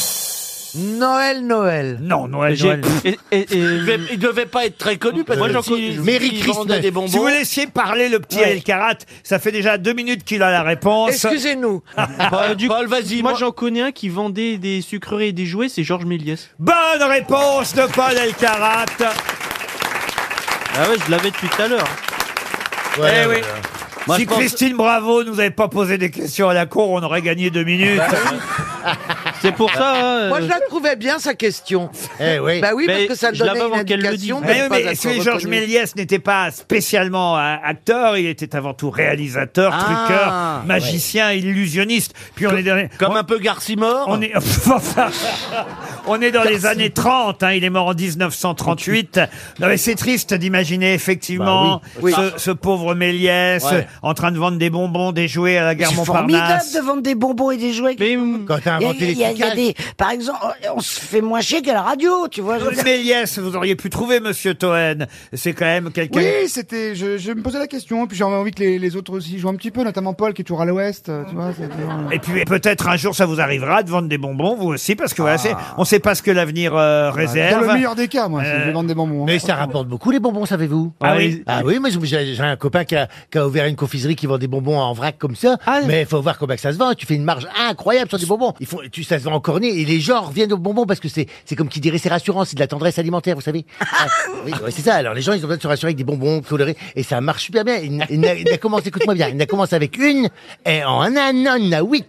[SPEAKER 21] Noël, Noël.
[SPEAKER 1] Non, Noël,
[SPEAKER 24] J'ai- et- et- et- Il devait- il devait pas être très connu parce
[SPEAKER 1] euh, Moi,
[SPEAKER 24] que
[SPEAKER 1] j'en
[SPEAKER 24] si,
[SPEAKER 1] connais-
[SPEAKER 24] s'il vendait des bonbons.
[SPEAKER 1] Si vous laissiez parler le petit
[SPEAKER 24] Ouais.
[SPEAKER 1] El Karat, ça fait déjà deux minutes qu'il a la réponse.
[SPEAKER 15] Excusez-nous.
[SPEAKER 1] Paul, vas-y.
[SPEAKER 15] Bah, Moi, j'en connais un qui vendait des sucreries et des jouets, c'est Georges Méliès.
[SPEAKER 1] Bonne réponse de Paul El Karat.
[SPEAKER 15] Ah ouais, je l'avais depuis tout à l'heure.
[SPEAKER 1] eh oui.
[SPEAKER 15] Moi,
[SPEAKER 1] si
[SPEAKER 15] je pense-
[SPEAKER 1] Christine Bravo nous avait pas posé des questions à la cour, on aurait gagné deux minutes. Bah C'est pour ça, euh,
[SPEAKER 10] Moi, je la trouvais bien, sa question.
[SPEAKER 1] Eh oui.
[SPEAKER 10] Bah oui,
[SPEAKER 1] Mais
[SPEAKER 10] parce que ça
[SPEAKER 1] je
[SPEAKER 10] donnait
[SPEAKER 1] l'avais
[SPEAKER 10] une
[SPEAKER 1] avant qu'elle le
[SPEAKER 10] indication.
[SPEAKER 1] dise.
[SPEAKER 10] de
[SPEAKER 1] Mais Eh oui,
[SPEAKER 10] ne pas
[SPEAKER 1] mais
[SPEAKER 10] être
[SPEAKER 1] si Georges
[SPEAKER 10] reconnu.
[SPEAKER 1] Méliès n'était pas spécialement un acteur, il était avant tout réalisateur,
[SPEAKER 24] Ah,
[SPEAKER 1] truqueur, magicien, illusionniste. Puis on est derrière.
[SPEAKER 24] Comme un peu Garcimore.
[SPEAKER 1] On est. Enfin, On est dans les années 30, hein, il est mort en 1938. Non mais c'est triste d'imaginer effectivement
[SPEAKER 2] Bah oui.
[SPEAKER 1] Ce, ce pauvre Méliès
[SPEAKER 2] Ouais.
[SPEAKER 1] euh, en train de vendre des bonbons, des jouets à la gare
[SPEAKER 2] C'est formidable
[SPEAKER 1] Montparnasse.
[SPEAKER 2] de vendre des bonbons et des jouets.
[SPEAKER 1] Quand t'as
[SPEAKER 2] Il y a-
[SPEAKER 1] inventé les
[SPEAKER 2] il y a- il y a
[SPEAKER 1] tickets.
[SPEAKER 2] des- Par exemple, on se fait moins chier qu'à la radio, tu vois.
[SPEAKER 1] Euh, Méliès, vous auriez pu trouver Monsieur Toen. C'est quand même quelqu'un.
[SPEAKER 29] Oui, c'était. Je, je me posais la question, puis j'avais envie que les, les autres aussi jouent un petit peu, notamment Paul qui est toujours à l'ouest. euh, Tu vois, c'est toujours, euh,
[SPEAKER 1] Et puis peut-être un jour ça vous arrivera de vendre des bonbons vous aussi parce que voilà, c'est- on ne sait pas ce que l'avenir euh, réserve.
[SPEAKER 29] Ah. Bah, Dans le meilleur des cas, moi, si
[SPEAKER 1] Euh,
[SPEAKER 29] je vais vendre des bonbons. hein. Mais
[SPEAKER 22] ça rapporte beaucoup les bonbons, savez-vous
[SPEAKER 1] Ah oui.
[SPEAKER 22] Ah oui, moi j'ai- j'ai j'ai un copain qui a, qui a ouvert une confiserie qui vend des bonbons en vrac comme ça.
[SPEAKER 1] Ah.
[SPEAKER 22] mais il faut voir comment que ça se vend. Tu fais une marge incroyable sur des bonbons. Il faut, tu, ça se vend en cornet et les gens reviennent aux bonbons parce que c'est c'est comme qui dirait c'est rassurant, c'est de la tendresse alimentaire, vous savez. Ah, oui, ouais, c'est ça. Alors les gens ils ont besoin de se rassurer avec des bonbons colorés et ça marche super bien. Il, il n'a- il a commencé, écoute-moi bien, il n'a commencé avec une et en un an il en a huit.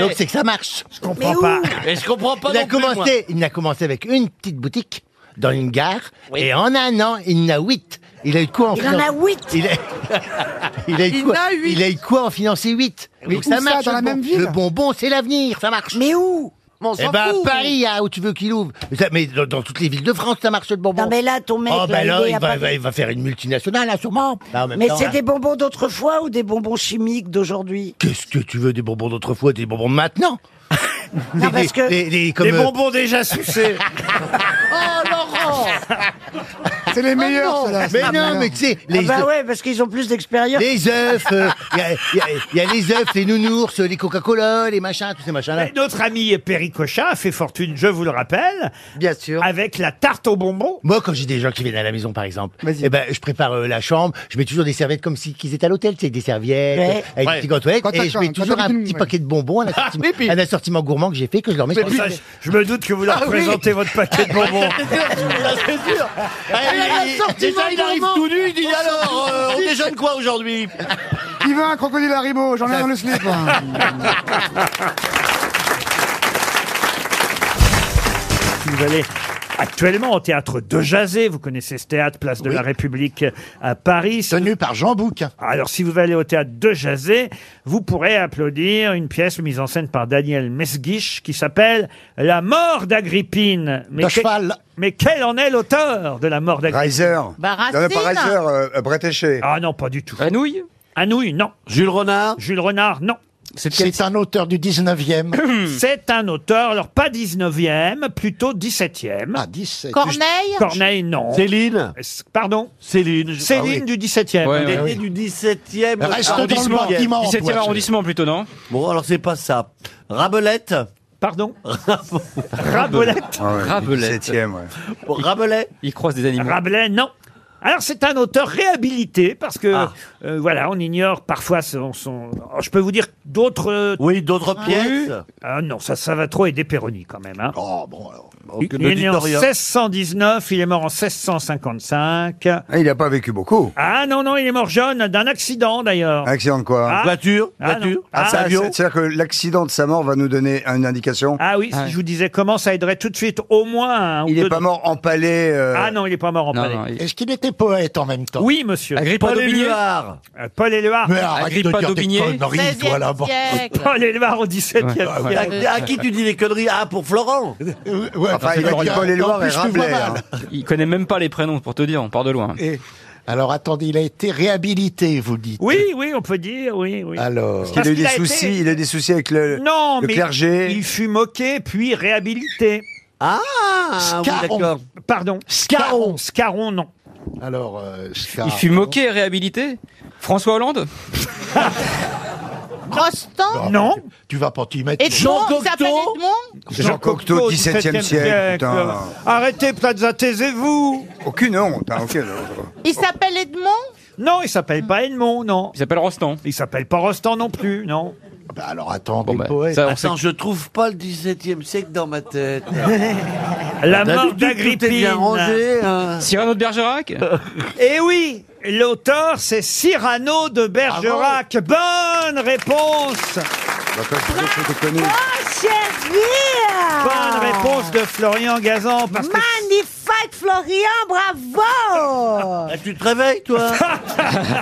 [SPEAKER 22] Donc c'est que ça marche. Je
[SPEAKER 1] Eh. comprends Mais où pas.
[SPEAKER 24] Et je comprends pas
[SPEAKER 22] il a
[SPEAKER 24] non plus, moi.
[SPEAKER 22] commencé, il n'a commencé avec une petite boutique dans une gare, et en un an, il en a huit. Il a eu de quoi en
[SPEAKER 2] Il en a huit
[SPEAKER 22] Il a, il a eu de
[SPEAKER 2] Il
[SPEAKER 22] quoi
[SPEAKER 2] en a huit.
[SPEAKER 22] Il a eu de quoi en financer huit
[SPEAKER 2] Mais
[SPEAKER 22] Donc
[SPEAKER 2] où ça, dans
[SPEAKER 22] le
[SPEAKER 2] la même
[SPEAKER 22] bon-
[SPEAKER 2] ville
[SPEAKER 22] Le bonbon, c'est l'avenir, ça marche.
[SPEAKER 2] Mais où Mais on
[SPEAKER 22] eh
[SPEAKER 2] s'en
[SPEAKER 22] ben, à
[SPEAKER 2] fout.
[SPEAKER 22] Paris, ah, où tu veux qu'il ouvre. Ça- Mais dans, dans toutes les villes de France, ça marche le bonbon.
[SPEAKER 2] Non, mais là, ton mec,
[SPEAKER 22] Oh,
[SPEAKER 2] là,
[SPEAKER 22] bah
[SPEAKER 2] il
[SPEAKER 22] là,
[SPEAKER 2] est
[SPEAKER 22] il
[SPEAKER 2] à
[SPEAKER 22] va,
[SPEAKER 2] Paris.
[SPEAKER 22] va- il va faire une multinationale, là, sûrement. Là, en même
[SPEAKER 2] Mais
[SPEAKER 22] temps, hein.
[SPEAKER 2] c'est
[SPEAKER 22] là.
[SPEAKER 2] des bonbons d'autrefois ou des bonbons chimiques d'aujourd'hui
[SPEAKER 22] Qu'est-ce que tu veux des bonbons d'autrefois, des bonbons de maintenant
[SPEAKER 2] Non, parce que-
[SPEAKER 22] comme,
[SPEAKER 2] Des
[SPEAKER 22] euh,
[SPEAKER 2] bonbons déjà sucés.
[SPEAKER 30] Oh Laurent
[SPEAKER 29] C'est les
[SPEAKER 2] Ah
[SPEAKER 29] meilleurs, ceux-là. c'est
[SPEAKER 22] Mais
[SPEAKER 29] les
[SPEAKER 22] non,
[SPEAKER 29] meilleurs.
[SPEAKER 22] mais tu sais,
[SPEAKER 29] Ah bah ouais,
[SPEAKER 22] parce qu'ils ont plus d'expérience. Les œufs, euh, il y a- il y, a- il y a les œufs, les nounours, les Coca-Cola, les machins, tous ces machins-là.
[SPEAKER 1] Et Notre ami Perry Cochin a fait fortune, je vous le rappelle.
[SPEAKER 22] Bien sûr.
[SPEAKER 1] Avec la tarte aux bonbons.
[SPEAKER 22] Moi, quand j'ai des gens qui viennent à la maison, par exemple, eh ben, je prépare euh, la chambre, je mets toujours des serviettes comme si qu'ils étaient à l'hôtel, c'est des serviettes,
[SPEAKER 2] Ouais.
[SPEAKER 22] euh, avec
[SPEAKER 2] Ouais.
[SPEAKER 22] des petites gantelettes,
[SPEAKER 2] Quand t'as-
[SPEAKER 22] et je mets
[SPEAKER 2] quand
[SPEAKER 22] toujours
[SPEAKER 2] t'as
[SPEAKER 22] un
[SPEAKER 2] une-
[SPEAKER 22] petit paquet de bonbons, un assortiment, un assortiment gourmand que j'ai fait, que je leur mets
[SPEAKER 1] Mais
[SPEAKER 22] sur
[SPEAKER 1] puis,
[SPEAKER 22] les-
[SPEAKER 1] je me doute que vous leur
[SPEAKER 22] Ah oui.
[SPEAKER 1] présentez votre paquet de bonbons.
[SPEAKER 24] C'est sûr.
[SPEAKER 22] Eh, il- déjà, il arrive tout nu, il dit,
[SPEAKER 10] Oh,
[SPEAKER 22] alors, euh, on déjeune
[SPEAKER 24] quoi aujourd'hui
[SPEAKER 29] Il veut un crocodile Haribo, j'en ai dans le slip. hein.
[SPEAKER 1] Si vous allez actuellement au théâtre de Jazé, vous connaissez ce théâtre, place de la République à Paris. Tenu par Jean Bouc. Alors si vous allez au théâtre de Jazé, vous pourrez applaudir une pièce mise en scène par Daniel Mesguich qui s'appelle La mort d'Agrippine. Mais,
[SPEAKER 10] De
[SPEAKER 1] quel-
[SPEAKER 10] cheval.
[SPEAKER 1] mais quel en est l'auteur de La mort d'Agrippine
[SPEAKER 10] Reiser. Non, mais pas Reiser, euh, euh, Bretéché.
[SPEAKER 1] Ah non, pas du tout. Anouille Anouille, non.
[SPEAKER 10] Jules Renard
[SPEAKER 1] Jules Renard, non.
[SPEAKER 10] C'est un auteur du 19e.
[SPEAKER 1] C'est un auteur, alors pas 19e, plutôt 17e. Ah, 17
[SPEAKER 10] Corneille
[SPEAKER 1] Corneille, non.
[SPEAKER 10] Céline
[SPEAKER 1] Pardon
[SPEAKER 10] Céline. ah
[SPEAKER 1] Céline du 17e.
[SPEAKER 10] Ouais,
[SPEAKER 1] On est
[SPEAKER 10] ouais,
[SPEAKER 1] né
[SPEAKER 10] ouais.
[SPEAKER 1] du
[SPEAKER 24] 17e
[SPEAKER 10] Reste dans le bâtiment,
[SPEAKER 24] 17e
[SPEAKER 10] toi,
[SPEAKER 24] arrondissement plutôt, non Bon, alors c'est pas ça. Rabelette
[SPEAKER 1] Pardon
[SPEAKER 24] Rabelette
[SPEAKER 10] Ah ouais, du
[SPEAKER 24] Rabelette.
[SPEAKER 10] 17e, ouais.
[SPEAKER 24] Rabelais
[SPEAKER 1] Il croise des animaux. Rabelais, non. Alors c'est un auteur réhabilité parce que euh, voilà on ignore parfois son, son- oh, je peux vous dire d'autres oui d'autres
[SPEAKER 24] pièces.
[SPEAKER 1] ah non ça ça va trop aider Péroni quand même hein.
[SPEAKER 9] Ah, Bah,
[SPEAKER 1] il,
[SPEAKER 10] aucune
[SPEAKER 1] il est né en
[SPEAKER 10] auditoria.
[SPEAKER 1] 1619 il est mort en 1655
[SPEAKER 10] Il n'a pas vécu beaucoup.
[SPEAKER 1] ah non non il est mort jeune d'un accident d'ailleurs
[SPEAKER 10] Accident de quoi
[SPEAKER 1] Ah. Voiture, Ah, voiture, non.
[SPEAKER 10] Ah,
[SPEAKER 1] Ah,
[SPEAKER 10] ça,
[SPEAKER 1] avion.
[SPEAKER 10] c'est- C'est-à-dire que l'accident de sa mort va nous donner une indication
[SPEAKER 1] ah oui si je vous disais comment ça aiderait tout de suite au moins un ou
[SPEAKER 10] Il
[SPEAKER 1] deux-
[SPEAKER 10] n'est pas mort empalé. euh,
[SPEAKER 1] ah non il est pas mort en palais
[SPEAKER 10] Est-ce qu'il était poète en même temps
[SPEAKER 1] oui monsieur
[SPEAKER 10] Agrippa
[SPEAKER 1] Paul
[SPEAKER 10] d'Aubigné.
[SPEAKER 1] Éluard. Euh, Paul Éluard
[SPEAKER 10] Mais arrête Agrippa de dire des d'Aubigné. conneries, toi, là-bas. bah 16e siècle.
[SPEAKER 1] Paul Éluard au 17 e
[SPEAKER 24] Ouais, ouais. À- à Ah, bah, qui tu dis
[SPEAKER 1] des conneries Ah, pour Florent
[SPEAKER 24] Enfin,
[SPEAKER 17] euh,
[SPEAKER 24] il a dit Paul Éluard et Rabelais, hein.
[SPEAKER 17] Il connaît même pas les prénoms, pour te dire, on part de loin.
[SPEAKER 22] Alors attendez, il a été réhabilité, vous dites.
[SPEAKER 1] Oui, oui, on peut dire, Ah, oui, oui.
[SPEAKER 22] Alors,
[SPEAKER 1] Parce
[SPEAKER 10] Il a eu
[SPEAKER 1] qu'il
[SPEAKER 10] des
[SPEAKER 1] a été-
[SPEAKER 10] soucis, il a des soucis avec le,
[SPEAKER 1] Non,
[SPEAKER 10] Euh, le
[SPEAKER 1] mais
[SPEAKER 10] clergé.
[SPEAKER 1] il fut moqué puis réhabilité. Ah,
[SPEAKER 10] Scarron. d'accord.
[SPEAKER 1] Pardon. Scaron. Scaron, non. Alors,
[SPEAKER 10] euh,
[SPEAKER 17] Il fut moqué et réhabilité François Hollande
[SPEAKER 10] Non,
[SPEAKER 1] Constant Ah, Non.
[SPEAKER 10] Tu vas pas t'y mettre. Jean Cocteau Jean Cocteau,
[SPEAKER 1] au
[SPEAKER 10] 17e siècle, putain.
[SPEAKER 1] Arrêtez, Plaza, taisez-vous.
[SPEAKER 10] Aucune honte. hein, aucune honte.
[SPEAKER 13] Il s'appelle Edmond
[SPEAKER 1] Non, il s'appelle pas Edmond, non. Il s'appelle Rostand. Il s'appelle pas Rostand non plus, non. alors attends,
[SPEAKER 8] bah,
[SPEAKER 24] Attends, je trouve pas le 17e siècle dans ma tête.
[SPEAKER 1] La
[SPEAKER 24] T'as
[SPEAKER 1] mort
[SPEAKER 24] dit que tout était
[SPEAKER 1] d'Agrippine.
[SPEAKER 24] bien rangé, hein.
[SPEAKER 1] Cyrano de Bergerac Eh oui, l'auteur c'est Cyrano de
[SPEAKER 24] Ah
[SPEAKER 1] Bergerac. Bonne réponse
[SPEAKER 9] Ah,
[SPEAKER 1] Bonne réponse de Florian Gazan. Parce que
[SPEAKER 9] Magnifique
[SPEAKER 4] Florian, bravo
[SPEAKER 24] Ah, Tu te réveilles, toi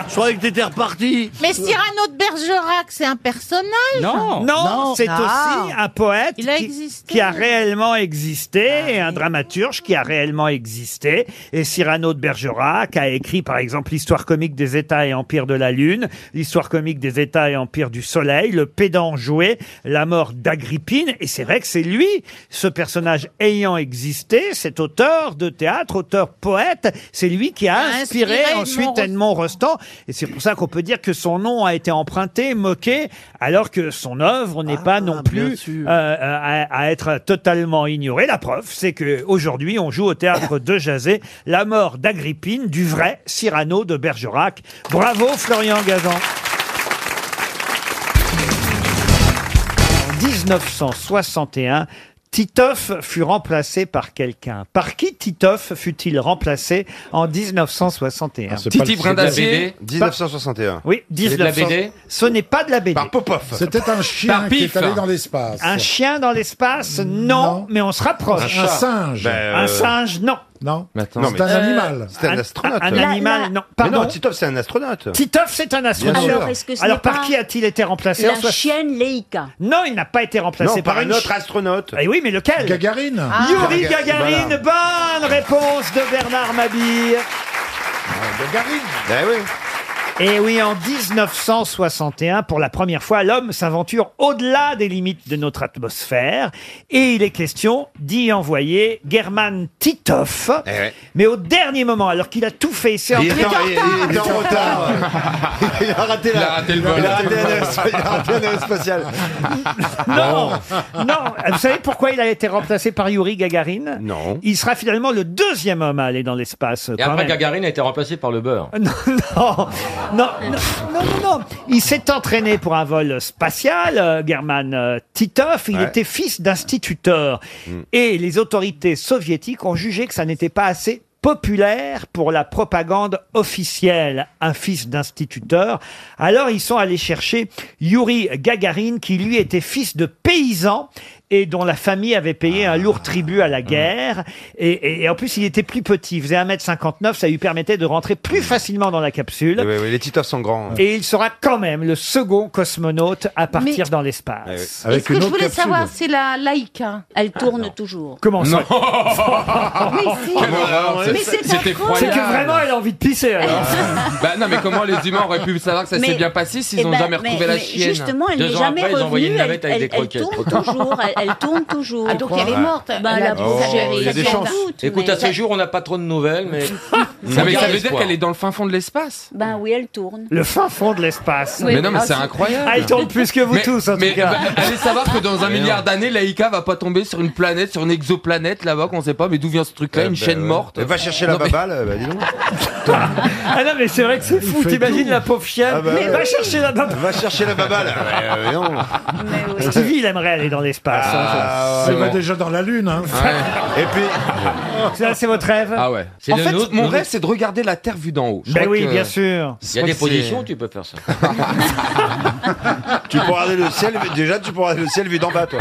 [SPEAKER 24] Je croyais que t'étais reparti.
[SPEAKER 13] Mais Cyrano de Bergerac, c'est un personnage Ah.
[SPEAKER 1] Non, c'est aussi un poète
[SPEAKER 13] Il a
[SPEAKER 1] qui,
[SPEAKER 13] existé.
[SPEAKER 1] qui a réellement existé et un dramaturge qui a réellement existé. Et Cyrano de Bergerac a écrit, par exemple, l'histoire comique des États et empires de la Lune, l'histoire comique des États et empires du Soleil, le pédant joué, la mort d'Agrippine. Et c'est vrai que c'est lui, ce personnage ayant existé, cet auteur de théâtre, auteur poète, c'est lui qui a inspiré,
[SPEAKER 13] inspiré Edmond
[SPEAKER 1] ensuite
[SPEAKER 13] Rostand.
[SPEAKER 1] Edmond Rostand. Et c'est pour ça qu'on peut dire que son nom a été emprunté, moqué, alors que son œuvre n'est pas non plus euh, euh, à, à être totalement ignorée. La preuve, c'est que aujourd'hui, on joue au théâtre de Jazé la mort d'Agrippine du vrai Cyrano de Bergerac. Bravo Florian Gazan. En 1961, Titoff fut remplacé par quelqu'un. Par qui Titoff fut-il remplacé en 1961
[SPEAKER 8] Titi Brindacier. 1961.
[SPEAKER 1] Oui,
[SPEAKER 8] C'est de la BD.
[SPEAKER 1] Ce n'est pas de la BD. Par Popov.
[SPEAKER 8] C'était un chien Par qui Pif. est allé dans l'espace.
[SPEAKER 1] Un chien dans l'espace Non, mais on se rapproche.
[SPEAKER 8] Un Un chat. singe. Ben, euh,
[SPEAKER 1] Un singe Non.
[SPEAKER 8] Non.
[SPEAKER 1] Non, mais-
[SPEAKER 8] C'est un
[SPEAKER 1] Euh,
[SPEAKER 8] animal.
[SPEAKER 1] c'est un astronaute. un animal, non.
[SPEAKER 8] Mais
[SPEAKER 1] Pardon.
[SPEAKER 8] non, Titov, c'est un astronaute.
[SPEAKER 1] Titoff, c'est un astronaute.
[SPEAKER 8] Bien sûr.
[SPEAKER 1] Alors,
[SPEAKER 8] Alors, est-ce
[SPEAKER 18] que ce
[SPEAKER 1] alors,
[SPEAKER 18] n'est
[SPEAKER 1] par
[SPEAKER 18] pas
[SPEAKER 1] qui a-t-il été remplacé
[SPEAKER 18] la
[SPEAKER 1] en soi-
[SPEAKER 18] chienne Leica.
[SPEAKER 1] Non, il n'a pas été remplacé
[SPEAKER 8] Non, par un
[SPEAKER 1] une
[SPEAKER 8] autre
[SPEAKER 1] chi-
[SPEAKER 8] astronaute.
[SPEAKER 1] Eh oui, mais lequel
[SPEAKER 8] Gagarine.
[SPEAKER 1] Ah. Yuri Gagarine, bonne réponse de Bernard Mabille. Ah,
[SPEAKER 16] Eh
[SPEAKER 8] Ben oui.
[SPEAKER 1] Et Eh oui, en 1961, pour la première fois, l'homme s'aventure au-delà des limites de notre atmosphère. Et il est question d'y envoyer German Titov. Mais au dernier moment, alors qu'il a tout fait, c'est
[SPEAKER 16] Eh Il est en- il est en
[SPEAKER 1] Il est en
[SPEAKER 16] retard.
[SPEAKER 8] Il a raté
[SPEAKER 16] la- Il a raté le vol. il a raté la nave- il a raté la nave
[SPEAKER 8] spatiale.
[SPEAKER 9] Ah
[SPEAKER 1] Non, non. Vous savez pourquoi il a été remplacé par Yuri Gagarin
[SPEAKER 8] Non.
[SPEAKER 1] Il sera finalement le deuxième homme à aller dans l'espace.
[SPEAKER 31] Et
[SPEAKER 1] quand
[SPEAKER 31] après,
[SPEAKER 1] même.
[SPEAKER 31] Gagarine a été remplacé par le beurre.
[SPEAKER 1] non, non, non, non, non, non. Il s'est entraîné pour un vol spatial, euh, German euh, Titov. Il
[SPEAKER 31] Ouais.
[SPEAKER 1] était fils d'instituteur. Et les autorités soviétiques ont jugé que ça n'était pas assez populaire pour la propagande officielle, un fils d'instituteur. Alors ils sont allés chercher Yuri Gagarin, qui lui était fils de paysan et dont la famille avait payé un
[SPEAKER 8] Ah.
[SPEAKER 1] lourd tribut à la guerre. Et, et- et en plus, il était plus petit, il faisait 1m59, ça lui permettait de rentrer
[SPEAKER 8] Mmh.
[SPEAKER 1] plus facilement dans la capsule.
[SPEAKER 8] Oui, oui, les Titovs sont grands.
[SPEAKER 1] Et il sera quand même le second cosmonaute à partir dans
[SPEAKER 8] Eh
[SPEAKER 1] l'espace.
[SPEAKER 8] Avec
[SPEAKER 13] Ce que je voulais savoir, c'est la hein. Laïka.
[SPEAKER 18] Elle tourne toujours.
[SPEAKER 1] Comment ça
[SPEAKER 18] Mais c'est
[SPEAKER 31] C'était
[SPEAKER 18] affreux.
[SPEAKER 31] effroyable.
[SPEAKER 1] elle a envie de pisser hein, alors.
[SPEAKER 31] bah non, mais comment les humains auraient pu savoir que ça s'est
[SPEAKER 18] Mais-
[SPEAKER 31] bien passé s'ils
[SPEAKER 18] eh
[SPEAKER 31] n'ont
[SPEAKER 18] ben,
[SPEAKER 31] jamais
[SPEAKER 18] mais-
[SPEAKER 31] retrouvé la
[SPEAKER 18] mais
[SPEAKER 31] chienne
[SPEAKER 18] Justement, elle
[SPEAKER 31] Deux
[SPEAKER 18] n'est
[SPEAKER 31] ans
[SPEAKER 18] jamais
[SPEAKER 31] après, ils ont envoyé une
[SPEAKER 18] revenue.
[SPEAKER 31] navette avec
[SPEAKER 18] elle,
[SPEAKER 31] des
[SPEAKER 18] elle
[SPEAKER 31] croquettes.
[SPEAKER 18] tourne toujours. Elle, elle tourne toujours.
[SPEAKER 13] Ah, donc elle est morte.
[SPEAKER 18] Bah, la
[SPEAKER 31] Oh,
[SPEAKER 18] pauvre chérie.
[SPEAKER 31] il y a des
[SPEAKER 18] Sans
[SPEAKER 31] chances.
[SPEAKER 18] doute,
[SPEAKER 31] Écoute,
[SPEAKER 18] mais
[SPEAKER 31] à ce
[SPEAKER 18] ça-
[SPEAKER 31] jour, on n'a pas trop de nouvelles, mais. Non, mais ça veut dire qu'elle est dans le fin fond de l'espace.
[SPEAKER 18] Ben oui, elle tourne.
[SPEAKER 1] Le fin fond de l'espace.
[SPEAKER 31] Mais non, mais c'est incroyable.
[SPEAKER 1] Ah, il tourne plus que vous
[SPEAKER 31] Mais-
[SPEAKER 1] tous en
[SPEAKER 31] mais
[SPEAKER 1] tout cas.
[SPEAKER 31] bah, allez savoir que dans un milliard d'années, l'Aïka va pas tomber sur une planète, sur une exoplanète là-bas, qu'on sait pas, mais d'où vient ce truc-là,
[SPEAKER 8] Eh
[SPEAKER 31] une
[SPEAKER 8] ben,
[SPEAKER 31] chaîne
[SPEAKER 8] ouais.
[SPEAKER 31] morte.
[SPEAKER 8] Eh, va chercher la
[SPEAKER 31] Non, mais-
[SPEAKER 8] babale, bah dis donc.
[SPEAKER 1] Ah non, mais c'est vrai que c'est fou.
[SPEAKER 8] fait
[SPEAKER 1] T'imagines
[SPEAKER 8] tout.
[SPEAKER 1] la pauvre chienne.
[SPEAKER 8] Ah bah
[SPEAKER 1] mais
[SPEAKER 8] ouais.
[SPEAKER 1] va chercher la babale.
[SPEAKER 8] Va chercher la babale. Ouais, ouais, non.
[SPEAKER 1] Stevie, il aimerait aller dans l'espace.
[SPEAKER 8] Ah, ouais,
[SPEAKER 1] hein,
[SPEAKER 8] ouais.
[SPEAKER 1] ça.
[SPEAKER 8] Il va déjà
[SPEAKER 1] dans la Lune.
[SPEAKER 16] hein.
[SPEAKER 8] Et puis.
[SPEAKER 1] Ça, c'est votre rêve
[SPEAKER 31] Ah ouais.
[SPEAKER 1] C'est
[SPEAKER 31] En
[SPEAKER 1] le
[SPEAKER 31] fait,
[SPEAKER 1] nôtre,
[SPEAKER 31] mon
[SPEAKER 1] nous-
[SPEAKER 31] rêve, c'est de regarder la Terre vue d'en haut. Je
[SPEAKER 1] Ben
[SPEAKER 31] crois
[SPEAKER 1] oui,
[SPEAKER 31] que-
[SPEAKER 1] bien sûr.
[SPEAKER 31] Il y a des positions, où tu peux faire ça.
[SPEAKER 8] Tu pourras aller le ciel, déjà tu pourras aller le ciel vu d'en bas, toi.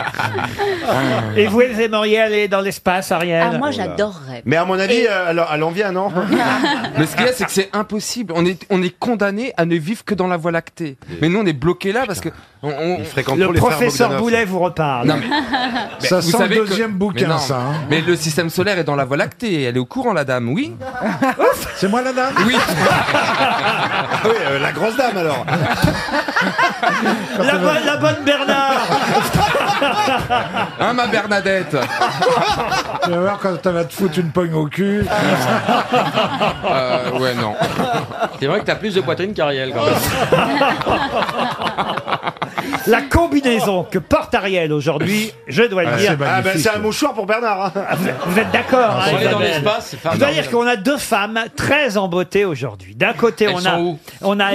[SPEAKER 1] Et vous, vous aimeriez aller dans l'espace, Ariel
[SPEAKER 18] Ah, moi, j'adorerais.
[SPEAKER 8] Mais à mon avis,
[SPEAKER 18] Et-
[SPEAKER 8] euh, alors, à l'envie, ah non.
[SPEAKER 31] Mais ce qu'il y a, c'est que c'est impossible. On est, on est condamné à ne vivre que dans la Voie lactée. Mais nous, on est bloqué là parce que. On, on-
[SPEAKER 1] Le professeur Boulet vous reparle.
[SPEAKER 31] Non, mais- Mais
[SPEAKER 1] Ça
[SPEAKER 31] vous
[SPEAKER 1] sent le
[SPEAKER 31] savez que-
[SPEAKER 1] deuxième
[SPEAKER 31] mais
[SPEAKER 1] bouquin,
[SPEAKER 31] non.
[SPEAKER 1] ça, hein.
[SPEAKER 31] Mais le système solaire est dans la Voie lactée. Elle est au courant, la dame, oui C'est moi, la dame Oui.
[SPEAKER 8] Ah oui, euh, la grosse dame alors.
[SPEAKER 1] La bonne, la bonne Bernard
[SPEAKER 31] Hein, ma Bernadette
[SPEAKER 16] Tu vas voir quand elle va te foutre une pogne au cul.
[SPEAKER 31] Euh, Ouais, non. C'est vrai que t'as plus de poitrine qu'Ariel, quand même.
[SPEAKER 1] La combinaison que porte Ariel aujourd'hui, je dois le
[SPEAKER 31] Ah,
[SPEAKER 1] dire. Ah,
[SPEAKER 31] c'est magnifique. Ah, ben, c'est un
[SPEAKER 8] mouchoir pour Bernard.
[SPEAKER 1] Vous êtes- vous êtes d'accord hein,
[SPEAKER 31] Pour aller dans
[SPEAKER 1] Isabelle
[SPEAKER 31] hein. l'espace, c'est
[SPEAKER 1] Je dois
[SPEAKER 31] formidable.
[SPEAKER 1] dire qu'on a deux femmes très embêtées aujourd'hui. D'un côté,
[SPEAKER 31] Elles
[SPEAKER 1] on a,
[SPEAKER 31] sont où
[SPEAKER 1] on a,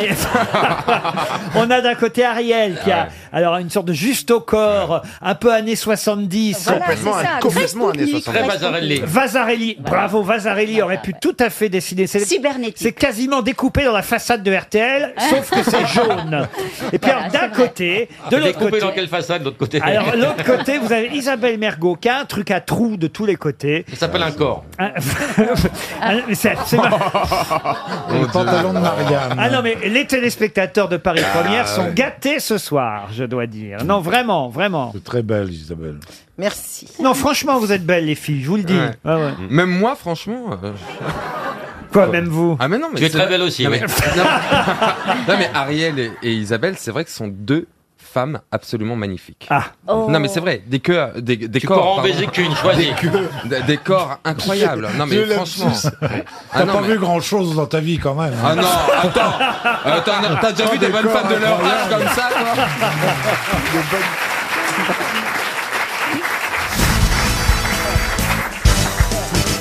[SPEAKER 1] on a d'un côté Ariel qui a, alors une sorte de juste au corps, un peu années 70.
[SPEAKER 8] Voilà, Complètement, c'est ça, complètement années Krasnoudnik, 70. Très Vasarely.
[SPEAKER 1] Vasarely, bravo, Vasarely aurait pu tout à fait décider. C'est,
[SPEAKER 18] Cybernétique.
[SPEAKER 1] C'est quasiment découpé dans la façade de RTL, sauf que c'est jaune. Et puis alors, d'un côté, côté. De l'autre
[SPEAKER 7] Ah, Découpé
[SPEAKER 1] côté.
[SPEAKER 7] dans quelle façade, l'autre côté
[SPEAKER 1] Alors, l'autre côté, vous avez Isabelle Mergot qui a un truc à trous de tous les côtés.
[SPEAKER 7] Ça s'appelle un corps.
[SPEAKER 1] Un- un- c'est- c'est mar-
[SPEAKER 7] Le pantalon de
[SPEAKER 16] Marianne.
[SPEAKER 1] Ah non, mais les téléspectateurs de Paris
[SPEAKER 16] Ah,
[SPEAKER 1] Première sont
[SPEAKER 16] ouais.
[SPEAKER 1] gâtés ce soir, je dois dire. Non, vraiment,
[SPEAKER 8] Ah.
[SPEAKER 1] vraiment.
[SPEAKER 16] C'est très belle, Isabelle.
[SPEAKER 1] Merci. Non, franchement, vous êtes belles, les filles, je vous le dis.
[SPEAKER 31] Ouais. Mmh.
[SPEAKER 1] Ah ouais.
[SPEAKER 31] Même moi, franchement. euh,
[SPEAKER 1] Quoi, même vous
[SPEAKER 31] Ah, mais non, mais.
[SPEAKER 7] Tu es
[SPEAKER 31] c'est
[SPEAKER 7] très
[SPEAKER 31] vrai.
[SPEAKER 7] belle aussi,
[SPEAKER 31] Non,
[SPEAKER 7] oui.
[SPEAKER 31] mais, non, mais- non, mais Ariel et, et Isabelle, c'est vrai que ce sont deux femmes absolument magnifiques.
[SPEAKER 1] Ah.
[SPEAKER 7] Oh.
[SPEAKER 31] Non, mais c'est vrai, des, cœurs, des, des
[SPEAKER 7] Tu
[SPEAKER 31] corps.
[SPEAKER 7] pars en
[SPEAKER 31] pardon.
[SPEAKER 7] Belgique, une, choisis.
[SPEAKER 31] Des, queues- des- des corps incroyables. Non,
[SPEAKER 16] Je
[SPEAKER 31] mais
[SPEAKER 16] l'aime
[SPEAKER 31] franchement.
[SPEAKER 16] tous.
[SPEAKER 31] Ah,
[SPEAKER 16] T'as
[SPEAKER 31] non,
[SPEAKER 16] pas
[SPEAKER 31] mais-
[SPEAKER 16] vu grand chose dans ta vie quand même.
[SPEAKER 31] Ah non, attends, euh, t'en- t'as déjà vu des bonnes femmes de leur âge comme ça, toi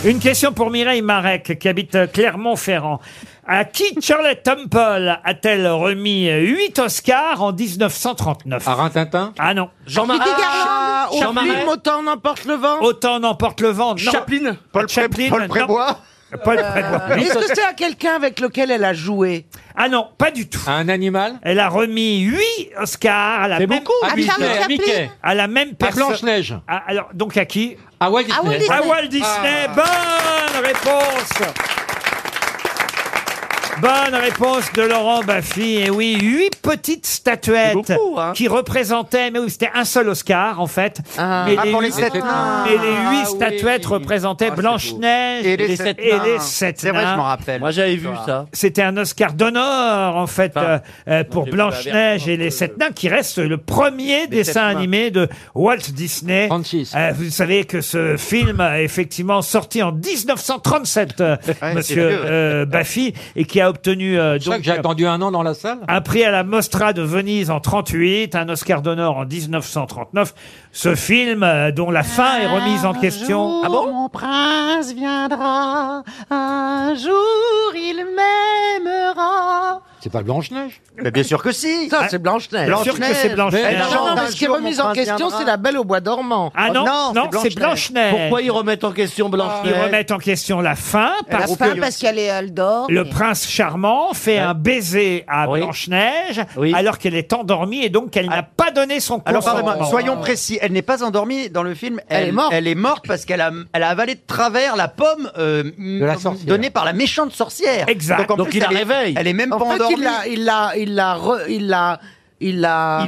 [SPEAKER 1] Une question pour Mireille Marek, qui habite euh, Clermont-Ferrand. À qui Charlotte Temple a-t-elle remis 8 Oscars en 1939 À
[SPEAKER 31] Rintintin
[SPEAKER 1] Ah non.
[SPEAKER 32] Jean Marais. Ah, Jean Chaplin, Marais.
[SPEAKER 1] Autant n'emporte le vent Autant n'emporte le vent, non. Chaplin Paul, Chaplin, non. Paul Prébois.
[SPEAKER 32] Euh, Est-ce que c'est à quelqu'un avec lequel elle a joué
[SPEAKER 1] Ah non, pas du tout.
[SPEAKER 31] un animal
[SPEAKER 1] Elle a remis 8 Oscars à la
[SPEAKER 10] C'est
[SPEAKER 1] même Ah,
[SPEAKER 10] beaucoup. À Charles Chaplin.
[SPEAKER 1] à,
[SPEAKER 10] Mickey.
[SPEAKER 1] la même personne.
[SPEAKER 10] Blanche-Neige.
[SPEAKER 1] Ah, alors, donc à qui
[SPEAKER 10] À Walt Ah.
[SPEAKER 1] À Walt Disney.
[SPEAKER 10] À Walt
[SPEAKER 1] Disney. Bonne réponse. Bonne réponse de Laurent Baffy. Et oui, huit petites statuettes
[SPEAKER 10] hein.
[SPEAKER 1] qui représentaient, mais oui, c'était un seul Oscar en fait. Mais
[SPEAKER 10] Ah, pour les
[SPEAKER 1] huit-
[SPEAKER 10] sept nains.
[SPEAKER 1] mais les huit
[SPEAKER 10] Ah,
[SPEAKER 1] statuettes représentaient Blanche-Neige
[SPEAKER 10] Et les sept nains.
[SPEAKER 1] et les sept
[SPEAKER 10] C'est vrai, je
[SPEAKER 1] nains.
[SPEAKER 10] m'en rappelle. Moi, j'avais vu ça.
[SPEAKER 1] C'était un Oscar d'honneur en fait euh, euh, pour
[SPEAKER 10] j'ai vu la
[SPEAKER 1] Blanche-Neige et les sept nains qui reste le premier dessin
[SPEAKER 10] sept nains.
[SPEAKER 1] animé de Walt Disney. Euh, vous savez que ce film a effectivement sorti en 1937, euh, monsieur
[SPEAKER 10] vieux, ouais.
[SPEAKER 1] euh, Baffy, et qui a obtenu euh,
[SPEAKER 10] C'est vrai
[SPEAKER 1] donc,
[SPEAKER 10] que j'ai
[SPEAKER 1] euh,
[SPEAKER 10] attendu un an dans la salle.
[SPEAKER 1] un prix à la Mostra de Venise en 38, un Oscar d'honneur en 1939. Ce film euh, dont la fin est remise en question.
[SPEAKER 10] Ah bon
[SPEAKER 9] Mon prince viendra, un jour il m'aimera.
[SPEAKER 10] C'est pas Blanche-Neige
[SPEAKER 24] bien sûr que si.
[SPEAKER 10] Ça, c'est Blanche-Neige.
[SPEAKER 1] Ah, Bien sûr que c'est Blanche-Neige.
[SPEAKER 10] Mais
[SPEAKER 1] Non, non,
[SPEAKER 10] non, mais ce qui est remis en question, c'est la belle au bois dormant.
[SPEAKER 1] Ah non, non, c'est Blanche-Neige.
[SPEAKER 24] Pourquoi ils remettent en question
[SPEAKER 1] Ils
[SPEAKER 24] Blanche-Neige
[SPEAKER 1] remettent en question la fin parce
[SPEAKER 13] La
[SPEAKER 1] que
[SPEAKER 13] femme, parce qu'elle est, elle dort.
[SPEAKER 1] le prince charmant fait un baiser à Blanche-Neige alors qu'elle est endormie et donc elle n'a pas donné son
[SPEAKER 10] Ah. Alors,
[SPEAKER 1] consentement.
[SPEAKER 10] pardon, soyons précis, elle n'est pas endormie dans le film. Elle, est morte. Elle est morte parce qu'elle a, elle a avalé de travers la pomme euh, donnée par la méchante sorcière.
[SPEAKER 1] Exact.
[SPEAKER 10] en
[SPEAKER 24] Donc,
[SPEAKER 10] plus,
[SPEAKER 24] il la
[SPEAKER 10] elle est-
[SPEAKER 24] réveille.
[SPEAKER 10] Elle est même
[SPEAKER 24] En
[SPEAKER 10] pas
[SPEAKER 24] fait, il
[SPEAKER 10] endormie.
[SPEAKER 24] l'a-
[SPEAKER 10] il l'a, il l'a, il l'a, il l'a. Il lui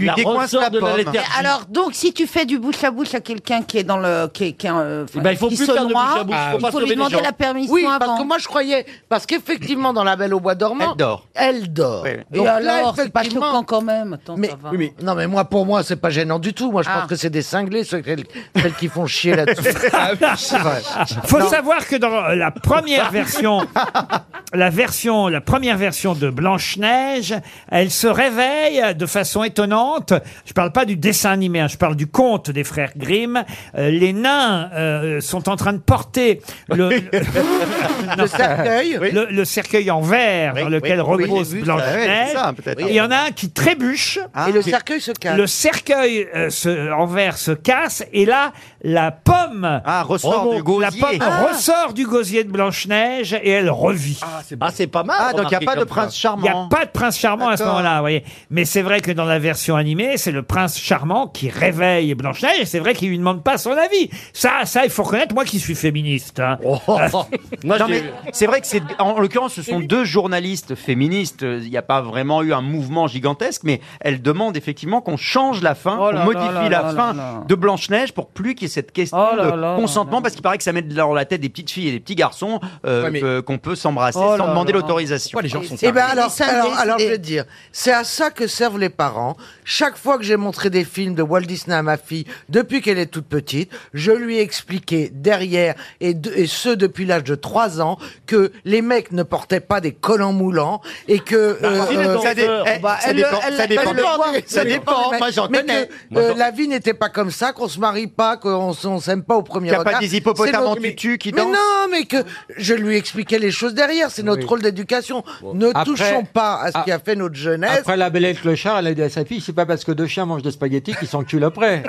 [SPEAKER 24] la
[SPEAKER 10] décoince
[SPEAKER 24] ressort
[SPEAKER 10] la
[SPEAKER 24] de la
[SPEAKER 10] pomme.
[SPEAKER 24] lethargie.
[SPEAKER 13] Mais alors, donc, si tu fais du bouche à bouche à quelqu'un qui est dans le. Qui, est- qui, est, euh,
[SPEAKER 24] Eh ben, il faut
[SPEAKER 13] qui
[SPEAKER 24] plus
[SPEAKER 13] se
[SPEAKER 24] faire de
[SPEAKER 13] noie,
[SPEAKER 24] bouche à bouche, faut pas
[SPEAKER 13] il faut
[SPEAKER 24] sauver
[SPEAKER 13] lui
[SPEAKER 24] les
[SPEAKER 13] demander
[SPEAKER 24] gens.
[SPEAKER 13] la permission
[SPEAKER 10] Oui,
[SPEAKER 13] avant.
[SPEAKER 10] parce que moi je croyais, parce qu'effectivement dans La Belle au Bois dormant, Elle dort. Elle dort. Oui.
[SPEAKER 13] Et
[SPEAKER 10] Donc là,
[SPEAKER 13] alors, c'est pas
[SPEAKER 10] effectivement-
[SPEAKER 13] choquant quand même. Attends,
[SPEAKER 10] Mais,
[SPEAKER 13] ça va.
[SPEAKER 10] oui, mais- non, mais moi, pour moi, c'est pas gênant du tout. Moi, je
[SPEAKER 13] Ah.
[SPEAKER 10] pense que c'est des cinglés, ceux- celles, celles qui font chier là-dessus. c'est vrai.
[SPEAKER 1] Ah Faut savoir que dans la première version, la version, la première version de Blanche Neige, elle se réveille de façon étonnante. Je parle pas du dessin animé, hein, je parle du conte des frères Grimm. Euh, les nains euh, sont en train de porter le, le-
[SPEAKER 10] Le cercueil.
[SPEAKER 1] le, le cercueil en verre dans
[SPEAKER 10] Oui,
[SPEAKER 1] lequel
[SPEAKER 10] oui, oui,
[SPEAKER 1] repose
[SPEAKER 10] j'ai vu ça.
[SPEAKER 1] Blanche
[SPEAKER 10] Ouais,
[SPEAKER 1] Neige.
[SPEAKER 10] c'est ça, hein, peut-être.
[SPEAKER 1] Il y en a un qui trébuche
[SPEAKER 10] Et le cercueil se casse.
[SPEAKER 1] le cercueil euh, se- en verre se casse et là la pomme
[SPEAKER 10] Ah, ressort
[SPEAKER 1] remonte.
[SPEAKER 10] du gosier.
[SPEAKER 1] La pomme
[SPEAKER 10] Ah.
[SPEAKER 1] ressort du gosier de Blanche-Neige et elle revit.
[SPEAKER 24] Ah, c'est pas mal.
[SPEAKER 10] Ah, donc, y a
[SPEAKER 24] remarqué
[SPEAKER 10] pas de
[SPEAKER 24] comme
[SPEAKER 10] prince
[SPEAKER 24] ça.
[SPEAKER 1] Il n'y a
[SPEAKER 10] charmant.
[SPEAKER 1] pas de prince charmant à ce
[SPEAKER 10] D'accord.
[SPEAKER 1] moment-là, vous voyez. Mais c'est vrai que dans la version animée, c'est le prince charmant qui réveille Blanche-Neige et c'est vrai qu'il lui demande pas son avis. Ça, ça, il faut reconnaître, moi qui suis féministe. hein.
[SPEAKER 10] Oh. Non, mais c'est vrai que c'est en l'occurrence ce sont deux journalistes féministes. Euh, Il n'y a pas vraiment eu un mouvement gigantesque, mais elles demandent effectivement qu'on change la fin, Oh là qu'on modifie là là la là fin là là. de Blanche Neige pour plus qu'il y ait cette question là là là de consentement, parce qu'il paraît que ça met dans la tête des petites filles et des petits garçons euh, Ouais, mais- que- qu'on peut s'embrasser Oh là sans demander là. l'autorisation. Pourquoi les gens sont
[SPEAKER 22] Eh ben
[SPEAKER 10] tarés
[SPEAKER 22] alors,
[SPEAKER 10] Les cinglés,
[SPEAKER 22] alors,
[SPEAKER 10] c'est
[SPEAKER 22] alors
[SPEAKER 10] des-
[SPEAKER 22] je vais te dire, c'est à ça que servent les parents. Chaque fois que j'ai montré des films de Walt Disney à ma fille, depuis qu'elle est toute petite, je lui ai expliqué derrière, et, de- et ce depuis l'âge de 3 ans, que les mecs ne portaient pas des collants moulants, et que... euh,
[SPEAKER 24] Bah, si, les danseurs,
[SPEAKER 10] euh,
[SPEAKER 22] eh,
[SPEAKER 24] bah, ça dépend- ça dépend des- ça dépend, moi, j'en
[SPEAKER 22] mais
[SPEAKER 24] connais.
[SPEAKER 22] que,
[SPEAKER 24] Moi,
[SPEAKER 22] euh,
[SPEAKER 24] j'en-
[SPEAKER 22] la vie n'était pas comme ça, qu'on se marie pas, qu'on s- on s'aime pas au premier
[SPEAKER 10] Qu'il y a pas
[SPEAKER 22] regard.
[SPEAKER 10] des hippopotames
[SPEAKER 22] C'est
[SPEAKER 10] en
[SPEAKER 22] notre-
[SPEAKER 10] tutu qui
[SPEAKER 22] Mais
[SPEAKER 10] dansent.
[SPEAKER 22] non, mais que je lui expliquais les choses derrière. C'est notre rôle d'éducation. Ne
[SPEAKER 10] Après-
[SPEAKER 22] touchons pas à ce
[SPEAKER 10] Ah.
[SPEAKER 22] qui a fait notre jeunesse.
[SPEAKER 10] la belle et le char, elle
[SPEAKER 7] elle a dit à sa fille, c'est pas parce que deux chiens mangent des spaghettis qu'ils s'enculent après.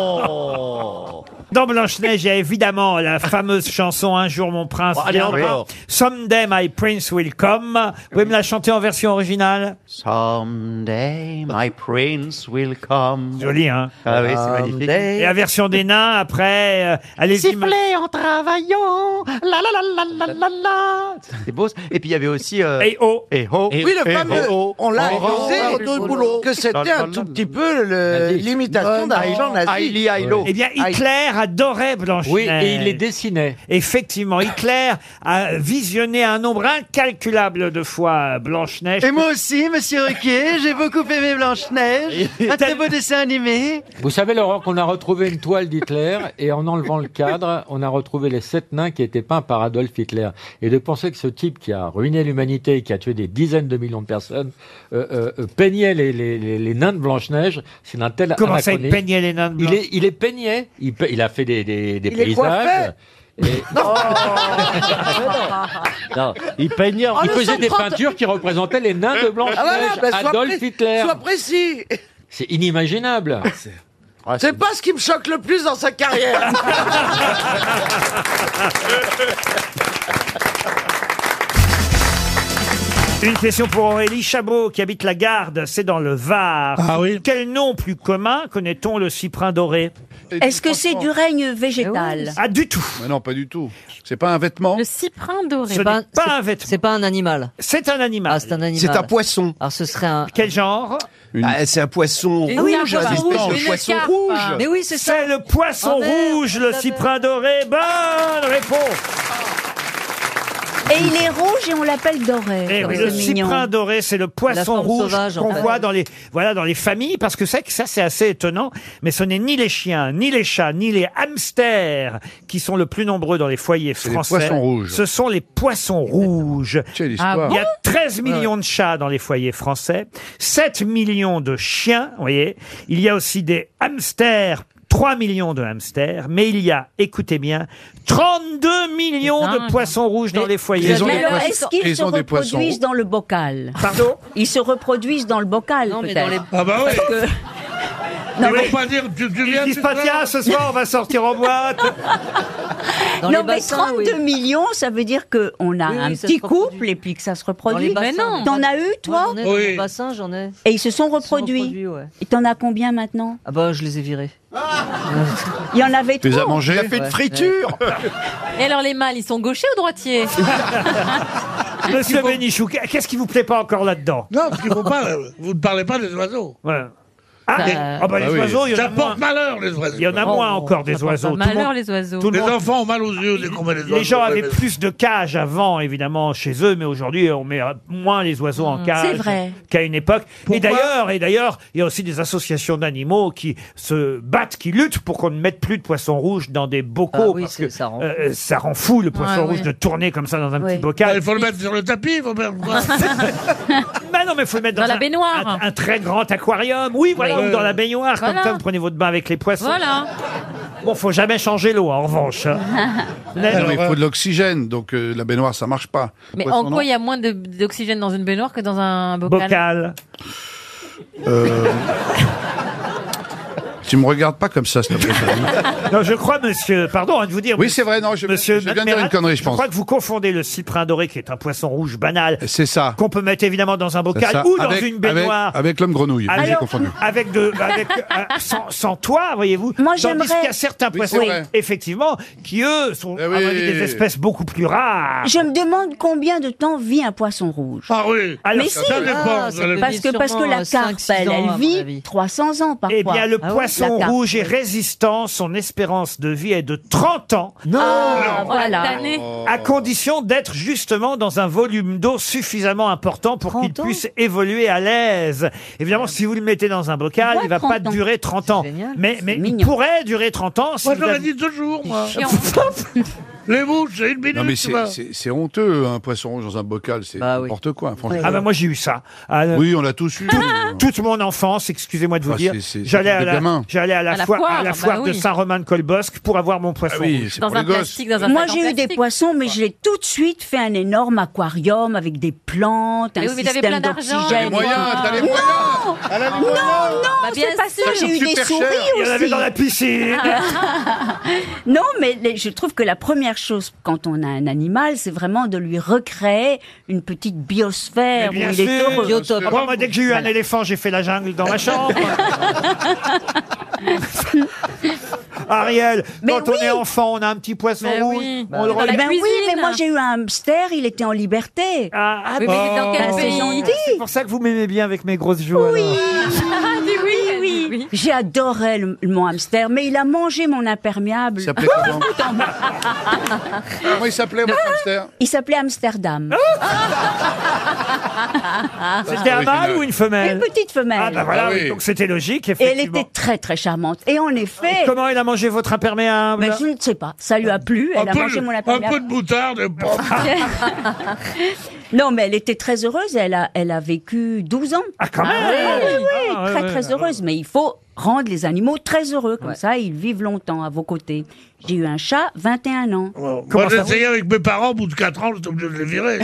[SPEAKER 9] Oh.
[SPEAKER 1] Dans Blanche-Neige, il y a évidemment la fameuse chanson Un jour mon prince
[SPEAKER 24] Oh, allez,
[SPEAKER 1] viendra.
[SPEAKER 24] encore.
[SPEAKER 1] Someday my prince will come. Vous pouvez me la chanter en version originale
[SPEAKER 24] Someday my prince will come.
[SPEAKER 1] Joli, hein
[SPEAKER 24] Ah oui, c'est magnifique.
[SPEAKER 1] Et la version des nains, après, euh, allez-y. ma-
[SPEAKER 6] Siffler en travaillant. La la la la la la la.
[SPEAKER 27] C'est beau. Et puis il y avait aussi. euh,
[SPEAKER 1] Eh oh
[SPEAKER 27] Eh oh
[SPEAKER 10] Oui, le
[SPEAKER 27] Eh
[SPEAKER 10] fameux.
[SPEAKER 27] oh.
[SPEAKER 10] On l'a
[SPEAKER 27] Oh, oh,
[SPEAKER 10] accusé
[SPEAKER 27] oh,
[SPEAKER 10] de
[SPEAKER 27] oh,
[SPEAKER 10] boulot.
[SPEAKER 27] oh.
[SPEAKER 10] Que c'était un tout petit peu le-
[SPEAKER 7] Nazi.
[SPEAKER 10] l'imitation d'un agent nazi.
[SPEAKER 1] Oh Eh bien, Hitler adorait Blanche-Neige.
[SPEAKER 7] Oui, et il les dessinait.
[SPEAKER 1] Effectivement, Hitler a visionné un nombre incalculable de fois Blanche-Neige.
[SPEAKER 22] Et moi aussi, monsieur Riquet, j'ai beaucoup aimé Blanche-Neige. Un très beau dessin animé.
[SPEAKER 7] Vous savez, Laurent, qu'on a retrouvé une toile d'Hitler et en enlevant le cadre, on a retrouvé les sept nains qui étaient peints par Adolf Hitler. Et de penser que ce type qui a ruiné l'humanité et qui a tué des dizaines de millions de personnes euh, euh, euh, peignait les, les- les- les nains de Blanche-Neige, c'est un tel
[SPEAKER 1] Comment ça, il
[SPEAKER 7] anachronisme.
[SPEAKER 1] peignait les nains de
[SPEAKER 7] Il
[SPEAKER 1] Blanche-
[SPEAKER 7] les, il les peignait. Il, pe- il a fait des, des- des
[SPEAKER 1] Il les
[SPEAKER 7] paysages. Non, il peignait.
[SPEAKER 10] en-
[SPEAKER 7] Il
[SPEAKER 10] Oh, le
[SPEAKER 7] faisait des
[SPEAKER 10] 130
[SPEAKER 7] peintures qui représentaient les nains de Blanche-Neige.
[SPEAKER 10] Ah voilà, bah, sois
[SPEAKER 7] Adolf
[SPEAKER 10] pré-
[SPEAKER 7] Hitler.
[SPEAKER 10] Sois précis.
[SPEAKER 7] C'est inimaginable.
[SPEAKER 10] Ah, C'est pas ce qui me choque le plus dans sa carrière.
[SPEAKER 1] Une question pour Aurélie Chabot qui habite la Garde, c'est dans le Var. Ah oui. Quel nom plus commun connaît-on le cyprin doré
[SPEAKER 18] Est-ce que c'est du règne végétal
[SPEAKER 1] Ah, du tout.
[SPEAKER 17] non, pas du tout. C'est pas un vêtement. Eh
[SPEAKER 18] Le cyprin doré.
[SPEAKER 17] Ce n'est pas
[SPEAKER 18] un
[SPEAKER 1] vêtement.
[SPEAKER 18] C'est pas un animal.
[SPEAKER 1] C'est un animal.
[SPEAKER 18] c'est un animal.
[SPEAKER 17] C'est un poisson.
[SPEAKER 18] Alors ce serait un.
[SPEAKER 1] Quel genre
[SPEAKER 17] C'est un poisson
[SPEAKER 18] Une
[SPEAKER 17] rouge,
[SPEAKER 18] carpe.
[SPEAKER 17] un espèce
[SPEAKER 18] Rouge,
[SPEAKER 17] de
[SPEAKER 18] une
[SPEAKER 17] poisson
[SPEAKER 18] carpe.
[SPEAKER 17] rouge.
[SPEAKER 18] Mais oui, c'est ça.
[SPEAKER 1] C'est le poisson
[SPEAKER 18] Oh, merde,
[SPEAKER 1] rouge,
[SPEAKER 18] vous
[SPEAKER 1] le
[SPEAKER 18] avez-
[SPEAKER 1] cyprin doré. Bonne réponse.
[SPEAKER 18] Et il est rouge et on l'appelle doré.
[SPEAKER 1] Eh oui,
[SPEAKER 18] C'est
[SPEAKER 1] le
[SPEAKER 18] mignon.
[SPEAKER 1] cyprin doré, c'est le poisson
[SPEAKER 18] forme
[SPEAKER 1] rouge
[SPEAKER 18] sauvage, en
[SPEAKER 1] qu'on
[SPEAKER 18] fait.
[SPEAKER 1] voit dans les voilà dans les familles parce que c'est que ça c'est assez étonnant, mais ce n'est ni les chiens, ni les chats, ni les hamsters qui sont le plus nombreux dans les foyers
[SPEAKER 17] les
[SPEAKER 1] français.
[SPEAKER 17] poissons rouges.
[SPEAKER 1] Ce sont les poissons rouges.
[SPEAKER 17] l'histoire. Ah bon
[SPEAKER 1] Il y a 13 millions de chats dans les foyers français, 7 millions de chiens, vous voyez. Il y a aussi des hamsters. 3 millions de hamsters, mais il y a, écoutez bien, 32 millions de poissons rouges dans les foyers.
[SPEAKER 18] Mais alors, est-ce qu'ils se reproduisent dans le bocal
[SPEAKER 1] Pardon
[SPEAKER 18] Ils se reproduisent dans le bocal,
[SPEAKER 11] mais
[SPEAKER 18] peut-être.
[SPEAKER 11] dans les- Ah bah oui.
[SPEAKER 18] Parce que-
[SPEAKER 11] Ils
[SPEAKER 18] Non,
[SPEAKER 11] vont
[SPEAKER 18] mais-
[SPEAKER 11] pas dire, tu, tu viens
[SPEAKER 1] Ils disent pas, tiens, ce soir, on va sortir en boîte.
[SPEAKER 11] les
[SPEAKER 18] non, mais
[SPEAKER 11] bassins,
[SPEAKER 18] 32 millions, ça veut dire qu'on a
[SPEAKER 11] Oui,
[SPEAKER 18] un
[SPEAKER 11] oui, ça
[SPEAKER 18] petit
[SPEAKER 11] se
[SPEAKER 18] couple et puis que ça se reproduit.
[SPEAKER 11] bassins, oui.
[SPEAKER 18] T'en as eu, toi
[SPEAKER 11] Moi, j'en ai dans les Oui.
[SPEAKER 18] bassin, j'en ai. Et ils se sont reproduits. Et t'en as combien maintenant
[SPEAKER 11] Ah bah, je les ai virés.
[SPEAKER 18] Il y en avait
[SPEAKER 17] Tu les as
[SPEAKER 18] trop.
[SPEAKER 17] mangés
[SPEAKER 18] Ouais.
[SPEAKER 20] Et alors les mâles, ils sont gauchers ou droitiers
[SPEAKER 1] Monsieur Bénichou, qu'est-ce qui vous plaît pas encore là-dedans
[SPEAKER 11] Non, parce qu'il faut pas. euh, Vous ne parlez pas des oiseaux.
[SPEAKER 1] Ouais. Ah,
[SPEAKER 11] Ça-
[SPEAKER 1] mais- ah bah, les
[SPEAKER 11] Bah oui.
[SPEAKER 1] oiseaux, il y en a
[SPEAKER 11] Ça
[SPEAKER 1] moins.
[SPEAKER 11] porte malheur, les oiseaux.
[SPEAKER 1] Il y en a moins encore des oiseaux. Tout le monde-
[SPEAKER 20] Malheur les oiseaux.
[SPEAKER 1] tout le
[SPEAKER 11] les
[SPEAKER 1] monde-
[SPEAKER 11] enfants ont mal aux yeux dès qu'on met les oiseaux.
[SPEAKER 1] Les gens avaient
[SPEAKER 11] Mais-
[SPEAKER 1] plus de cages avant, évidemment, chez eux, mais aujourd'hui, on met euh, moins les oiseaux en
[SPEAKER 11] Mm.
[SPEAKER 1] cage
[SPEAKER 11] C'est vrai.
[SPEAKER 1] qu'à une époque. et d'ailleurs, et d'ailleurs, il y a aussi des associations d'animaux qui se battent, qui luttent pour qu'on ne mette plus de poissons rouges dans des
[SPEAKER 11] Ah
[SPEAKER 1] bocaux, parce que ça rend, ça rend fou le poisson
[SPEAKER 11] Ouais,
[SPEAKER 1] rouge
[SPEAKER 11] ouais.
[SPEAKER 1] de tourner comme ça dans un
[SPEAKER 11] Ouais.
[SPEAKER 1] petit bocal.
[SPEAKER 11] Il faut le mettre sur le tapis, il faut mettre.
[SPEAKER 1] Mais Bah non, mais faut le mettre dans, la baignoire. Un, un très grand aquarium. Oui, voilà,
[SPEAKER 11] Oui.
[SPEAKER 1] ou dans la baignoire.
[SPEAKER 11] Voilà.
[SPEAKER 1] Comme ça, vous prenez votre bain avec les poissons.
[SPEAKER 20] Voilà.
[SPEAKER 1] Bon, faut jamais changer l'eau, hein, en revanche.
[SPEAKER 17] Ah non,
[SPEAKER 1] Alors,
[SPEAKER 17] il faut de l'oxygène, donc euh, la baignoire, ça marche pas.
[SPEAKER 20] Mais
[SPEAKER 17] Poisson,
[SPEAKER 20] en
[SPEAKER 17] non.
[SPEAKER 20] quoi il y a moins de- d'oxygène dans une baignoire que dans un bocal
[SPEAKER 1] Bocal.
[SPEAKER 17] Euh, Tu me regardes pas comme ça, s'il te plaît.
[SPEAKER 1] Non, je crois, monsieur, pardon hein, de vous dire.
[SPEAKER 17] Oui, c'est vrai, non, je,
[SPEAKER 1] Monsieur
[SPEAKER 17] je viens de dire
[SPEAKER 1] Merat,
[SPEAKER 17] une connerie, je pense.
[SPEAKER 1] crois que vous confondez le cyprin doré, qui est un poisson rouge banal.
[SPEAKER 17] C'est ça.
[SPEAKER 1] Qu'on peut mettre évidemment dans un bocal
[SPEAKER 16] Ah,
[SPEAKER 17] Ça,
[SPEAKER 1] ou dans
[SPEAKER 17] avec-
[SPEAKER 1] une baignoire.
[SPEAKER 17] Avec, avec l'homme grenouille, oui, j'ai
[SPEAKER 1] Avec,
[SPEAKER 17] confondu.
[SPEAKER 1] avec de, avec, euh, sans, sans toit, voyez-vous. Moi,
[SPEAKER 20] j'aimerais-
[SPEAKER 1] qu'il y a certains
[SPEAKER 17] Oui,
[SPEAKER 1] poissons,
[SPEAKER 17] c'est vrai. Eh
[SPEAKER 1] effectivement, qui eux sont à mon avis, des espèces beaucoup plus rares.
[SPEAKER 18] Je me demande combien de temps vit un poisson rouge.
[SPEAKER 11] Ah oui.
[SPEAKER 18] mais si,
[SPEAKER 11] Ah,
[SPEAKER 18] parce, que, parce que la
[SPEAKER 11] euh,
[SPEAKER 18] carpe, elle, elle vit 300 ans parfois.
[SPEAKER 1] Eh bien, le
[SPEAKER 18] Ah ouais,
[SPEAKER 1] poisson
[SPEAKER 18] la carpe.
[SPEAKER 1] rouge est résistant. Son espérance de vie est de 30 ans.
[SPEAKER 20] Non, Ah, voilà. tanné.
[SPEAKER 1] À condition d'être justement dans un volume d'eau suffisamment important pour qu'il puisse évoluer à l'aise.
[SPEAKER 16] Ah.
[SPEAKER 1] Évidemment, si vous le mettez dans un bocal, il va pas durer 30 ans. Mais, mais il pourrait durer 30 ans. si
[SPEAKER 11] Moi,
[SPEAKER 1] vous
[SPEAKER 11] j'aurais
[SPEAKER 1] avez-
[SPEAKER 11] dit deux jours, moi. Les mouches, c'est une minute.
[SPEAKER 16] Non mais
[SPEAKER 11] tu vois.
[SPEAKER 16] c'est- c'est c'est honteux, un poisson rouge dans un bocal, c'est n'importe quoi. franchement.
[SPEAKER 1] Ah bah moi j'ai eu ça. Ah, euh,
[SPEAKER 16] Oui, on l'a tous eu.
[SPEAKER 1] Toute mon enfance, excusez-moi de vous
[SPEAKER 16] Ah,
[SPEAKER 1] dire,
[SPEAKER 16] c'est- c'est-
[SPEAKER 1] j'allais
[SPEAKER 16] c'est
[SPEAKER 1] à,
[SPEAKER 16] des
[SPEAKER 1] la-
[SPEAKER 16] gamins.
[SPEAKER 1] j'allais à la
[SPEAKER 16] À la
[SPEAKER 1] foire, à
[SPEAKER 16] foire,
[SPEAKER 1] la
[SPEAKER 16] bah
[SPEAKER 1] foire de
[SPEAKER 16] oui.
[SPEAKER 1] Saint-Romain-de-Colbosque pour avoir mon poisson
[SPEAKER 16] Ah oui,
[SPEAKER 1] rouge.
[SPEAKER 16] c'est Dans pour un les gosses. plastique, dans un
[SPEAKER 18] Moi,
[SPEAKER 16] sac en
[SPEAKER 18] j'ai eu des poissons, mais j'ai tout de suite fait un énorme aquarium avec des plantes, un
[SPEAKER 20] Mais oui, mais t'avais
[SPEAKER 18] système
[SPEAKER 20] plein d'argent.
[SPEAKER 18] d'oxygène.
[SPEAKER 20] T'as les moyens, t'as les
[SPEAKER 18] Non
[SPEAKER 20] moyens.
[SPEAKER 18] Non,
[SPEAKER 20] les moyens. Bah,
[SPEAKER 18] non,
[SPEAKER 20] bien
[SPEAKER 18] c'est pas ça.
[SPEAKER 20] sûr.
[SPEAKER 18] J'ai eu des
[SPEAKER 20] Super
[SPEAKER 18] souris
[SPEAKER 20] cher.
[SPEAKER 18] aussi.
[SPEAKER 20] Il y en avait dans la
[SPEAKER 1] piscine.
[SPEAKER 18] non, mais les- je trouve que la première chose quand on a un animal, c'est vraiment de lui recréer une petite biosphère où
[SPEAKER 1] Bien
[SPEAKER 18] il est
[SPEAKER 1] sûr.
[SPEAKER 18] heureux. Bah
[SPEAKER 1] Moi, moi, dès que j'ai eu un éléphant, j'ai fait la jungle dans ma chambre. Ariel, quand on est enfant, on a un petit poisson
[SPEAKER 18] Mais
[SPEAKER 1] rouge.
[SPEAKER 18] Ben oui.
[SPEAKER 1] On le
[SPEAKER 18] Dans la
[SPEAKER 1] relève.
[SPEAKER 18] Ben oui, mais moi j'ai eu un hamster, il était en liberté. Bah,
[SPEAKER 1] Ah,
[SPEAKER 18] oui, mais dans quel pays
[SPEAKER 1] C'est pour ça que vous m'aimez bien avec mes grosses joues. alors.
[SPEAKER 18] oui, oui. J'ai adoré le- mon hamster, mais il a mangé mon imperméable.
[SPEAKER 16] Il s'appelait comment Comment il s'appelait votre hamster
[SPEAKER 18] Il s'appelait Amsterdam.
[SPEAKER 1] C'était un mâle ou une femelle
[SPEAKER 18] Une petite femelle.
[SPEAKER 1] Ah bah voilà, oui, donc c'était logique,
[SPEAKER 18] Et elle
[SPEAKER 1] effectivement.
[SPEAKER 18] était très très charmante. Et en effet.
[SPEAKER 1] Comment elle a mangé votre imperméable
[SPEAKER 18] Ben, je ne sais pas, ça lui a plu, elle a
[SPEAKER 11] peu
[SPEAKER 18] mangé
[SPEAKER 11] de-
[SPEAKER 18] mon
[SPEAKER 11] un peu
[SPEAKER 18] imperméable.
[SPEAKER 11] de moutarde. bon.
[SPEAKER 18] Non, mais elle était très heureuse, elle a, elle a vécu 12 ans. Ah,
[SPEAKER 1] quand même
[SPEAKER 18] oui, oui, oui,
[SPEAKER 1] Ah, ouais,
[SPEAKER 18] très
[SPEAKER 1] ouais,
[SPEAKER 18] très heureuse. Mais il faut rendre les animaux très heureux, comme ça ils vivent longtemps à vos côtés. J'ai eu un chat, 21 ans.
[SPEAKER 11] Moi, j'essayais avec mes parents, au bout de 4 ans, j'étais obligé de les virer.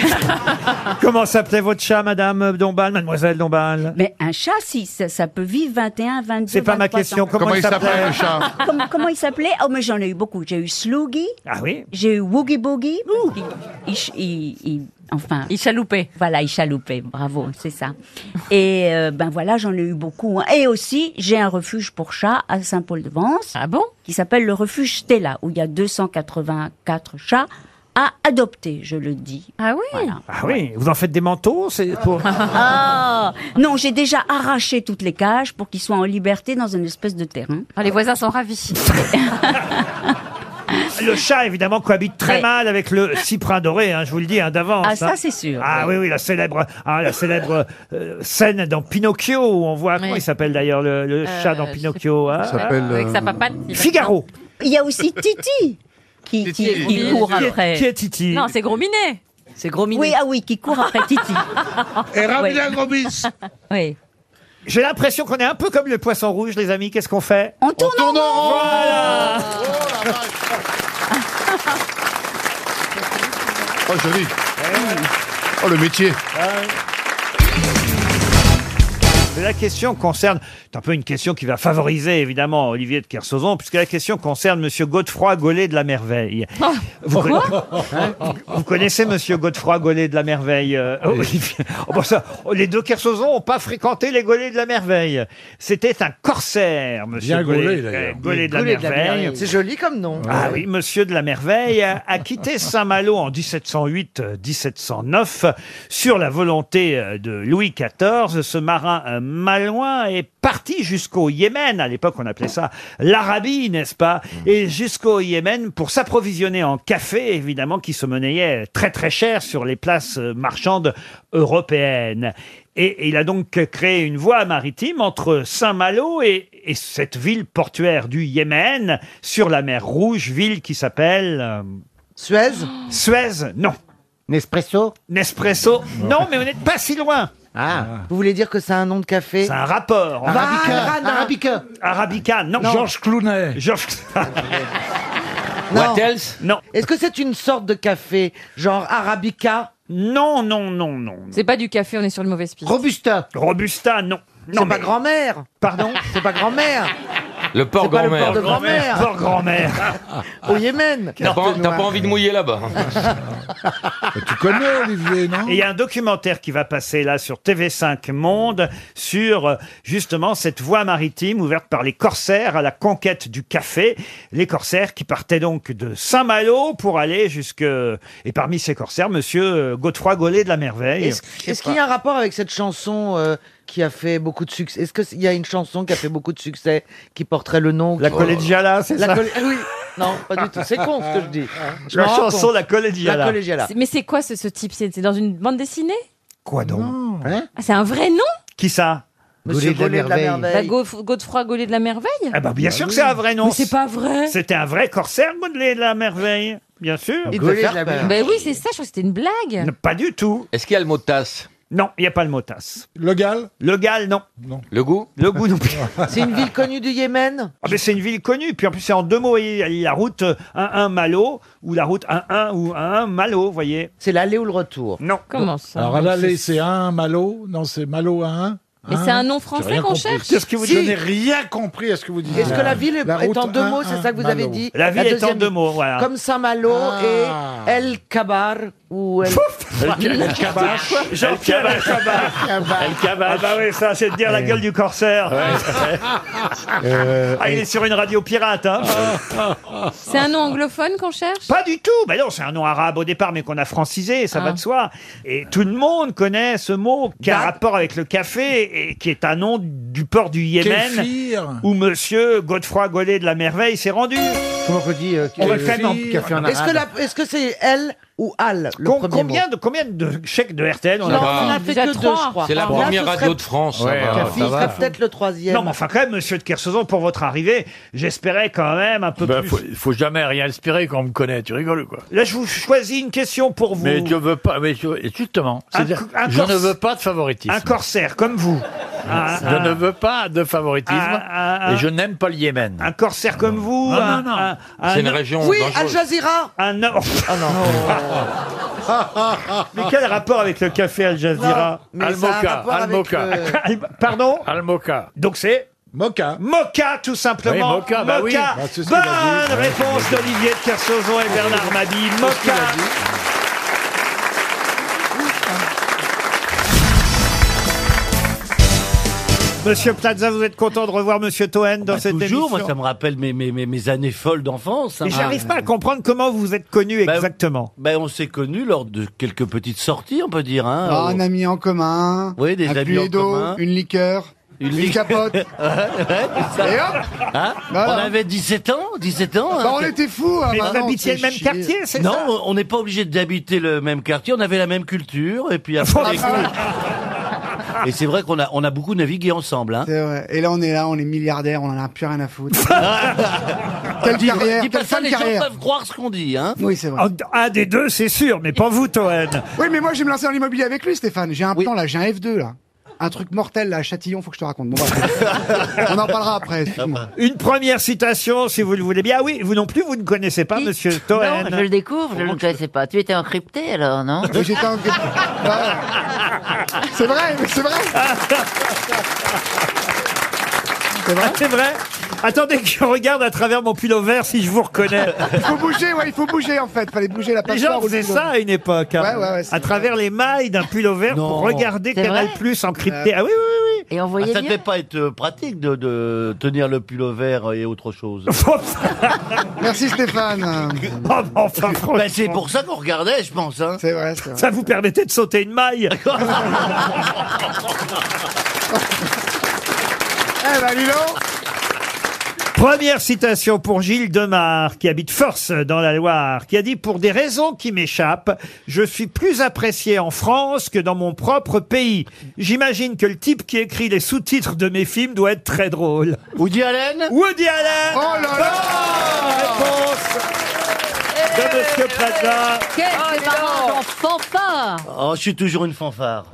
[SPEAKER 1] Comment s'appelait votre chat, madame Dombal, mademoiselle Dombal
[SPEAKER 18] Mais un chat, si, ça, ça peut vivre 21, 22,
[SPEAKER 1] C'est pas ma
[SPEAKER 18] 23
[SPEAKER 1] question,
[SPEAKER 18] ans.
[SPEAKER 1] comment Comment il il s'appelait, s'appelait, le chat
[SPEAKER 18] comment, comment il s'appelait Oh, mais j'en ai eu beaucoup. J'ai eu Sloogie.
[SPEAKER 1] Ah oui
[SPEAKER 18] J'ai eu Woogie Boogie. Il, il ch- il- il- enfin... Il chaloupait. Voilà, il chaloupait. Bravo, c'est ça. Et euh, ben voilà, j'en ai eu beaucoup. hein. Et aussi, j'ai un refuge pour chats à Saint-Paul-de-Vence. Ah bon Qui s'appelle le refuge Stella, où il y a 284 chats à adopter, je le dis. Ah oui
[SPEAKER 1] Ah oui, vous en faites des manteaux c'est pour...
[SPEAKER 18] ah Non, j'ai déjà arraché toutes les cages pour qu'ils soient en liberté dans une espèce de terrain. Ah, les voisins sont ravis.
[SPEAKER 1] Le chat, évidemment, cohabite très
[SPEAKER 18] Ouais.
[SPEAKER 1] mal avec le cyprin doré, hein, je vous le dis hein, d'avance.
[SPEAKER 18] Ah, ça,
[SPEAKER 1] hein.
[SPEAKER 18] c'est sûr,
[SPEAKER 1] Ah oui,
[SPEAKER 18] ouais.
[SPEAKER 1] oui, la célèbre, hein, la célèbre euh, scène dans Pinocchio, où on voit, comment il s'appelle d'ailleurs le, le
[SPEAKER 18] Euh,
[SPEAKER 1] chat dans
[SPEAKER 18] je
[SPEAKER 1] Pinocchio hein
[SPEAKER 16] Il s'appelle, Avec sa euh,
[SPEAKER 18] papate.
[SPEAKER 20] Oh.
[SPEAKER 1] Figaro
[SPEAKER 18] Il y a aussi Titi qui, qui- qui
[SPEAKER 20] Titi.
[SPEAKER 18] court
[SPEAKER 20] Qui est-
[SPEAKER 18] après.
[SPEAKER 20] qui est
[SPEAKER 1] Titi
[SPEAKER 20] Non, c'est Gros Minet.
[SPEAKER 18] C'est Gros Oui, ah oui, qui court après Titi.
[SPEAKER 11] Et Ramila
[SPEAKER 18] Ouais.
[SPEAKER 11] Grobis.
[SPEAKER 18] Oui.
[SPEAKER 1] J'ai l'impression qu'on est un peu comme le poisson rouge, les amis. Qu'est-ce qu'on fait
[SPEAKER 18] On tourne,
[SPEAKER 1] en rond. Voilà.
[SPEAKER 16] Oh joli.
[SPEAKER 9] Eh
[SPEAKER 16] Oh le métier.
[SPEAKER 1] La question concerne, c'est un peu une question qui va favoriser évidemment Olivier de Kersauzon, puisque la question concerne Monsieur Godefroy Gollet de la Merveille.
[SPEAKER 10] Ah,
[SPEAKER 1] Vous,
[SPEAKER 33] Quoi
[SPEAKER 7] Hein
[SPEAKER 1] conna- Vous connaissez Monsieur Godefroy Gollet de la Merveille euh, Olivier Oh, bon, ça, oh, Les deux Kersauzon n'ont pas fréquenté les Gollets de la Merveille. C'était un corsaire, Monsieur
[SPEAKER 7] Bien gaulé,
[SPEAKER 1] Gollet,
[SPEAKER 7] d'ailleurs.
[SPEAKER 1] Gollet de la
[SPEAKER 10] Goulet de la
[SPEAKER 1] Merveille.
[SPEAKER 10] Merveille. C'est joli comme nom.
[SPEAKER 1] Ah oui, Monsieur de la Merveille a, a quitté Saint-Malo en euh, 1708-1709 sur la volonté euh, de Louis XIV. Ce marin euh, malouin est parti jusqu'au Yémen. À l'époque, on appelait ça l'Arabie, n'est-ce pas Et jusqu'au Yémen pour s'approvisionner en café, évidemment, qui se monnayait très très cher sur les places euh, marchandes européennes. Et il a donc créé une voie maritime entre Saint-Malo et, et cette ville portuaire du Yémen sur la mer Rouge, ville qui s'appelle... euh,
[SPEAKER 10] Suez
[SPEAKER 1] Suez, non.
[SPEAKER 10] Nespresso
[SPEAKER 1] Nespresso, non, mais on n'est pas si loin.
[SPEAKER 10] Ah. Vous voulez dire que c'est un nom de café
[SPEAKER 1] C'est un rapport.
[SPEAKER 10] Arabica.
[SPEAKER 1] Arabica. Arabica, non.
[SPEAKER 10] Georges
[SPEAKER 1] Clooney. Georges
[SPEAKER 10] Non.
[SPEAKER 1] Non.
[SPEAKER 10] Est-ce que c'est une sorte de café Genre Arabica
[SPEAKER 1] Non, non, non, non.
[SPEAKER 20] C'est pas du café, on est sur le mauvais piste.
[SPEAKER 10] Robusta.
[SPEAKER 1] Robusta, non.
[SPEAKER 10] C'est pas grand-mère.
[SPEAKER 1] Pardon
[SPEAKER 10] C'est pas grand-mère.
[SPEAKER 7] Le port
[SPEAKER 10] C'est pas le
[SPEAKER 7] grand-mère.
[SPEAKER 10] port de grand-mère.
[SPEAKER 1] Port grand-mère.
[SPEAKER 10] Au
[SPEAKER 1] Ah.
[SPEAKER 10] Yémen.
[SPEAKER 7] T'as pas, t'as pas envie de mouiller là-bas.
[SPEAKER 1] Bah, Tu connais Olivier, non Et il y a un documentaire qui va passer là sur TV5 Monde sur euh, justement cette voie maritime ouverte par les corsaires à la conquête du café. Les corsaires qui partaient donc de Saint-Malo pour aller jusque... Et parmi ces corsaires, monsieur euh, Godefroy Gollet de la Merveille.
[SPEAKER 10] Est-ce est-ce qu'il y a un rapport avec cette chanson euh, qui a fait beaucoup de succès Est-ce qu'il y a une chanson qui a fait beaucoup de succès qui porterait le nom
[SPEAKER 1] La Collegiala, c'est
[SPEAKER 10] La
[SPEAKER 1] ça
[SPEAKER 10] colle- Oui. Non, pas du tout. C'est con ce que je dis. Je
[SPEAKER 1] Ah, La
[SPEAKER 10] m'en rends
[SPEAKER 1] chanson
[SPEAKER 10] compte.
[SPEAKER 1] La Collegiala.
[SPEAKER 10] La Collegiala.
[SPEAKER 20] C'est- Mais c'est quoi ce, ce type C'est c'est dans une bande dessinée
[SPEAKER 1] Quoi donc Hein
[SPEAKER 20] Ah, C'est un vrai nom
[SPEAKER 1] Qui ça
[SPEAKER 10] Monsieur Gollet de la
[SPEAKER 34] Ah,
[SPEAKER 20] bah,
[SPEAKER 10] Merveille.
[SPEAKER 20] Gauf- Godefroy Gollet de la Merveille
[SPEAKER 34] Bah
[SPEAKER 1] Ah bah bien sûr que c'est un vrai nom.
[SPEAKER 20] Mais c'est pas vrai.
[SPEAKER 1] C'était un vrai corsaire, Godefroy de la Merveille. bien sûr.
[SPEAKER 34] Il devait Gauler de faire la peur.
[SPEAKER 20] Ben oui, c'est ça, je crois que c'était une blague.
[SPEAKER 1] Pas du tout.
[SPEAKER 34] Est-ce qu'il y a le mot de tasse
[SPEAKER 1] Non, il n'y a pas le mot tasse. Le Gal Le Gal, non.
[SPEAKER 34] Le goût
[SPEAKER 1] Le goût non plus.
[SPEAKER 7] C'est une ville connue du Yémen
[SPEAKER 1] Ah, mais c'est une ville connue. Puis en plus, c'est en deux mots. Il y a la route 1-1 Malo ou la route 1-1 ou 1-1 Malo, vous voyez.
[SPEAKER 7] C'est l'aller ou le retour
[SPEAKER 1] Non.
[SPEAKER 20] Comment ça
[SPEAKER 16] Alors à l'aller, c'est un Malo. Non, c'est Malo à un. Hein
[SPEAKER 20] Mais
[SPEAKER 16] un.
[SPEAKER 20] c'est un nom
[SPEAKER 16] J'ai
[SPEAKER 20] français
[SPEAKER 16] rien
[SPEAKER 20] qu'on
[SPEAKER 16] compris.
[SPEAKER 20] cherche
[SPEAKER 16] Qu'est-ce que vous
[SPEAKER 20] Si.
[SPEAKER 16] Je n'ai rien compris à ce que vous dites.
[SPEAKER 7] Est-ce
[SPEAKER 10] Ah.
[SPEAKER 7] que la ville est, est
[SPEAKER 16] Ah. route
[SPEAKER 7] en deux
[SPEAKER 16] un,
[SPEAKER 7] mots C'est ça que vous
[SPEAKER 16] un,
[SPEAKER 7] avez
[SPEAKER 16] Malo.
[SPEAKER 7] dit
[SPEAKER 1] La ville est en
[SPEAKER 7] deuxième-
[SPEAKER 1] deux mots, voilà.
[SPEAKER 7] Comme Saint-Malo
[SPEAKER 16] Ah.
[SPEAKER 7] et El Kabar ou El.
[SPEAKER 1] El Kabash. Jean-Pierre El Kabash. Ah bah oui, ça, c'est de dire la gueule du corsaire.
[SPEAKER 16] Euh,
[SPEAKER 10] Euh,
[SPEAKER 1] Ah, il est sur une radio pirate, hein
[SPEAKER 20] C'est un nom anglophone qu'on cherche
[SPEAKER 1] Pas du tout. Bah non, c'est un nom arabe au départ, mais qu'on a francisé, ça
[SPEAKER 20] Ah.
[SPEAKER 1] va de soi. Et tout le monde connaît ce mot qui
[SPEAKER 20] Bah.
[SPEAKER 1] a rapport avec le café et qui est un nom du port du Yémen
[SPEAKER 16] Kéfir.
[SPEAKER 1] où Monsieur Godefroy Gollet de la Merveille s'est rendu.
[SPEAKER 16] Comment on dit
[SPEAKER 1] On va le faire en- café en
[SPEAKER 7] Est-ce que
[SPEAKER 1] arabe.
[SPEAKER 7] la- est-ce que c'est El ou Al le
[SPEAKER 1] Com-
[SPEAKER 7] premier
[SPEAKER 1] combien,
[SPEAKER 7] mot
[SPEAKER 1] de, combien de chèques de RTL on
[SPEAKER 7] Non,
[SPEAKER 1] a
[SPEAKER 7] on a fait Déjà que deux, trois. je crois.
[SPEAKER 34] C'est la
[SPEAKER 7] Là, ce
[SPEAKER 34] première
[SPEAKER 7] serait-
[SPEAKER 34] radio de France. ça
[SPEAKER 1] Ouais,
[SPEAKER 34] va.
[SPEAKER 1] ouais,
[SPEAKER 7] Ce serait peut-être le troisième.
[SPEAKER 1] Non, mais enfin, quand même, monsieur de Kersauzon, pour votre arrivée, j'espérais quand même un peu plus.
[SPEAKER 3] Ben, faut, faut jamais rien espérer quand on me connaît, tu rigoles ou quoi
[SPEAKER 1] Là, je vous choisis une question pour vous.
[SPEAKER 3] Mais je veux pas, mais je- et justement,
[SPEAKER 1] Un
[SPEAKER 3] c'est-à-dire,
[SPEAKER 1] co- un
[SPEAKER 3] je
[SPEAKER 1] corse-
[SPEAKER 3] ne veux pas de favoritisme.
[SPEAKER 1] Un corsaire, comme vous. Ah, Un-
[SPEAKER 3] je
[SPEAKER 1] un-
[SPEAKER 3] ne veux pas de favoritisme
[SPEAKER 1] un- un-
[SPEAKER 3] et je n'aime pas le Yémen.
[SPEAKER 1] ah, Un corsaire comme vous
[SPEAKER 3] Non,
[SPEAKER 1] un-
[SPEAKER 3] Ah, non, non.
[SPEAKER 1] un- un-
[SPEAKER 3] C'est une région
[SPEAKER 7] Oui, Al Jazeera
[SPEAKER 1] Un homme.
[SPEAKER 7] Ah,
[SPEAKER 1] mais quel rapport avec le café Al Jazeera
[SPEAKER 3] Non, mais ça a un Al-Moka, rapport Al-Moka. avec le-
[SPEAKER 1] Al- Pardon
[SPEAKER 3] Al-Moka.
[SPEAKER 1] Donc c'est
[SPEAKER 16] Moka.
[SPEAKER 1] Moka, tout simplement.
[SPEAKER 3] Oui, Moka, bah oui. Bah, c'est ce qu'il a dit.
[SPEAKER 1] Bonne réponse d'Olivier de Kersauzon et Bernard Mabille. Moka. Monsieur Plaza, vous êtes content de revoir Monsieur Toen dans
[SPEAKER 24] Bah,
[SPEAKER 1] cette
[SPEAKER 24] toujours,
[SPEAKER 1] émission
[SPEAKER 24] moi, ça me rappelle mes, mes, mes, mes années folles d'enfance. hein.
[SPEAKER 1] Mais j'arrive pas à comprendre comment vous êtes connu exactement.
[SPEAKER 24] Ben, on s'est connus lors de quelques petites sorties, on peut dire. Hein,
[SPEAKER 10] Ah,
[SPEAKER 1] Oh.
[SPEAKER 24] au-
[SPEAKER 10] un ami en commun,
[SPEAKER 24] Oui, des
[SPEAKER 10] un
[SPEAKER 24] amis
[SPEAKER 10] puits
[SPEAKER 24] en
[SPEAKER 10] d'eau,
[SPEAKER 24] commun.
[SPEAKER 10] une liqueur, une,
[SPEAKER 24] lique-
[SPEAKER 10] capote.
[SPEAKER 24] Ouais, ouais, c'est ça.
[SPEAKER 10] Et hop
[SPEAKER 24] Hein
[SPEAKER 10] Voilà.
[SPEAKER 24] On avait 17 ans, 17 ans.
[SPEAKER 10] Bah, on était fous, hein, Mais maintenant, vous on habitiez
[SPEAKER 24] habitait
[SPEAKER 10] le même fait chier. quartier, c'est
[SPEAKER 24] Non,
[SPEAKER 10] ça
[SPEAKER 24] on n'est pas obligé d'habiter le même quartier, on avait la même culture, et puis après... et c'est vrai qu'on a, on a beaucoup navigué ensemble, hein.
[SPEAKER 10] C'est vrai. Et là, on est là, on est milliardaire, on en a plus rien à foutre. Quelle
[SPEAKER 24] Dis-
[SPEAKER 10] carrière,
[SPEAKER 24] dis pas
[SPEAKER 10] quelle
[SPEAKER 24] ça,
[SPEAKER 10] fin de
[SPEAKER 24] les gens
[SPEAKER 10] carrière.
[SPEAKER 24] peuvent croire ce qu'on dit, hein.
[SPEAKER 10] Oui, c'est vrai.
[SPEAKER 1] Un, Oh, un des deux, c'est sûr, mais pas vous, Toen.
[SPEAKER 10] Oui, mais moi, je vais me lancer dans l'immobilier avec lui, Stéphane. J'ai un plan, là, j'ai un F2, là. Un truc mortel, là, à Châtillon, faut que je te raconte. Bon, bref. on en parlera après, excuse-moi.
[SPEAKER 1] Une première citation, si vous le voulez bien. Ah oui, vous non plus, vous ne connaissez pas Monsieur Toen.
[SPEAKER 25] Non, je le découvre, je ne le connaissais pas. Tu étais encrypté alors, non
[SPEAKER 10] Oui, j'étais en- Bah, C'est vrai, mais c'est vrai.
[SPEAKER 1] Ah, C'est vrai, Attendez que je regarde à travers mon pull vert si je vous reconnais.
[SPEAKER 10] Il faut bouger, ouais, il faut bouger, en fait. Fallait bouger la
[SPEAKER 1] Les
[SPEAKER 10] passoire.
[SPEAKER 1] gens
[SPEAKER 10] ou le
[SPEAKER 1] faisaient
[SPEAKER 10] pull.
[SPEAKER 1] ça à une époque. hein.
[SPEAKER 10] Ouais, ouais, ouais,
[SPEAKER 1] à
[SPEAKER 10] c'est vrai.
[SPEAKER 1] travers les mailles d'un pull vert pour regarder
[SPEAKER 25] C'est
[SPEAKER 1] Canal
[SPEAKER 25] vrai
[SPEAKER 1] Plus encrypté. Ah oui, oui, oui.
[SPEAKER 25] Et on
[SPEAKER 24] Ah,
[SPEAKER 25] voyait
[SPEAKER 24] ça
[SPEAKER 25] bien.
[SPEAKER 24] devait pas être euh, pratique de, de tenir le pull vert et autre chose.
[SPEAKER 10] Merci, Stéphane.
[SPEAKER 1] Oh, mais enfin,
[SPEAKER 24] Ben, c'est pour ça qu'on regardait, je pense. Hein.
[SPEAKER 10] C'est vrai, c'est vrai.
[SPEAKER 1] Ça vous permettait de sauter une maille.
[SPEAKER 10] Eh,
[SPEAKER 1] ben,
[SPEAKER 10] bah, dis donc.
[SPEAKER 1] Première citation pour Gilles Demar, qui habite Force dans la Loire, qui a dit Pour des raisons qui m'échappent, je suis plus apprécié en France que dans mon propre pays. J'imagine que le type qui écrit les sous-titres de mes films doit être très drôle.
[SPEAKER 24] Woody Allen
[SPEAKER 1] Woody Allen
[SPEAKER 10] Oh là là
[SPEAKER 1] Bonne
[SPEAKER 24] Eh
[SPEAKER 1] réponse de Monsieur Plaza.
[SPEAKER 20] Quel c'est marrant, j'en fanfare
[SPEAKER 24] Oh, je suis toujours une fanfare.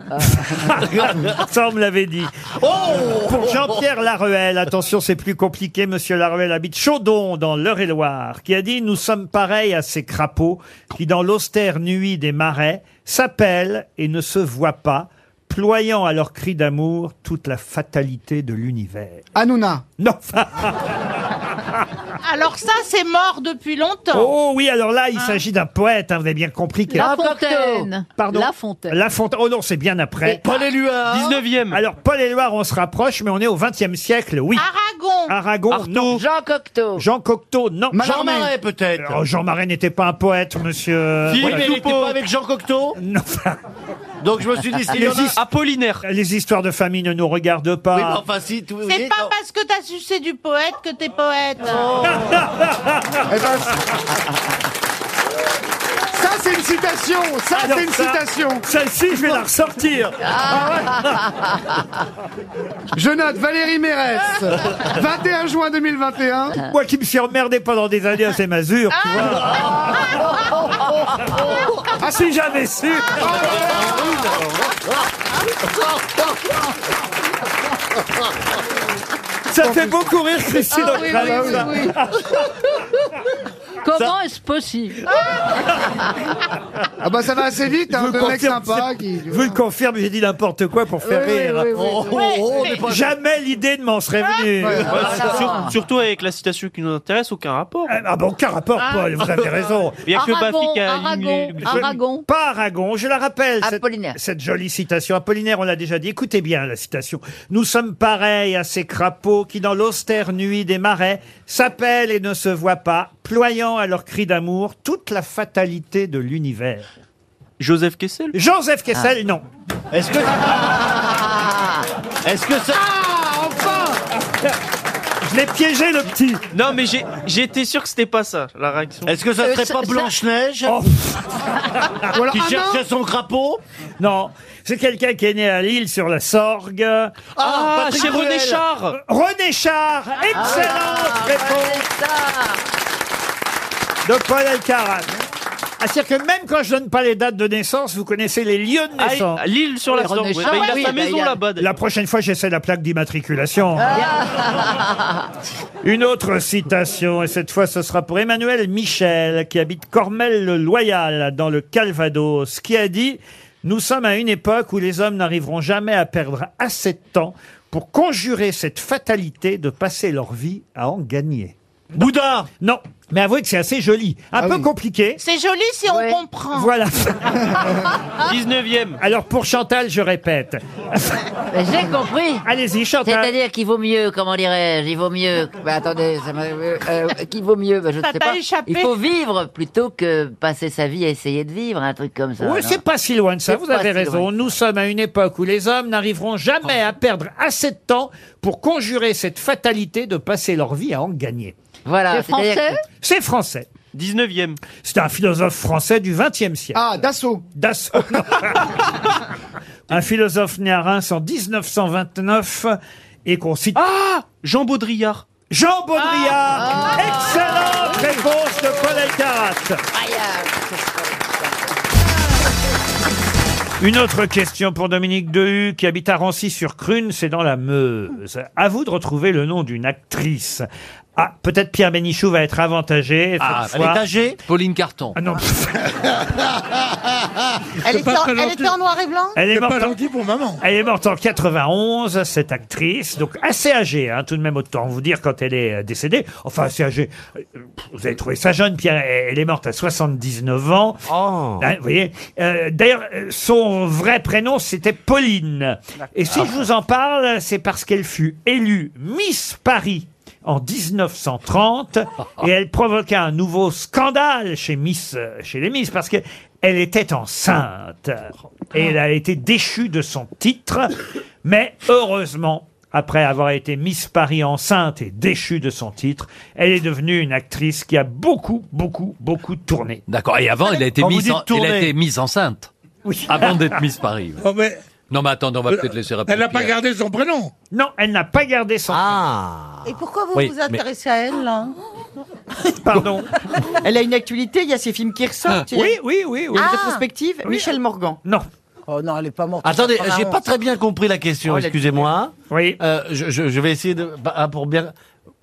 [SPEAKER 1] Ça, on me l'avait dit. Pour Jean-Pierre Laruelle, attention, c'est plus compliqué. Monsieur Laruelle habite Chaudon, dans l'Eure-et-Loire, qui a dit « Nous sommes pareils à ces crapauds qui, dans l'austère nuit des marais, s'appellent et ne se voient pas, ployant à leur cri d'amour toute la fatalité de l'univers.
[SPEAKER 10] Hanouna. »
[SPEAKER 1] Non
[SPEAKER 13] Alors ça, c'est mort depuis longtemps.
[SPEAKER 1] Oh oui, alors là, il s'agit d'un poète, hein, vous avez bien compris. qu'il-
[SPEAKER 25] Hein La Fontaine.
[SPEAKER 1] Pardon
[SPEAKER 25] La Fontaine.
[SPEAKER 1] La Fontaine. Oh non, c'est bien après.
[SPEAKER 24] Paul Éluard. 19e.
[SPEAKER 1] Alors, Paul Éluard, on se rapproche, mais on est au 20e siècle, oui.
[SPEAKER 13] Aragon.
[SPEAKER 1] Aragon, non.
[SPEAKER 25] Jean Cocteau.
[SPEAKER 1] Jean Cocteau, non.
[SPEAKER 24] Jean Marais, peut-être.
[SPEAKER 1] Alors, Jean Marais n'était pas un poète, monsieur.
[SPEAKER 24] Si,
[SPEAKER 1] Voilà.
[SPEAKER 24] mais il n'était pas avec Jean Cocteau
[SPEAKER 1] Non.
[SPEAKER 24] Donc je me suis dit, s'il y en
[SPEAKER 1] Les his-
[SPEAKER 24] a... Apollinaire.
[SPEAKER 1] Les histoires de famille ne nous regardent pas.
[SPEAKER 24] Oui, mais enfin, si, tout...
[SPEAKER 13] C'est pas parce que t'as sucé du poète que t'es
[SPEAKER 24] Oh.
[SPEAKER 13] poète.
[SPEAKER 10] Eh ben, ça,
[SPEAKER 6] c'est une citation. Ça,
[SPEAKER 1] Alors
[SPEAKER 6] c'est une
[SPEAKER 1] ça,
[SPEAKER 6] citation.
[SPEAKER 1] Celle-ci, je vais la ressortir.
[SPEAKER 10] Ah,
[SPEAKER 19] Je note Valérie Mérès, 21 juin 2021.
[SPEAKER 1] Moi qui me suis emmerdé pendant des années à ces masures, tu vois. Ah, si j'avais su Ça fait beaucoup rire Christine
[SPEAKER 6] Ah oui,
[SPEAKER 1] O'Krent,
[SPEAKER 6] oui,
[SPEAKER 1] ça.
[SPEAKER 6] oui,
[SPEAKER 18] Comment est-ce possible
[SPEAKER 1] Ah bah ça va assez vite,
[SPEAKER 19] hein,
[SPEAKER 1] de
[SPEAKER 19] deux mecs sympas qui-
[SPEAKER 1] Je vous le confirme, j'ai dit n'importe quoi pour faire
[SPEAKER 19] Oui, oui,
[SPEAKER 1] rire.
[SPEAKER 19] oui, oui,
[SPEAKER 1] Oh,
[SPEAKER 19] oui.
[SPEAKER 1] oh, oh,
[SPEAKER 19] Mais-
[SPEAKER 1] on n'est pas- Ah, Jamais l'idée ne m'en serait venue.
[SPEAKER 4] surtout avec la citation qui nous intéresse, aucun rapport.
[SPEAKER 1] Ah bon, aucun rapport, Paul, vous avez raison.
[SPEAKER 4] Il n'y a que Bafi qui a éliminé-
[SPEAKER 1] Aragon. Pas Aragon, je la rappelle. Apollinaire. Cette, jolie citation. Apollinaire, on l'a déjà dit. Écoutez bien la citation. Nous sommes pareils à ces crapauds qui, dans l'austère nuit des marais, s'appellent et ne se voient pas, ployant à leur cri d'amour toute la fatalité de l'univers. Joseph Kessel Joseph Kessel, non. Est-ce que. Est-ce que ça.
[SPEAKER 6] Ah, enfin
[SPEAKER 1] Je l'ai piégé le petit.
[SPEAKER 4] Non mais j'ai- j'étais sûr que c'était pas ça la réaction.
[SPEAKER 24] Est-ce que ça serait pas Blanche-Neige
[SPEAKER 4] Oh.
[SPEAKER 24] Qui cherchait son crapaud
[SPEAKER 1] Non, c'est quelqu'un qui est né à Lille sur la Sorgue. Ah,
[SPEAKER 4] Ah, Patrick c'est Bruel. René Char.
[SPEAKER 1] René Char, Ah, excellente réponse de Paul Alcarat. Ah, C'est-à-dire que même quand je donne pas les dates de naissance, vous connaissez les lieux de
[SPEAKER 4] Ah,
[SPEAKER 1] naissance.
[SPEAKER 4] il- Lille sur la Oui, Sorgue, René ouais. Char, Bah, il a oui, sa bah, maison il a- là-bas, d'ailleurs.
[SPEAKER 1] La prochaine fois, j'essaie la plaque d'immatriculation. Une autre citation, et cette fois ce sera pour Emmanuel Michel, qui habite Cormel-le-Loyal, dans le Calvados, qui a dit « Nous sommes à une époque où les hommes n'arriveront jamais à perdre assez de temps pour conjurer cette fatalité de passer leur vie à en gagner. » Bouddha Non, mais avouez que c'est assez joli. Un peu compliqué.
[SPEAKER 13] C'est joli si on comprend.
[SPEAKER 1] Voilà.
[SPEAKER 4] 19e.
[SPEAKER 1] Alors pour Chantal, je répète.
[SPEAKER 25] J'ai compris.
[SPEAKER 1] Allez-y, Chantal.
[SPEAKER 25] C'est-à-dire qu'il vaut mieux, comment dirais-je, il vaut mieux. Bah, attendez, ça m'a- euh, euh, qu'il vaut mieux, bah, je ne
[SPEAKER 13] Ça
[SPEAKER 25] sais
[SPEAKER 13] t'a
[SPEAKER 25] pas.
[SPEAKER 13] échappé.
[SPEAKER 25] Il faut vivre plutôt que passer sa vie à essayer de vivre, un truc comme ça.
[SPEAKER 1] Oui,
[SPEAKER 25] non
[SPEAKER 1] c'est pas si loin de ça,
[SPEAKER 25] C'est
[SPEAKER 1] vous
[SPEAKER 25] pas
[SPEAKER 1] avez
[SPEAKER 25] si
[SPEAKER 1] raison.
[SPEAKER 25] loin. Ah.
[SPEAKER 1] Nous sommes à une époque où les hommes n'arriveront jamais à perdre assez de temps pour conjurer cette fatalité de passer leur vie à en gagner.
[SPEAKER 25] Voilà. C'est c'est-à-dire français que-
[SPEAKER 1] C'est français.
[SPEAKER 4] 19e.
[SPEAKER 1] C'est un philosophe français du 20e siècle.
[SPEAKER 19] Ah, Dassault.
[SPEAKER 1] Dassault. un philosophe né à Reims en 1929 et qu'on cite... Ah Jean Baudrillard. Jean Baudrillard Excellente réponse de Paul Elkarat. Une autre question pour Dominique Dehu, qui habite à Rancy-sur-Crune, c'est dans la Meuse. À vous de retrouver le nom d'une actrice. Ah, peut-être Pierre Bénichou va être avantagé.
[SPEAKER 2] Ah,
[SPEAKER 1] cette
[SPEAKER 2] elle est
[SPEAKER 1] fois.
[SPEAKER 2] âgée
[SPEAKER 1] Pauline Carton. Ah non.
[SPEAKER 13] Elle
[SPEAKER 1] C'est
[SPEAKER 13] était,
[SPEAKER 1] pas
[SPEAKER 13] en,
[SPEAKER 1] très
[SPEAKER 13] elle
[SPEAKER 1] gentil.
[SPEAKER 13] était en noir et blanc
[SPEAKER 1] Elle est, morte en...
[SPEAKER 13] pour maman.
[SPEAKER 1] elle est morte en 91, cette actrice, donc assez âgée, hein, tout de même autant vous dire quand elle est euh, décédée. Enfin, assez âgée. Euh, pff, Vous avez trouvé ça jeune, Pierre. Elle elle est morte à 79 ans. Hein, vous voyez. Euh, D'ailleurs, euh, son vrai prénom, c'était Pauline. Et si je vous en parle, c'est parce qu'elle fut élue Miss Paris en 1930 et elle provoqua un nouveau scandale chez Miss euh, chez les Miss parce que elle était enceinte et elle a été déchue de son titre mais heureusement après avoir été Miss Paris enceinte et déchue de son titre, elle est devenue une actrice qui a beaucoup, beaucoup, beaucoup tourné.
[SPEAKER 8] D'accord. Et avant, elle a été,
[SPEAKER 1] Quand vous
[SPEAKER 8] mise,
[SPEAKER 1] dites
[SPEAKER 8] en- elle a
[SPEAKER 1] tourner.
[SPEAKER 8] été mise enceinte.
[SPEAKER 1] Oui.
[SPEAKER 8] Avant d'être mise Paris.
[SPEAKER 1] Oh, mais-
[SPEAKER 8] Non, mais attendez, on va
[SPEAKER 1] Euh,
[SPEAKER 8] peut-être laisser
[SPEAKER 1] elle n'a pas
[SPEAKER 8] gardé
[SPEAKER 1] son prénom Non, elle n'a pas gardé son ah.
[SPEAKER 5] Et pourquoi vous
[SPEAKER 8] Oui,
[SPEAKER 5] vous
[SPEAKER 8] mais-
[SPEAKER 5] intéressez à elle là
[SPEAKER 1] Pardon
[SPEAKER 5] Elle a une actualité, il y a ses films qui
[SPEAKER 10] Ah.
[SPEAKER 5] ressortent. il y a-
[SPEAKER 1] Oui, oui, oui, oui.
[SPEAKER 5] Il y a une
[SPEAKER 1] Ah.
[SPEAKER 5] rétrospective, Michel Morgan.
[SPEAKER 1] Non.
[SPEAKER 5] Oh non, elle est pas morte.
[SPEAKER 24] Attendez,
[SPEAKER 13] Oh,
[SPEAKER 24] j'ai
[SPEAKER 5] 91.
[SPEAKER 24] pas très bien compris la question,
[SPEAKER 5] Oh, il a
[SPEAKER 24] excusez-moi. Euh,
[SPEAKER 1] Oui.
[SPEAKER 24] je, je- je vais essayer de. bah, ah, pour bien.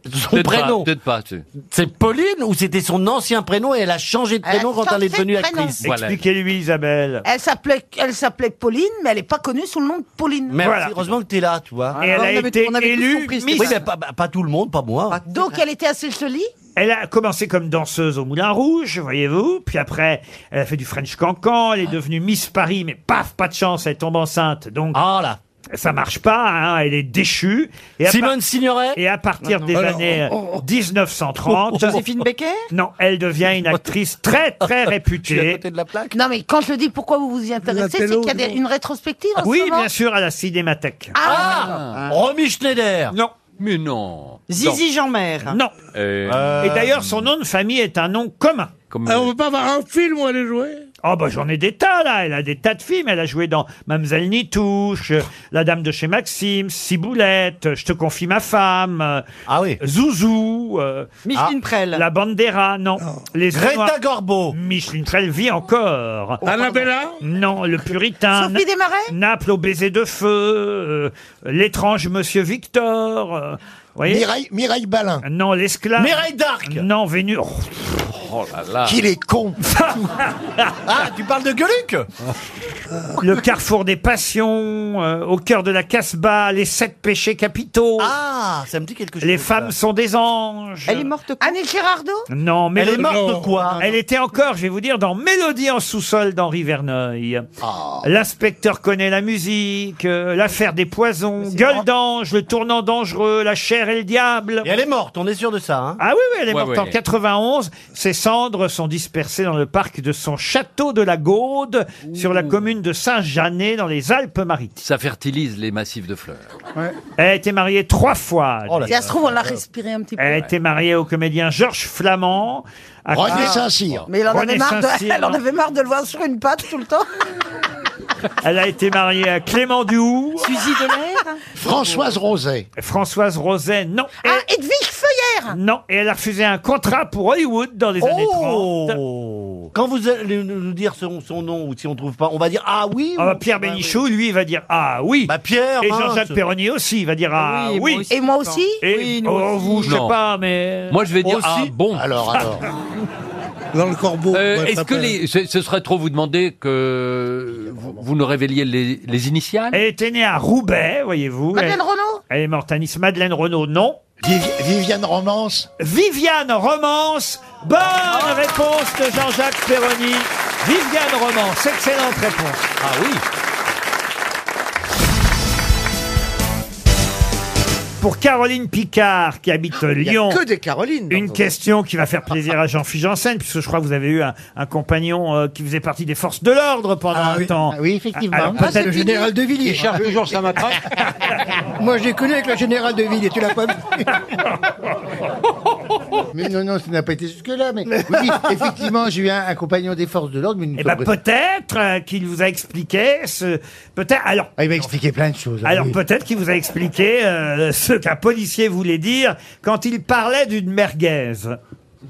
[SPEAKER 24] Son
[SPEAKER 8] Peut-être pas,
[SPEAKER 24] prénom.
[SPEAKER 8] Peut-être pas. tu-
[SPEAKER 24] C'est Pauline ou c'était son ancien prénom et elle a changé de
[SPEAKER 5] Elle a
[SPEAKER 24] prénom quand elle
[SPEAKER 5] changé
[SPEAKER 24] est devenue
[SPEAKER 5] de prénom.
[SPEAKER 24] actrice
[SPEAKER 5] Voilà.
[SPEAKER 1] Expliquez-lui, Isabelle.
[SPEAKER 5] Elle s'appelait, elle s'appelait Pauline, mais elle n'est pas connue sous le nom de Pauline.
[SPEAKER 24] Merci, heureusement que t'es là, tu vois. Ah,
[SPEAKER 1] Et elle a été élue Miss.
[SPEAKER 24] Oui, mais pas, pas- pas tout le monde, pas moi.
[SPEAKER 5] Donc elle était assez jolie.
[SPEAKER 1] Elle a commencé comme danseuse au Moulin Rouge, voyez-vous. Puis après, elle a fait du French Cancan. Elle est devenue Miss Paris, mais paf, pas de chance, elle tombe enceinte. Donc. Ça marche pas, hein, elle est déchue. Simone
[SPEAKER 24] Signoret
[SPEAKER 1] Et à partir
[SPEAKER 24] Non, non.
[SPEAKER 1] des
[SPEAKER 24] Alors,
[SPEAKER 1] années
[SPEAKER 24] oh, oh, oh.
[SPEAKER 1] 1930.
[SPEAKER 5] Joséphine Baker
[SPEAKER 1] Non, elle devient une actrice très, très réputée.
[SPEAKER 5] Non, mais quand je dis pourquoi vous vous y intéressez, c'est qu'il y a des- une rétrospective en
[SPEAKER 1] Oui,
[SPEAKER 5] ce moment.
[SPEAKER 1] bien sûr, à la Cinémathèque.
[SPEAKER 5] Ah,
[SPEAKER 24] Romy Schneider
[SPEAKER 1] Non.
[SPEAKER 8] Mais non.
[SPEAKER 5] Zizi Jeanmaire.
[SPEAKER 1] Non.
[SPEAKER 8] Euh,
[SPEAKER 1] Et d'ailleurs, son nom de famille est un nom commun.
[SPEAKER 8] comme-
[SPEAKER 11] Ah, on veut pas avoir un film où elle est jouée
[SPEAKER 1] Oh bah j'en ai des tas là, elle a des tas de films, elle a joué dans Mamselle Nitouche, euh, La Dame de chez Maxime, Ciboulette, euh, Je te confie ma femme, ah oui. Zouzou, euh,
[SPEAKER 16] Micheline
[SPEAKER 1] Prel, La Bandera, non, les
[SPEAKER 16] Greta
[SPEAKER 1] Gorbeau, Micheline Prel vit encore,
[SPEAKER 11] Oh, Annabella
[SPEAKER 1] non, Le Puritain,
[SPEAKER 5] Sophie Desmarais
[SPEAKER 1] Naples au baiser de feu, euh, L'étrange Monsieur Victor, euh, vous voyez
[SPEAKER 22] Mireille-
[SPEAKER 1] Balin, non, l'esclave,
[SPEAKER 22] Mireille d'Arc
[SPEAKER 1] non, Vénus. Oh,
[SPEAKER 22] Oh là là.
[SPEAKER 1] Qu'il est
[SPEAKER 22] con Ah, tu parles de Gueuluc
[SPEAKER 1] Le carrefour des passions, euh, au cœur de la Casbah, les sept péchés capitaux.
[SPEAKER 16] Ah, ça me dit quelque chose.
[SPEAKER 1] Les femmes sont des anges.
[SPEAKER 16] Elle est morte quand Annie Girardot
[SPEAKER 1] Non, mais
[SPEAKER 16] Elle est morte de quoi
[SPEAKER 1] Elle était encore, je vais vous dire, dans Mélodie en sous-sol d'Henri Verneuil.
[SPEAKER 16] Ah.
[SPEAKER 1] L'inspecteur connaît la musique, euh, l'affaire des poisons, gueule d'ange, le tournant dangereux, la chair et le diable.
[SPEAKER 16] Et elle est morte, on est sûr de ça. Hein
[SPEAKER 1] Ah oui, oui, elle est
[SPEAKER 16] Ouais,
[SPEAKER 1] morte
[SPEAKER 16] ouais.
[SPEAKER 1] en 91. Ses cendres sont dispersées dans le parc de son château de la Gaude, sur la commune de Saint-Janet, dans les Alpes-Maritimes.
[SPEAKER 8] Ça fertilise les massifs de fleurs.
[SPEAKER 1] Elle a été mariée trois fois.
[SPEAKER 16] Oh
[SPEAKER 5] Si ça se trouve, on l'a respiré un petit peu.
[SPEAKER 1] Elle a été mariée au comédien Georges Flamand. à-
[SPEAKER 5] René
[SPEAKER 1] Saint-Cyr.
[SPEAKER 5] Mais il en,
[SPEAKER 1] René
[SPEAKER 5] avait marre de,
[SPEAKER 1] Saint-Cyr,
[SPEAKER 5] elle en
[SPEAKER 1] non.
[SPEAKER 5] avait marre de le voir sur une patte tout le temps.
[SPEAKER 1] Elle a été mariée à Clément Duhoux.
[SPEAKER 5] Suzy de l'air
[SPEAKER 29] Oh,
[SPEAKER 1] Françoise Roset. Françoise Roset, non.
[SPEAKER 5] Ah, Edwige Feuillère
[SPEAKER 1] Non, et elle a refusé un contrat pour Hollywood dans les années 30.
[SPEAKER 16] Quand vous allez nous nous dire son, son nom ou si on trouve pas, on va dire ah oui.
[SPEAKER 1] Ah bah, Pierre Bénichou, lui, il va dire Ah oui.
[SPEAKER 16] Pierre.
[SPEAKER 1] Et Jean-Jacques
[SPEAKER 16] mince.
[SPEAKER 1] Perroni aussi, il va dire Ah
[SPEAKER 16] Oui,
[SPEAKER 1] oui.
[SPEAKER 16] moi aussi, Et moi je pense. aussi
[SPEAKER 1] Et
[SPEAKER 16] Oui, nous
[SPEAKER 1] oh,
[SPEAKER 16] aussi.
[SPEAKER 1] vous, je sais
[SPEAKER 16] Non.
[SPEAKER 1] pas, mais.
[SPEAKER 8] Moi, je vais dire ah bon.
[SPEAKER 22] Alors, alors. Dans le corbeau.
[SPEAKER 8] Euh, Est-ce que les, ce, ce serait trop vous demander que Euh, vous, vous nous révéliez les, les initiales
[SPEAKER 1] Elle était née à Roubaix, voyez-vous.
[SPEAKER 8] Madeleine
[SPEAKER 1] Elle-
[SPEAKER 8] Renaud
[SPEAKER 1] Elle est morte à Nice. Madeleine Renaud, non. Viviane Romance Viviane Romance Bonne réponse de Jean-Jacques Perroni. Viviane Romance, excellente réponse. Ah oui Pour Caroline Picard, qui habite
[SPEAKER 22] Ah,
[SPEAKER 1] Lyon.
[SPEAKER 10] que des Carolines. dans
[SPEAKER 1] Une
[SPEAKER 10] nos-
[SPEAKER 1] question qui va faire plaisir à Jean-Philippe Janssen, puisque je crois que vous avez eu un, un compagnon euh, qui faisait partie des forces de l'ordre pendant un temps.
[SPEAKER 22] Ah oui, effectivement.
[SPEAKER 1] Alors,
[SPEAKER 22] Ah, c'est
[SPEAKER 1] peut-être
[SPEAKER 22] le général de Villiers.
[SPEAKER 1] Il cherche
[SPEAKER 22] toujours sa matraque. Moi, j'ai connu avec le général de Villiers, tu l'as pas vu Mais non, non, ça n'a pas été jusque-là. Mais oui, effectivement, j'ai eu un, un compagnon des forces de l'ordre. mais nous
[SPEAKER 1] Eh ben,
[SPEAKER 22] sommes-
[SPEAKER 1] peut-être euh, qu'il vous a expliqué ce. Peut-être. Alors.
[SPEAKER 22] il m'a expliqué plein de choses. hein,
[SPEAKER 1] Alors
[SPEAKER 22] oui.
[SPEAKER 1] peut-être qu'il vous a expliqué euh, ce qu'un policier voulait dire quand il parlait d'une merguez.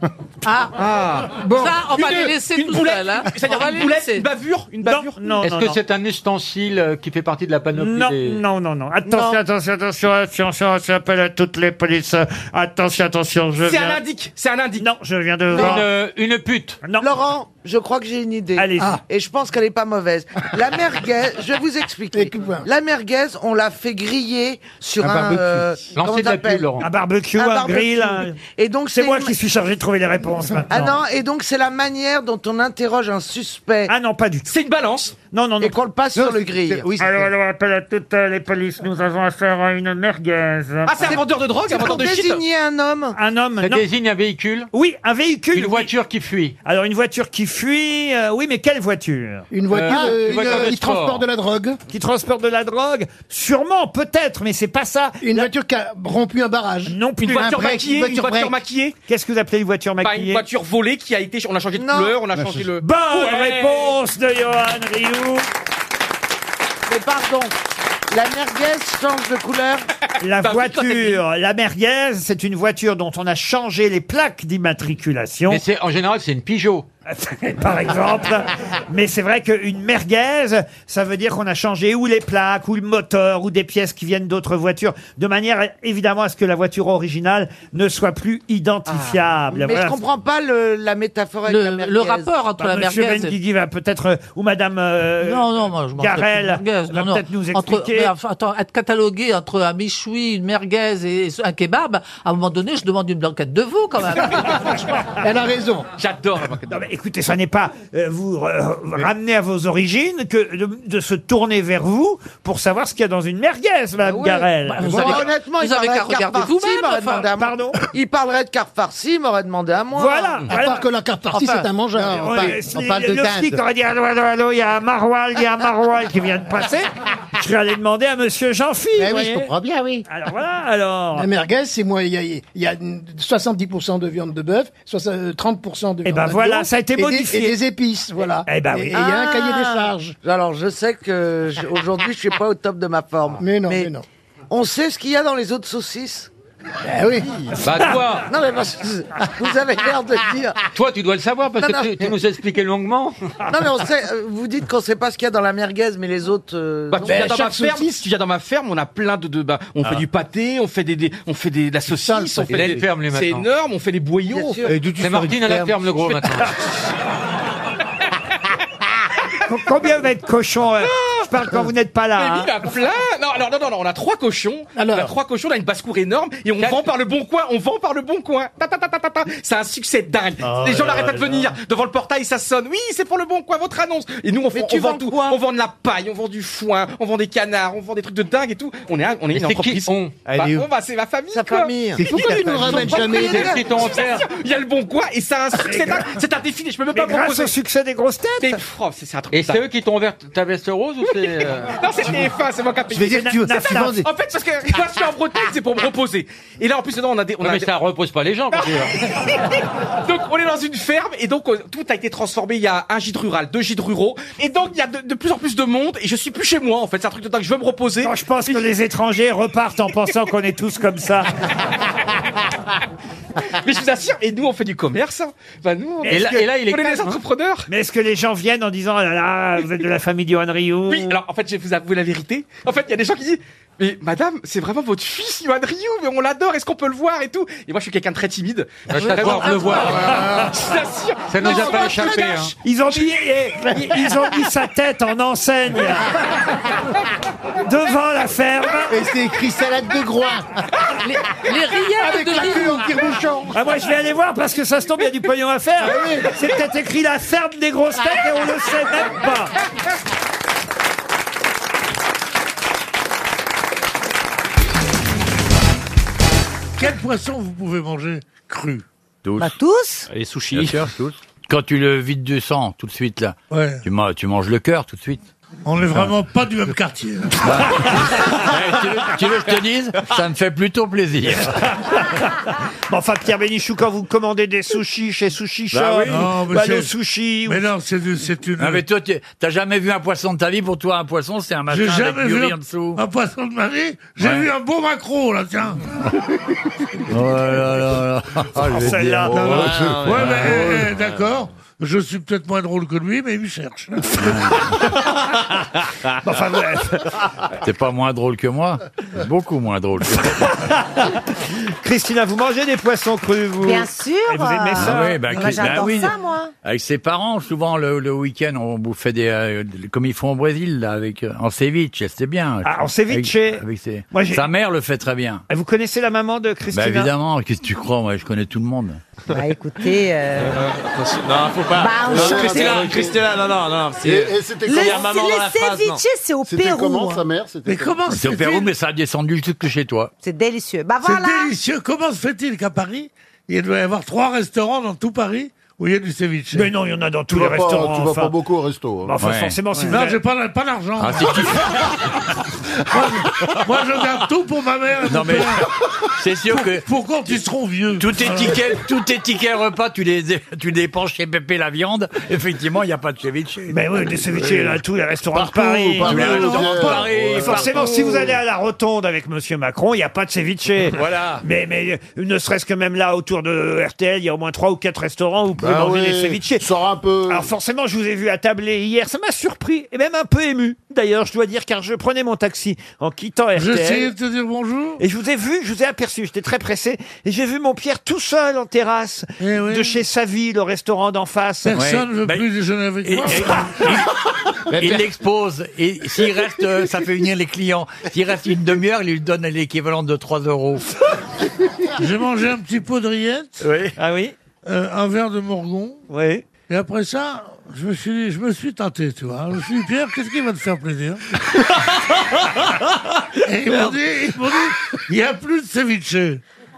[SPEAKER 6] Ah,
[SPEAKER 1] bon.
[SPEAKER 6] Ça, on va
[SPEAKER 1] Une-
[SPEAKER 6] les laisser
[SPEAKER 1] une
[SPEAKER 6] tout
[SPEAKER 1] boulette,
[SPEAKER 6] seul. Hein.
[SPEAKER 1] une- c'est-à-dire
[SPEAKER 6] On va
[SPEAKER 1] une
[SPEAKER 6] les
[SPEAKER 1] boulette,
[SPEAKER 6] laisser.
[SPEAKER 1] une
[SPEAKER 6] bavure Une bavure
[SPEAKER 7] Est-ce que c'est un ustensile euh, qui fait partie de la panoplie
[SPEAKER 1] Non,
[SPEAKER 7] des...
[SPEAKER 1] non, non, non. Attention, attention, attention, attention, ça appelle à toutes les polices. Attention, attention, je
[SPEAKER 16] C'est
[SPEAKER 1] viens... euh,
[SPEAKER 16] un
[SPEAKER 1] indique, c'est un indique. Non, je viens de voir...
[SPEAKER 7] Une, pute.
[SPEAKER 10] Laurent, je crois que j'ai une idée. Ah. Et je pense qu'elle est pas mauvaise. La merguez, je vais vous expliquer. La merguez, on l'a fait griller sur
[SPEAKER 1] Un
[SPEAKER 10] un. euh,
[SPEAKER 1] barbecue. Lancez
[SPEAKER 10] comment on Ah,
[SPEAKER 1] de la
[SPEAKER 10] appelle
[SPEAKER 1] pub, Laurent. Un barbecue, un grill, un-
[SPEAKER 10] Et donc
[SPEAKER 1] C'est moi
[SPEAKER 10] une-
[SPEAKER 1] qui suis chargé de trouver les réponses maintenant.
[SPEAKER 10] Ah non, et donc c'est la manière dont on interroge un suspect.
[SPEAKER 1] Ah non, pas du tout.
[SPEAKER 10] C'est une balance.
[SPEAKER 1] Non, non, non.
[SPEAKER 10] Et qu'on le passe sur le grill.
[SPEAKER 1] allô, allô, appel à toutes euh, les polices. Nous avons affaire à une merguez.
[SPEAKER 16] Ah, c'est un vendeur de drogue, un vendeur de shit
[SPEAKER 10] un homme.
[SPEAKER 1] Un homme.
[SPEAKER 7] Ça
[SPEAKER 1] non.
[SPEAKER 7] désigne un véhicule
[SPEAKER 1] Oui, un véhicule.
[SPEAKER 7] Une voiture qui fuit.
[SPEAKER 1] Alors une voiture qui fuit. euh, oui, mais quelle voiture
[SPEAKER 22] Une voiture,
[SPEAKER 1] Ah,
[SPEAKER 22] euh,
[SPEAKER 1] une
[SPEAKER 22] une-
[SPEAKER 1] voiture de
[SPEAKER 22] qui
[SPEAKER 1] sport.
[SPEAKER 22] transporte de la drogue.
[SPEAKER 1] Qui transporte de la drogue Sûrement, peut-être, mais c'est pas ça.
[SPEAKER 22] Une voiture qui a rompu un barrage.
[SPEAKER 1] Non plus.
[SPEAKER 22] Une voiture maquillée, une voiture
[SPEAKER 1] maquillée. Qu'est-ce que vous appelez une voiture
[SPEAKER 16] Pas
[SPEAKER 1] maquillée
[SPEAKER 16] une voiture volée qui a été. On a changé de
[SPEAKER 1] Non.
[SPEAKER 16] couleur, on a
[SPEAKER 1] Bah,
[SPEAKER 16] changé
[SPEAKER 1] c'est-
[SPEAKER 16] le.
[SPEAKER 1] Bonne réponse de Johan Rioux.
[SPEAKER 10] Mais pardon, la merguez change de couleur.
[SPEAKER 1] La voiture, la merguez, c'est une voiture dont on a changé les plaques d'immatriculation.
[SPEAKER 7] Mais c'est en général c'est une Peugeot.
[SPEAKER 1] Par exemple. Mais c'est vrai qu'une merguez, ça veut dire qu'on a changé ou les plaques, ou le moteur, ou des pièces qui viennent d'autres voitures, de manière évidemment à ce que la voiture originale ne soit plus identifiable.
[SPEAKER 10] Ah, Mais
[SPEAKER 1] Voilà.
[SPEAKER 10] je comprends pas le- la métaphore avec
[SPEAKER 1] Le-
[SPEAKER 10] la merguez.
[SPEAKER 1] le rapport
[SPEAKER 16] entre
[SPEAKER 1] Bah, Monsieur Benguigui va peut-être, euh, ou Madame euh,
[SPEAKER 16] Non, non, moi je m'en
[SPEAKER 1] Garel
[SPEAKER 16] fous de merguez.
[SPEAKER 1] va
[SPEAKER 16] Non, non.
[SPEAKER 1] peut-être nous
[SPEAKER 16] Entre-
[SPEAKER 1] expliquer.
[SPEAKER 16] mais enfin, attends, être catalogué entre un michoui, une merguez et et un kebab, à un moment donné, je demande une blanquette de veau quand même.
[SPEAKER 22] Elle a raison.
[SPEAKER 16] J'adore
[SPEAKER 1] Non, mais écoutez, ça n'est pas euh, vous euh, ramener à vos origines que de, de se tourner vers vous pour savoir ce qu'il y a dans une merguez, Madame
[SPEAKER 10] Ouais.
[SPEAKER 1] Garel.
[SPEAKER 10] Bah, vous avez- honnêtement, il parlerait de carte farcie, il m'aurait demandé à moi.
[SPEAKER 1] Pardon
[SPEAKER 10] Il parlerait de carte farcie, il m'aurait demandé à moi.
[SPEAKER 1] Voilà.
[SPEAKER 22] À part que la carte farcie, c'est un mangeur.
[SPEAKER 1] Non,
[SPEAKER 22] On
[SPEAKER 1] mais
[SPEAKER 22] parle-
[SPEAKER 1] si
[SPEAKER 22] on parle de
[SPEAKER 1] le
[SPEAKER 22] dinde.
[SPEAKER 1] flic aurait dit allô, allô, allô, il y a un maroilles, il y a un maroilles qui vient de passer. Je vais aller demander à monsieur Jean-Philippe.
[SPEAKER 10] Eh
[SPEAKER 2] Ben oui,
[SPEAKER 1] voyez.
[SPEAKER 2] Eh je comprends bien, oui.
[SPEAKER 1] Alors voilà, alors.
[SPEAKER 2] La merguez, c'est moi, il y a, il y a 70% de viande de bœuf, soixante- euh, 30% de viande
[SPEAKER 1] Eh
[SPEAKER 29] bah,
[SPEAKER 1] ben
[SPEAKER 2] de
[SPEAKER 1] voilà,
[SPEAKER 2] veau,
[SPEAKER 1] ça a été
[SPEAKER 2] et des-
[SPEAKER 1] modifié.
[SPEAKER 2] Et des épices, voilà.
[SPEAKER 1] Eh ben oui.
[SPEAKER 2] Et- Et il y a un cahier des charges.
[SPEAKER 10] Alors, je sais que je- aujourd'hui, je suis pas au top de ma forme. Mais non, mais, non. On sait ce qu'il y a dans les autres saucisses
[SPEAKER 2] Ben oui.
[SPEAKER 7] Bah, toi.
[SPEAKER 10] Non, mais parce que vous avez l'air de dire.
[SPEAKER 7] Toi, tu dois le savoir parce
[SPEAKER 10] Non,
[SPEAKER 7] que
[SPEAKER 10] non.
[SPEAKER 7] tu, tu nous as expliqué longuement.
[SPEAKER 10] Non, mais on sait, euh, vous dites qu'on sait pas ce qu'il y a dans la merguez, mais les autres. euh,
[SPEAKER 17] Bah,
[SPEAKER 10] non.
[SPEAKER 17] tu, viens dans ma ferme, tu viens dans ma ferme, on a plein de, de- bah, on
[SPEAKER 10] Ah.
[SPEAKER 17] fait du pâté, on fait des, des- on fait des, de la saucisse, on
[SPEAKER 7] pâté. Il a
[SPEAKER 17] fait
[SPEAKER 7] une ferme, lui,
[SPEAKER 17] c'est
[SPEAKER 7] maintenant.
[SPEAKER 17] énorme, on fait des
[SPEAKER 7] Bien
[SPEAKER 17] boyaux.
[SPEAKER 7] sûr. Et d'où tu C'est sors une Martine à la ferme ferme, le gros,
[SPEAKER 17] Je fais-
[SPEAKER 7] maintenant.
[SPEAKER 1] Com- Combien va être cochon euh, Je parle quand vous n'êtes pas
[SPEAKER 17] Mais
[SPEAKER 1] là.
[SPEAKER 17] lui,
[SPEAKER 1] hein.
[SPEAKER 17] il a plein. Non, alors, non, non, non, on a trois cochons. on a trois cochons, on a une basse-cour énorme et on vend par le bon coin. On vend par le bon coin. Ta, ta, ta, ta, ta, ta. C'est un succès dingue. Les gens
[SPEAKER 3] là
[SPEAKER 17] n'arrêtent pas de
[SPEAKER 3] là.
[SPEAKER 17] venir. Devant le portail, ça sonne. Oui, c'est pour le bon coin, votre annonce. Et nous, on, vend-
[SPEAKER 3] tu
[SPEAKER 17] on vend
[SPEAKER 3] vends
[SPEAKER 17] tout. On vend de la paille, on vend du foin, on vend des canards, on vend des trucs de dingue et tout. On est, un- on est une
[SPEAKER 3] Mais c'est qui
[SPEAKER 17] entreprise.
[SPEAKER 3] on
[SPEAKER 17] Bah,
[SPEAKER 3] Elle est où
[SPEAKER 17] on, bah, c'est ma famille.
[SPEAKER 3] Sa
[SPEAKER 17] quoi.
[SPEAKER 3] famille. C'est qui
[SPEAKER 17] Pourquoi
[SPEAKER 3] ta
[SPEAKER 17] ils nous
[SPEAKER 3] famille
[SPEAKER 17] ramènent
[SPEAKER 3] Son
[SPEAKER 17] jamais des
[SPEAKER 3] propriétaire.
[SPEAKER 17] petits temps en terre Il y a le bon coin et c'est un succès dingue. C'est un défi. Je peux même pas
[SPEAKER 1] grâce
[SPEAKER 17] proposer.
[SPEAKER 1] au succès des grosses têtes.
[SPEAKER 17] Mais, oh, c'est c'est un truc
[SPEAKER 7] Et
[SPEAKER 17] dingue.
[SPEAKER 7] c'est eux qui t'ont ouvert ta veste rose ou c'est. euh,
[SPEAKER 17] Non, c'est TF1, c'est moi qui a payé.
[SPEAKER 7] Je veux dire, tu-
[SPEAKER 17] C'est
[SPEAKER 7] tu
[SPEAKER 17] ça.
[SPEAKER 7] vends des-
[SPEAKER 17] En fait, parce que moi, je suis en Bretagne, c'est pour me reposer. Et là, en plus, non, on a des. On
[SPEAKER 7] Ouais,
[SPEAKER 17] a
[SPEAKER 7] mais
[SPEAKER 17] des-
[SPEAKER 7] ça repose pas les gens. quoi, tu vois.
[SPEAKER 17] donc, on est dans une ferme et donc, euh, tout a été transformé. Il y a un gîte rural, deux gîtes ruraux. Et donc, il y a de, de plus en plus de monde et je suis plus chez moi, en fait. C'est un truc de dingue. Je veux me reposer.
[SPEAKER 1] Quand je pense que les étrangers repartent en pensant qu'on est tous comme ça.
[SPEAKER 17] Mais je vous assure, et nous, on fait du commerce. Bah, nous, on
[SPEAKER 1] Et là- et là, il est
[SPEAKER 17] on est des
[SPEAKER 1] calme, hein.
[SPEAKER 17] entrepreneurs.
[SPEAKER 1] Mais est-ce que les gens viennent en disant Ah là là, vous êtes de la famille du Rioux
[SPEAKER 17] Oui, alors en fait, je vais vous avouer la vérité. En fait, il y a des gens qui disent Mais madame, c'est vraiment votre fils, Yohan Ryu, mais on l'adore, est-ce qu'on peut le voir et tout Et moi, je suis quelqu'un de très timide.
[SPEAKER 7] Ouais, Bah, je t'adore,
[SPEAKER 17] Vraiment.
[SPEAKER 7] le voir.
[SPEAKER 17] Je t'assure.
[SPEAKER 7] Ça nous
[SPEAKER 17] Non,
[SPEAKER 7] a pas
[SPEAKER 17] je le
[SPEAKER 7] échappé,
[SPEAKER 17] lâche.
[SPEAKER 7] hein.
[SPEAKER 1] Ils ont mis, eh, ils ont mis sa tête en enseigne devant la ferme.
[SPEAKER 2] Et c'est écrit salade de groin.
[SPEAKER 1] Les, rillettes de Ah, moi, je vais aller voir parce que ça se tombe, il y a du pognon à faire. C'est peut-être écrit la ferme des grosses têtes et on le sait même pas.
[SPEAKER 11] Quel poisson vous pouvez manger cru
[SPEAKER 3] Tous.
[SPEAKER 11] Bah,
[SPEAKER 3] tous Les sushis. Quand tu le vides du sang, tout de suite, là,
[SPEAKER 11] Ouais.
[SPEAKER 3] tu, ma- tu manges le cœur, tout de suite.
[SPEAKER 11] On est vraiment pas du même quartier.
[SPEAKER 3] tu, veux, tu veux que je te dise Ça me fait plutôt plaisir.
[SPEAKER 1] Bon, enfin, Pierre Bénichou, quand vous commandez des sushis chez Sushi Shop,
[SPEAKER 3] Bah oui.
[SPEAKER 11] Non, mais
[SPEAKER 1] Balo
[SPEAKER 11] c'est-
[SPEAKER 1] Sushi,
[SPEAKER 11] Mais non, c'est du- c'est une.
[SPEAKER 3] Non, Ah, mais toi, tu- t'as jamais vu un poisson de ta vie Pour toi, un poisson, c'est un machin
[SPEAKER 11] J'ai jamais
[SPEAKER 3] avec du
[SPEAKER 11] vu
[SPEAKER 3] riz
[SPEAKER 11] un,
[SPEAKER 3] en dessous.
[SPEAKER 11] un poisson de ma vie. J'ai
[SPEAKER 3] Ouais.
[SPEAKER 11] vu un beau macro, là, tiens.
[SPEAKER 3] Oh là là là. Oh, je vais te
[SPEAKER 11] Celle-là.
[SPEAKER 3] dire.
[SPEAKER 11] Ouais,
[SPEAKER 3] Ouais, ouais,
[SPEAKER 11] mais,
[SPEAKER 3] ouais.
[SPEAKER 11] eh, eh, d'accord. Je suis peut-être moins drôle que lui, mais il me cherche.
[SPEAKER 3] Enfin bref. T'es pas moins drôle que moi Beaucoup moins drôle que moi.
[SPEAKER 1] Christina, vous mangez des poissons crus, vous
[SPEAKER 3] Bien
[SPEAKER 1] sûr. Et vous aimez ça
[SPEAKER 3] Ah oui, bah, Chris- bah oui. Avec ses parents, souvent le, le week-end, on bouffait des. euh, comme ils font au Brésil, là, avec, euh, en ceviche, c'était bien.
[SPEAKER 1] Ah, en ceviche.
[SPEAKER 3] Avec- avec ses- Bah,
[SPEAKER 1] Moi, j'ai-
[SPEAKER 3] Sa mère le fait très bien.
[SPEAKER 1] Et Ah, Vous connaissez la maman de
[SPEAKER 3] Bah
[SPEAKER 1] Christina
[SPEAKER 3] évidemment, qu'est-ce que tu crois Moi, je connais tout le monde.
[SPEAKER 13] Bah écoutez, euh,
[SPEAKER 17] Non, faut pas.
[SPEAKER 13] Bah, on
[SPEAKER 17] non,
[SPEAKER 13] sait.
[SPEAKER 17] Christella, Christella, non, non, non. c'est-
[SPEAKER 13] Et- et c'était
[SPEAKER 17] Il y a
[SPEAKER 13] comment
[SPEAKER 17] maman
[SPEAKER 13] Le-
[SPEAKER 17] dans la
[SPEAKER 13] le
[SPEAKER 17] phrase, non.
[SPEAKER 13] ceviche, c'est au C'était Pérou, comment, hein. sa mère C'était Mais comment- comment
[SPEAKER 3] C'est au Pérou, mais ça a descendu jusque chez toi.
[SPEAKER 13] c'est délicieux. Bah
[SPEAKER 11] C'est
[SPEAKER 13] voilà.
[SPEAKER 11] délicieux. Comment se fait-il qu'à Paris, il doit y avoir trois restaurants dans tout Paris où il y a du ceviche
[SPEAKER 1] Mais non, il y en a dans tous les restaurants, enfin.
[SPEAKER 11] beaucoup au
[SPEAKER 10] hein.
[SPEAKER 11] resto.
[SPEAKER 1] Bah, enfin, forcément, si vous
[SPEAKER 11] Non,
[SPEAKER 1] avez-
[SPEAKER 11] j'ai pas, pas l'argent.
[SPEAKER 3] Ah, si tu-
[SPEAKER 11] moi, je- moi, je garde tout pour ma mère. et
[SPEAKER 3] Non,
[SPEAKER 11] mon
[SPEAKER 3] mais-
[SPEAKER 11] père.
[SPEAKER 3] C'est sûr que.
[SPEAKER 11] Pour quand ils seront vieux.
[SPEAKER 3] Tous tes tickets, tous tes tickets repas, tu les, tu les dépenses chez Pépé la viande. Effectivement, il n'y a pas de ceviche.
[SPEAKER 1] Mais oui, des ceviches, il y en a à tous les restaurants de Paris.
[SPEAKER 3] partout,
[SPEAKER 1] Tous les restaurants de
[SPEAKER 3] partout.
[SPEAKER 1] Paris.
[SPEAKER 3] Ouais.
[SPEAKER 1] Et forcément,
[SPEAKER 3] Partout.
[SPEAKER 1] si vous allez à la rotonde avec Monsieur Macron, il n'y a pas de ceviche.
[SPEAKER 3] Voilà.
[SPEAKER 1] Mais, mais euh, ne serait-ce que même là, autour de RTL, il y a au moins trois ou quatre restaurants où vous pouvez
[SPEAKER 3] Bah
[SPEAKER 1] manger
[SPEAKER 3] ouais,
[SPEAKER 1] des ceviches. Sors un peu. Alors forcément, je vous ai vu attablé hier. Ça m'a surpris et même un peu ému. D'ailleurs, je dois dire, car je prenais mon taxi en quittant RTL.
[SPEAKER 11] J'essayais de te dire bonjour.
[SPEAKER 1] Et je vous ai vu, je vous ai aperçu, j'étais très pressé, et j'ai vu mon Pierre tout seul en terrasse de chez Savy, le restaurant d'en face.
[SPEAKER 11] Personne ne veut plus déjeuner avec moi.
[SPEAKER 3] Ben, Il l'expose. Et s'il reste, euh, ça fait venir les clients. S'il reste une demi-heure, il lui donne l'équivalent de 3 euros.
[SPEAKER 11] J'ai mangé un petit pot de rillettes.
[SPEAKER 1] Oui. Ah oui.
[SPEAKER 11] euh, un verre de morgon.
[SPEAKER 1] Oui.
[SPEAKER 11] Et après ça, je me suis, dit- je me suis tenté, tu vois. Je me suis dit, Pierre, qu'est-ce qui va te faire plaisir Et ils m'ont dit, ils m'ont dit, il n'y a plus de ceviche.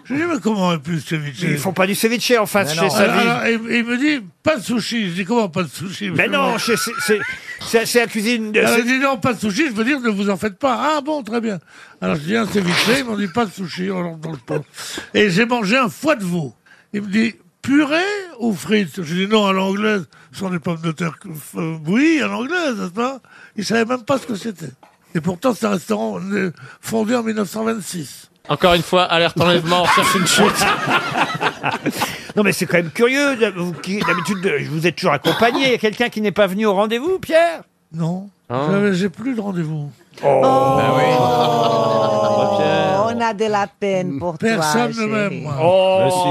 [SPEAKER 11] Je lui dis, mais comment on plus ceviche
[SPEAKER 1] Ils font pas du ceviche en face chez Savy.
[SPEAKER 11] Alors, il, il me dit, pas de sushi. Je dis, comment pas de sushi
[SPEAKER 1] Mais non, chez- c'est- c'est- c'est c'est la cuisine. de-
[SPEAKER 11] Alors,
[SPEAKER 1] c'est-
[SPEAKER 11] il dit, non, pas de sushi. Je veux dire, ne vous en faites pas. Ah bon, très bien. Alors, je dis, hein, un ceviche. Ils m'ont dit, pas de sushi. On rentre dans le pot. Et j'ai mangé un foie de veau. Il me dit, purée ou frites Je dis, non, à l'anglaise. Ce sont des pommes de terre euh, bouillies à l'anglaise, n'est-ce pas Il savait même pas ce que c'était. Et pourtant, c'est un restaurant euh, fondé en 1926.
[SPEAKER 24] Encore une fois, alerte enlèvement, on cherche une chute.
[SPEAKER 1] Non, mais c'est quand même curieux. de- Vous qui, d'habitude, de- je vous êtes toujours accompagné. Il y a quelqu'un qui n'est pas venu au rendez-vous, Pierre Oh.
[SPEAKER 11] Non. Ah
[SPEAKER 1] Hein
[SPEAKER 11] J'avais- J'ai plus de rendez-vous.
[SPEAKER 3] Ah
[SPEAKER 11] Oh.
[SPEAKER 3] Oh,
[SPEAKER 9] On a de la peine pour toi.
[SPEAKER 11] Personne ne
[SPEAKER 9] chérie.
[SPEAKER 11] m'aime, moi.
[SPEAKER 1] Oh,
[SPEAKER 9] Oh,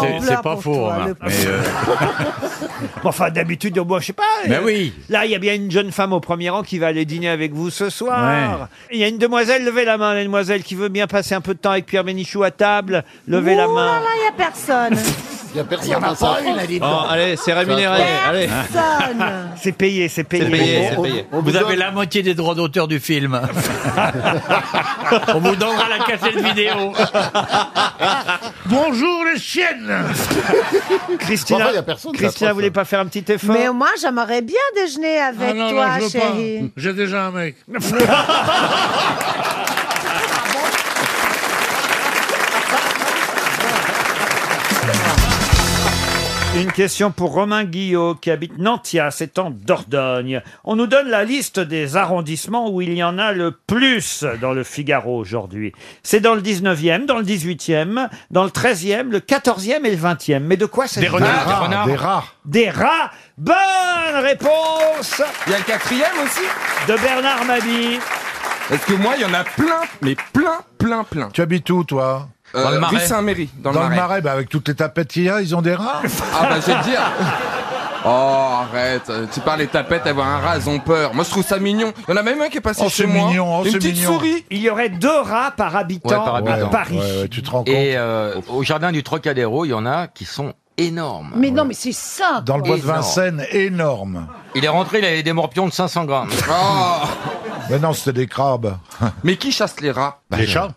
[SPEAKER 3] c'est-
[SPEAKER 9] voilà
[SPEAKER 3] c'est pas
[SPEAKER 9] pour
[SPEAKER 3] faux,
[SPEAKER 9] toi,
[SPEAKER 3] remarque,
[SPEAKER 9] le
[SPEAKER 3] mais, euh,
[SPEAKER 1] Bon, Enfin, d'habitude, au moins, je sais pas.
[SPEAKER 3] Ben
[SPEAKER 1] euh,
[SPEAKER 3] oui.
[SPEAKER 1] Là, il y a bien une jeune femme au premier rang qui va aller dîner avec vous ce soir. Il y a une demoiselle, levez la main, la demoiselle qui veut bien passer un peu de temps avec Pierre Bénichou à table. Levez la
[SPEAKER 9] Ouh Oh là
[SPEAKER 1] main.
[SPEAKER 9] là, il n'y a personne.
[SPEAKER 35] Il n'y a
[SPEAKER 9] Il y en a
[SPEAKER 35] dans
[SPEAKER 9] pas
[SPEAKER 35] sa
[SPEAKER 9] une,
[SPEAKER 35] France.
[SPEAKER 9] elle est
[SPEAKER 24] Bon, allez, c'est rémunéré. Allez.
[SPEAKER 9] Personne.
[SPEAKER 1] C'est payé, c'est payé.
[SPEAKER 24] C'est payé, c'est payé.
[SPEAKER 3] Vous, avez la moitié des droits d'auteur du film.
[SPEAKER 24] On vous donnera la cassette vidéo.
[SPEAKER 11] Bonjour les chiennes
[SPEAKER 1] Christina,
[SPEAKER 24] Enfin, il y a personne, hein. c'est
[SPEAKER 1] Christina,
[SPEAKER 24] atroce.
[SPEAKER 1] vous voulez pas faire un petit effort
[SPEAKER 9] Mais moi, j'aimerais bien déjeuner avec
[SPEAKER 11] Ah non,
[SPEAKER 9] toi,
[SPEAKER 11] non, je veux
[SPEAKER 9] chérie.
[SPEAKER 11] pas. J'ai déjà un mec.
[SPEAKER 1] Une question pour Romain Guillot qui habite Nantia, c'est en Dordogne. On nous donne la liste des arrondissements où il y en a le plus dans le Figaro aujourd'hui. C'est dans le 19e, dans le 18e, dans le 13e, le 14e et le 20e. Mais de quoi s'agit-il
[SPEAKER 31] Des renards, Des des rats, renards. des rats.
[SPEAKER 1] Des rats. Bonne réponse
[SPEAKER 31] Il y a le quatrième aussi
[SPEAKER 1] De Bernard Mabie.
[SPEAKER 31] Est-ce que moi, il y en a plein, mais plein, plein, plein.
[SPEAKER 10] Tu habites où, toi
[SPEAKER 31] Euh, Dans le Marais. rue Saint-Méry, dans le Marais.
[SPEAKER 10] bah, avec toutes les tapettes qu'il y a, ils ont des rats.
[SPEAKER 31] Ah bah, je vais te dire. Oh, arrête. euh, Tu parles des tapettes, elles voient un rat, elles ont peur. Moi, je trouve ça mignon. Il y en a même un qui est passé
[SPEAKER 10] Oh,
[SPEAKER 31] chez
[SPEAKER 10] c'est
[SPEAKER 31] moi.
[SPEAKER 10] mignon, oh,
[SPEAKER 31] une
[SPEAKER 10] c'est
[SPEAKER 31] petite
[SPEAKER 10] mignon.
[SPEAKER 31] souris.
[SPEAKER 1] Il y aurait deux rats par habitant, à Paris.
[SPEAKER 10] tu te rends
[SPEAKER 7] compte. Et euh, au jardin du Trocadéro, il y en a qui sont énormes.
[SPEAKER 13] Mais non, mais c'est ça.
[SPEAKER 10] Dans le bois de
[SPEAKER 7] Énorme.
[SPEAKER 10] Vincennes, énorme.
[SPEAKER 7] Il est rentré, il avait des morpions de 500 grammes.
[SPEAKER 10] Mais non, c'était des crabes.
[SPEAKER 31] Mais qui chasse les rats
[SPEAKER 10] Bah, Les je- chats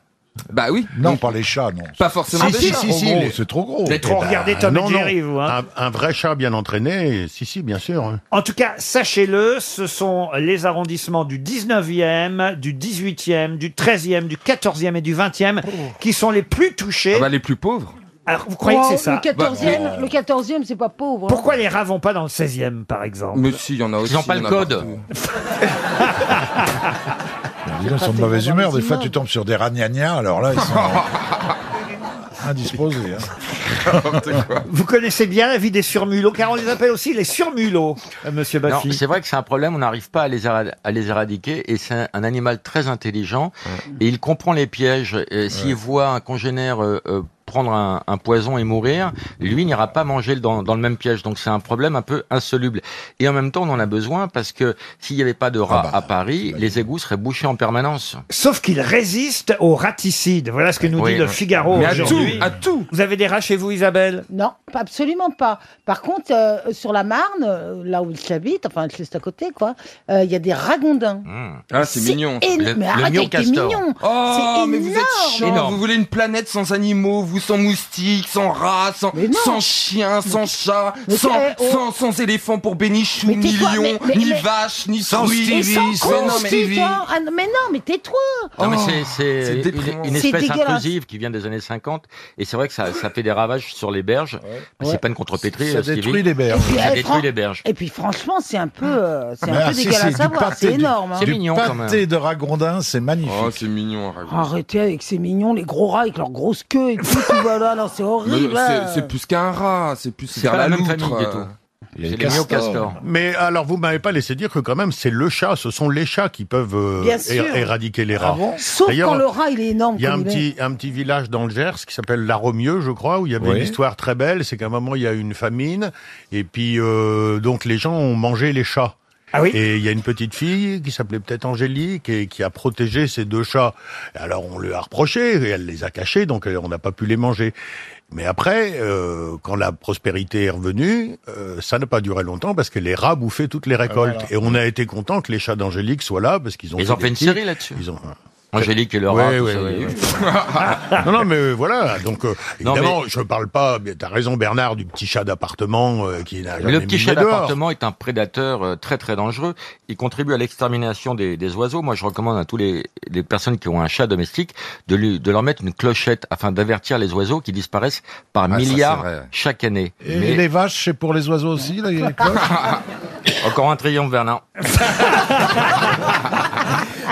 [SPEAKER 31] Bah oui.
[SPEAKER 10] Non, pas les chats, non.
[SPEAKER 31] Pas forcément
[SPEAKER 10] Si,
[SPEAKER 31] des
[SPEAKER 10] si,
[SPEAKER 31] chats.
[SPEAKER 10] si,
[SPEAKER 31] Trop
[SPEAKER 10] si,
[SPEAKER 31] gros,
[SPEAKER 10] les-
[SPEAKER 31] c'est trop gros.
[SPEAKER 10] Eh ben, non, non.
[SPEAKER 1] Un,
[SPEAKER 10] vrai chat bien entraîné, si, si, bien sûr. hein.
[SPEAKER 1] En tout cas, sachez-le, ce sont les arrondissements du 19e, du 18e, du 13e, du 14e et du 20e qui sont les plus touchés.
[SPEAKER 31] Ah bah, les plus pauvres.
[SPEAKER 1] Alors, vous croyez que c'est ça Bah,
[SPEAKER 13] Le 14e, le 14e, c'est pas pauvre. hein.
[SPEAKER 1] Pourquoi les rats vont pas dans le 16e, par exemple
[SPEAKER 31] Mais si, il y en a aussi.
[SPEAKER 7] Ils n'ont pas
[SPEAKER 31] il y
[SPEAKER 7] le
[SPEAKER 31] en a
[SPEAKER 7] code.
[SPEAKER 31] partout.
[SPEAKER 10] Ils sont de mauvaise humeur. Des fois, tu tombes sur des ragnagnas, alors là, ils sont indisposés. hein.
[SPEAKER 1] Vous connaissez bien la vie des surmulots, car on les appelle aussi les surmulots, euh, monsieur
[SPEAKER 7] Non,
[SPEAKER 1] Baffy.
[SPEAKER 7] c'est vrai que c'est un problème, on n'arrive pas à les, éra- à les éradiquer, et c'est un, un animal très intelligent, et il comprend les pièges. Et S'il voit un congénère euh, euh, prendre un, un poison et mourir, lui n'ira pas manger dans, dans le même piège. Donc c'est un problème un peu insoluble. Et en même temps, on en a besoin, parce que s'il n'y avait pas de
[SPEAKER 10] Ah
[SPEAKER 7] rats
[SPEAKER 10] bah,
[SPEAKER 7] à Paris, les égouts seraient bouchés en permanence.
[SPEAKER 1] Sauf qu'ils résistent aux raticides. Voilà ce que nous
[SPEAKER 7] Oui,
[SPEAKER 1] dit le
[SPEAKER 7] oui.
[SPEAKER 1] Figaro
[SPEAKER 7] Mais à
[SPEAKER 1] aujourd'hui.
[SPEAKER 7] tout, à
[SPEAKER 31] tout.
[SPEAKER 1] Vous avez des rats chez vous, Isabelle
[SPEAKER 13] Non, pas- absolument pas. Par contre, euh, sur la Marne, euh, là où il s'habite, enfin juste à côté, quoi, euh, il y a des ragondins.
[SPEAKER 1] Mmh.
[SPEAKER 31] Ah, c'est mignon.
[SPEAKER 13] éno- Le- mais le arrête, mion t'es castor. mignon.
[SPEAKER 31] Oh,
[SPEAKER 13] C'est
[SPEAKER 31] mais vous êtes chiant.
[SPEAKER 7] Énorme.
[SPEAKER 31] Vous voulez une planète sans animaux, vous sans moustiques, sans rats, sans, sans chiens, sans chats,
[SPEAKER 13] Mais
[SPEAKER 31] sans,
[SPEAKER 13] t'es- oh.
[SPEAKER 31] sans, sans éléphants pour bénichou,
[SPEAKER 13] Mais t'es
[SPEAKER 31] ni
[SPEAKER 13] quoi Mais-
[SPEAKER 31] lion,
[SPEAKER 13] mais-
[SPEAKER 31] ni
[SPEAKER 13] mais-
[SPEAKER 31] vache, ni
[SPEAKER 13] Sans
[SPEAKER 31] souris.
[SPEAKER 13] Stevie,
[SPEAKER 31] Mais non, mais-
[SPEAKER 13] mais non, mais tais-toi.
[SPEAKER 7] Non, mais
[SPEAKER 10] Oh,
[SPEAKER 7] c'est- c'est une,
[SPEAKER 13] déprimant.
[SPEAKER 7] une
[SPEAKER 13] C'est
[SPEAKER 7] espèce
[SPEAKER 13] dégueulasse.
[SPEAKER 7] intrusive qui vient des années 50. Et c'est vrai que ça, ça fait des ravages sur les berges. Mais C'est pas une contrepétrie.
[SPEAKER 10] Ça
[SPEAKER 7] euh, Stevie.
[SPEAKER 10] détruit les berges.
[SPEAKER 13] Et puis,
[SPEAKER 7] Ça
[SPEAKER 13] eh,
[SPEAKER 7] détruit
[SPEAKER 13] Fran-
[SPEAKER 7] les berges.
[SPEAKER 13] Et puis franchement, c'est un peu, euh, c'est
[SPEAKER 10] Mais
[SPEAKER 13] un peu
[SPEAKER 10] ah, si,
[SPEAKER 13] dégueulasse
[SPEAKER 10] si,
[SPEAKER 13] à
[SPEAKER 10] du
[SPEAKER 13] voir. C'est
[SPEAKER 10] pâté, du-
[SPEAKER 13] énorme. hein.
[SPEAKER 10] Du pâté de ragondin, c'est magnifique.
[SPEAKER 31] Oh, c'est mignon, un ragoût.
[SPEAKER 13] Arrêtez avec ces mignons, les gros rats avec leur grosse queue et tout. tout voilà, non, c'est
[SPEAKER 31] Mais
[SPEAKER 13] horrible. hein.
[SPEAKER 31] c'est- C'est plus qu'un rat, Ah, c'est plus vers
[SPEAKER 7] pas
[SPEAKER 31] la
[SPEAKER 7] la même
[SPEAKER 31] loutre.
[SPEAKER 7] famille du tout.
[SPEAKER 31] euh.
[SPEAKER 7] Il y a C'est les les mions castors. castors.
[SPEAKER 16] Mais alors, vous m'avez pas laissé dire que quand même, c'est le chat, ce sont les chats qui peuvent euh,
[SPEAKER 13] Bien
[SPEAKER 16] é-
[SPEAKER 13] sûr. Ah
[SPEAKER 16] éradiquer les rats.
[SPEAKER 13] Sauf
[SPEAKER 16] D'ailleurs,
[SPEAKER 13] quand le rat, il est énorme.
[SPEAKER 16] Il y a un
[SPEAKER 13] comme
[SPEAKER 16] petit, un petit village dans le Gers qui s'appelle La Romieux, je crois, où il y avait
[SPEAKER 10] Oui.
[SPEAKER 16] une histoire très belle. C'est qu'à un moment, il y a eu une famine. Et puis, euh, donc, les gens ont mangé les chats.
[SPEAKER 13] Ah
[SPEAKER 16] et il y a une petite fille qui s'appelait peut-être Angélique et qui a protégé ces deux chats. Alors on lui a reproché, et elle les a cachés, donc euh, on n'a pas pu les manger. Mais après, euh, quand la prospérité est revenue, euh, ça n'a pas duré longtemps parce que les rats bouffaient toutes les récoltes.
[SPEAKER 10] voilà.
[SPEAKER 16] Et on a été content que les chats d'Angélique soient là parce qu'ils ont.
[SPEAKER 7] Ah, Ils ont fait
[SPEAKER 16] des
[SPEAKER 7] une
[SPEAKER 16] petits.
[SPEAKER 7] série là-dessus.
[SPEAKER 16] Ils ont.
[SPEAKER 7] Angélique et
[SPEAKER 36] Oui,
[SPEAKER 7] Laura, tout
[SPEAKER 36] oui,
[SPEAKER 7] ça,
[SPEAKER 36] oui,
[SPEAKER 7] oui.
[SPEAKER 36] oui. non, non, mais euh, voilà. Donc, euh,
[SPEAKER 7] Non,
[SPEAKER 36] évidemment,
[SPEAKER 7] mais-
[SPEAKER 36] je parle pas. mais T'as raison, Bernard, du petit chat d'appartement euh, qui n'a
[SPEAKER 16] Ah,
[SPEAKER 7] Mais
[SPEAKER 36] jamais
[SPEAKER 7] Le petit
[SPEAKER 36] mis
[SPEAKER 7] chat
[SPEAKER 36] le dehors.
[SPEAKER 7] d'appartement est un prédateur euh, très très dangereux. Il contribue à l'extermination des, des oiseaux. Moi, je recommande à tous les, les personnes qui ont un chat domestique de, lui- de leur mettre une clochette afin d'avertir les oiseaux qui disparaissent par
[SPEAKER 16] ça,
[SPEAKER 7] milliards
[SPEAKER 16] c'est vrai, ouais.
[SPEAKER 7] chaque année.
[SPEAKER 16] Et
[SPEAKER 7] Mais
[SPEAKER 16] les vaches, c'est pour les oiseaux aussi, là, il y a les cloches
[SPEAKER 7] encore un triomphe, Vernon.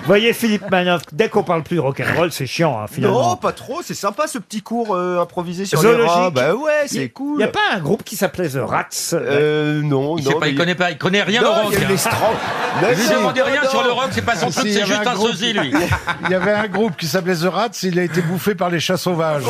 [SPEAKER 1] Voyez Philippe Manoff, dès qu'on parle plus rock'n'roll, c'est chiant hein,
[SPEAKER 10] Non,
[SPEAKER 1] finalement.
[SPEAKER 10] pas trop, c'est sympa ce petit cours euh, improvisé sur les
[SPEAKER 1] Zoologique.
[SPEAKER 10] rats. Bah ouais,
[SPEAKER 1] Y-
[SPEAKER 10] c'est cool.
[SPEAKER 1] Y a pas un groupe qui s'appelait The Rats
[SPEAKER 10] Euh, non,
[SPEAKER 1] Il
[SPEAKER 10] non.
[SPEAKER 1] sait pas,
[SPEAKER 10] mais
[SPEAKER 1] il connaît
[SPEAKER 7] pas, il connaît rien
[SPEAKER 10] non,
[SPEAKER 7] au rock,
[SPEAKER 10] Il y a eu
[SPEAKER 7] hein.
[SPEAKER 10] les
[SPEAKER 36] Oh,
[SPEAKER 10] Strokes.
[SPEAKER 7] Vous
[SPEAKER 10] Mais
[SPEAKER 7] lui
[SPEAKER 10] si,
[SPEAKER 7] demandez rien
[SPEAKER 10] non,
[SPEAKER 7] sur le
[SPEAKER 10] non.
[SPEAKER 7] rock, c'est pas son
[SPEAKER 16] Ah,
[SPEAKER 7] truc,
[SPEAKER 16] si, il y
[SPEAKER 7] c'est
[SPEAKER 16] avait
[SPEAKER 7] juste un
[SPEAKER 16] groupe-
[SPEAKER 7] sosie, lui.
[SPEAKER 16] Il y avait
[SPEAKER 36] Oh.
[SPEAKER 10] Oh
[SPEAKER 16] un groupe qui s'appelait The Rats, il a été bouffé par les chats sauvages.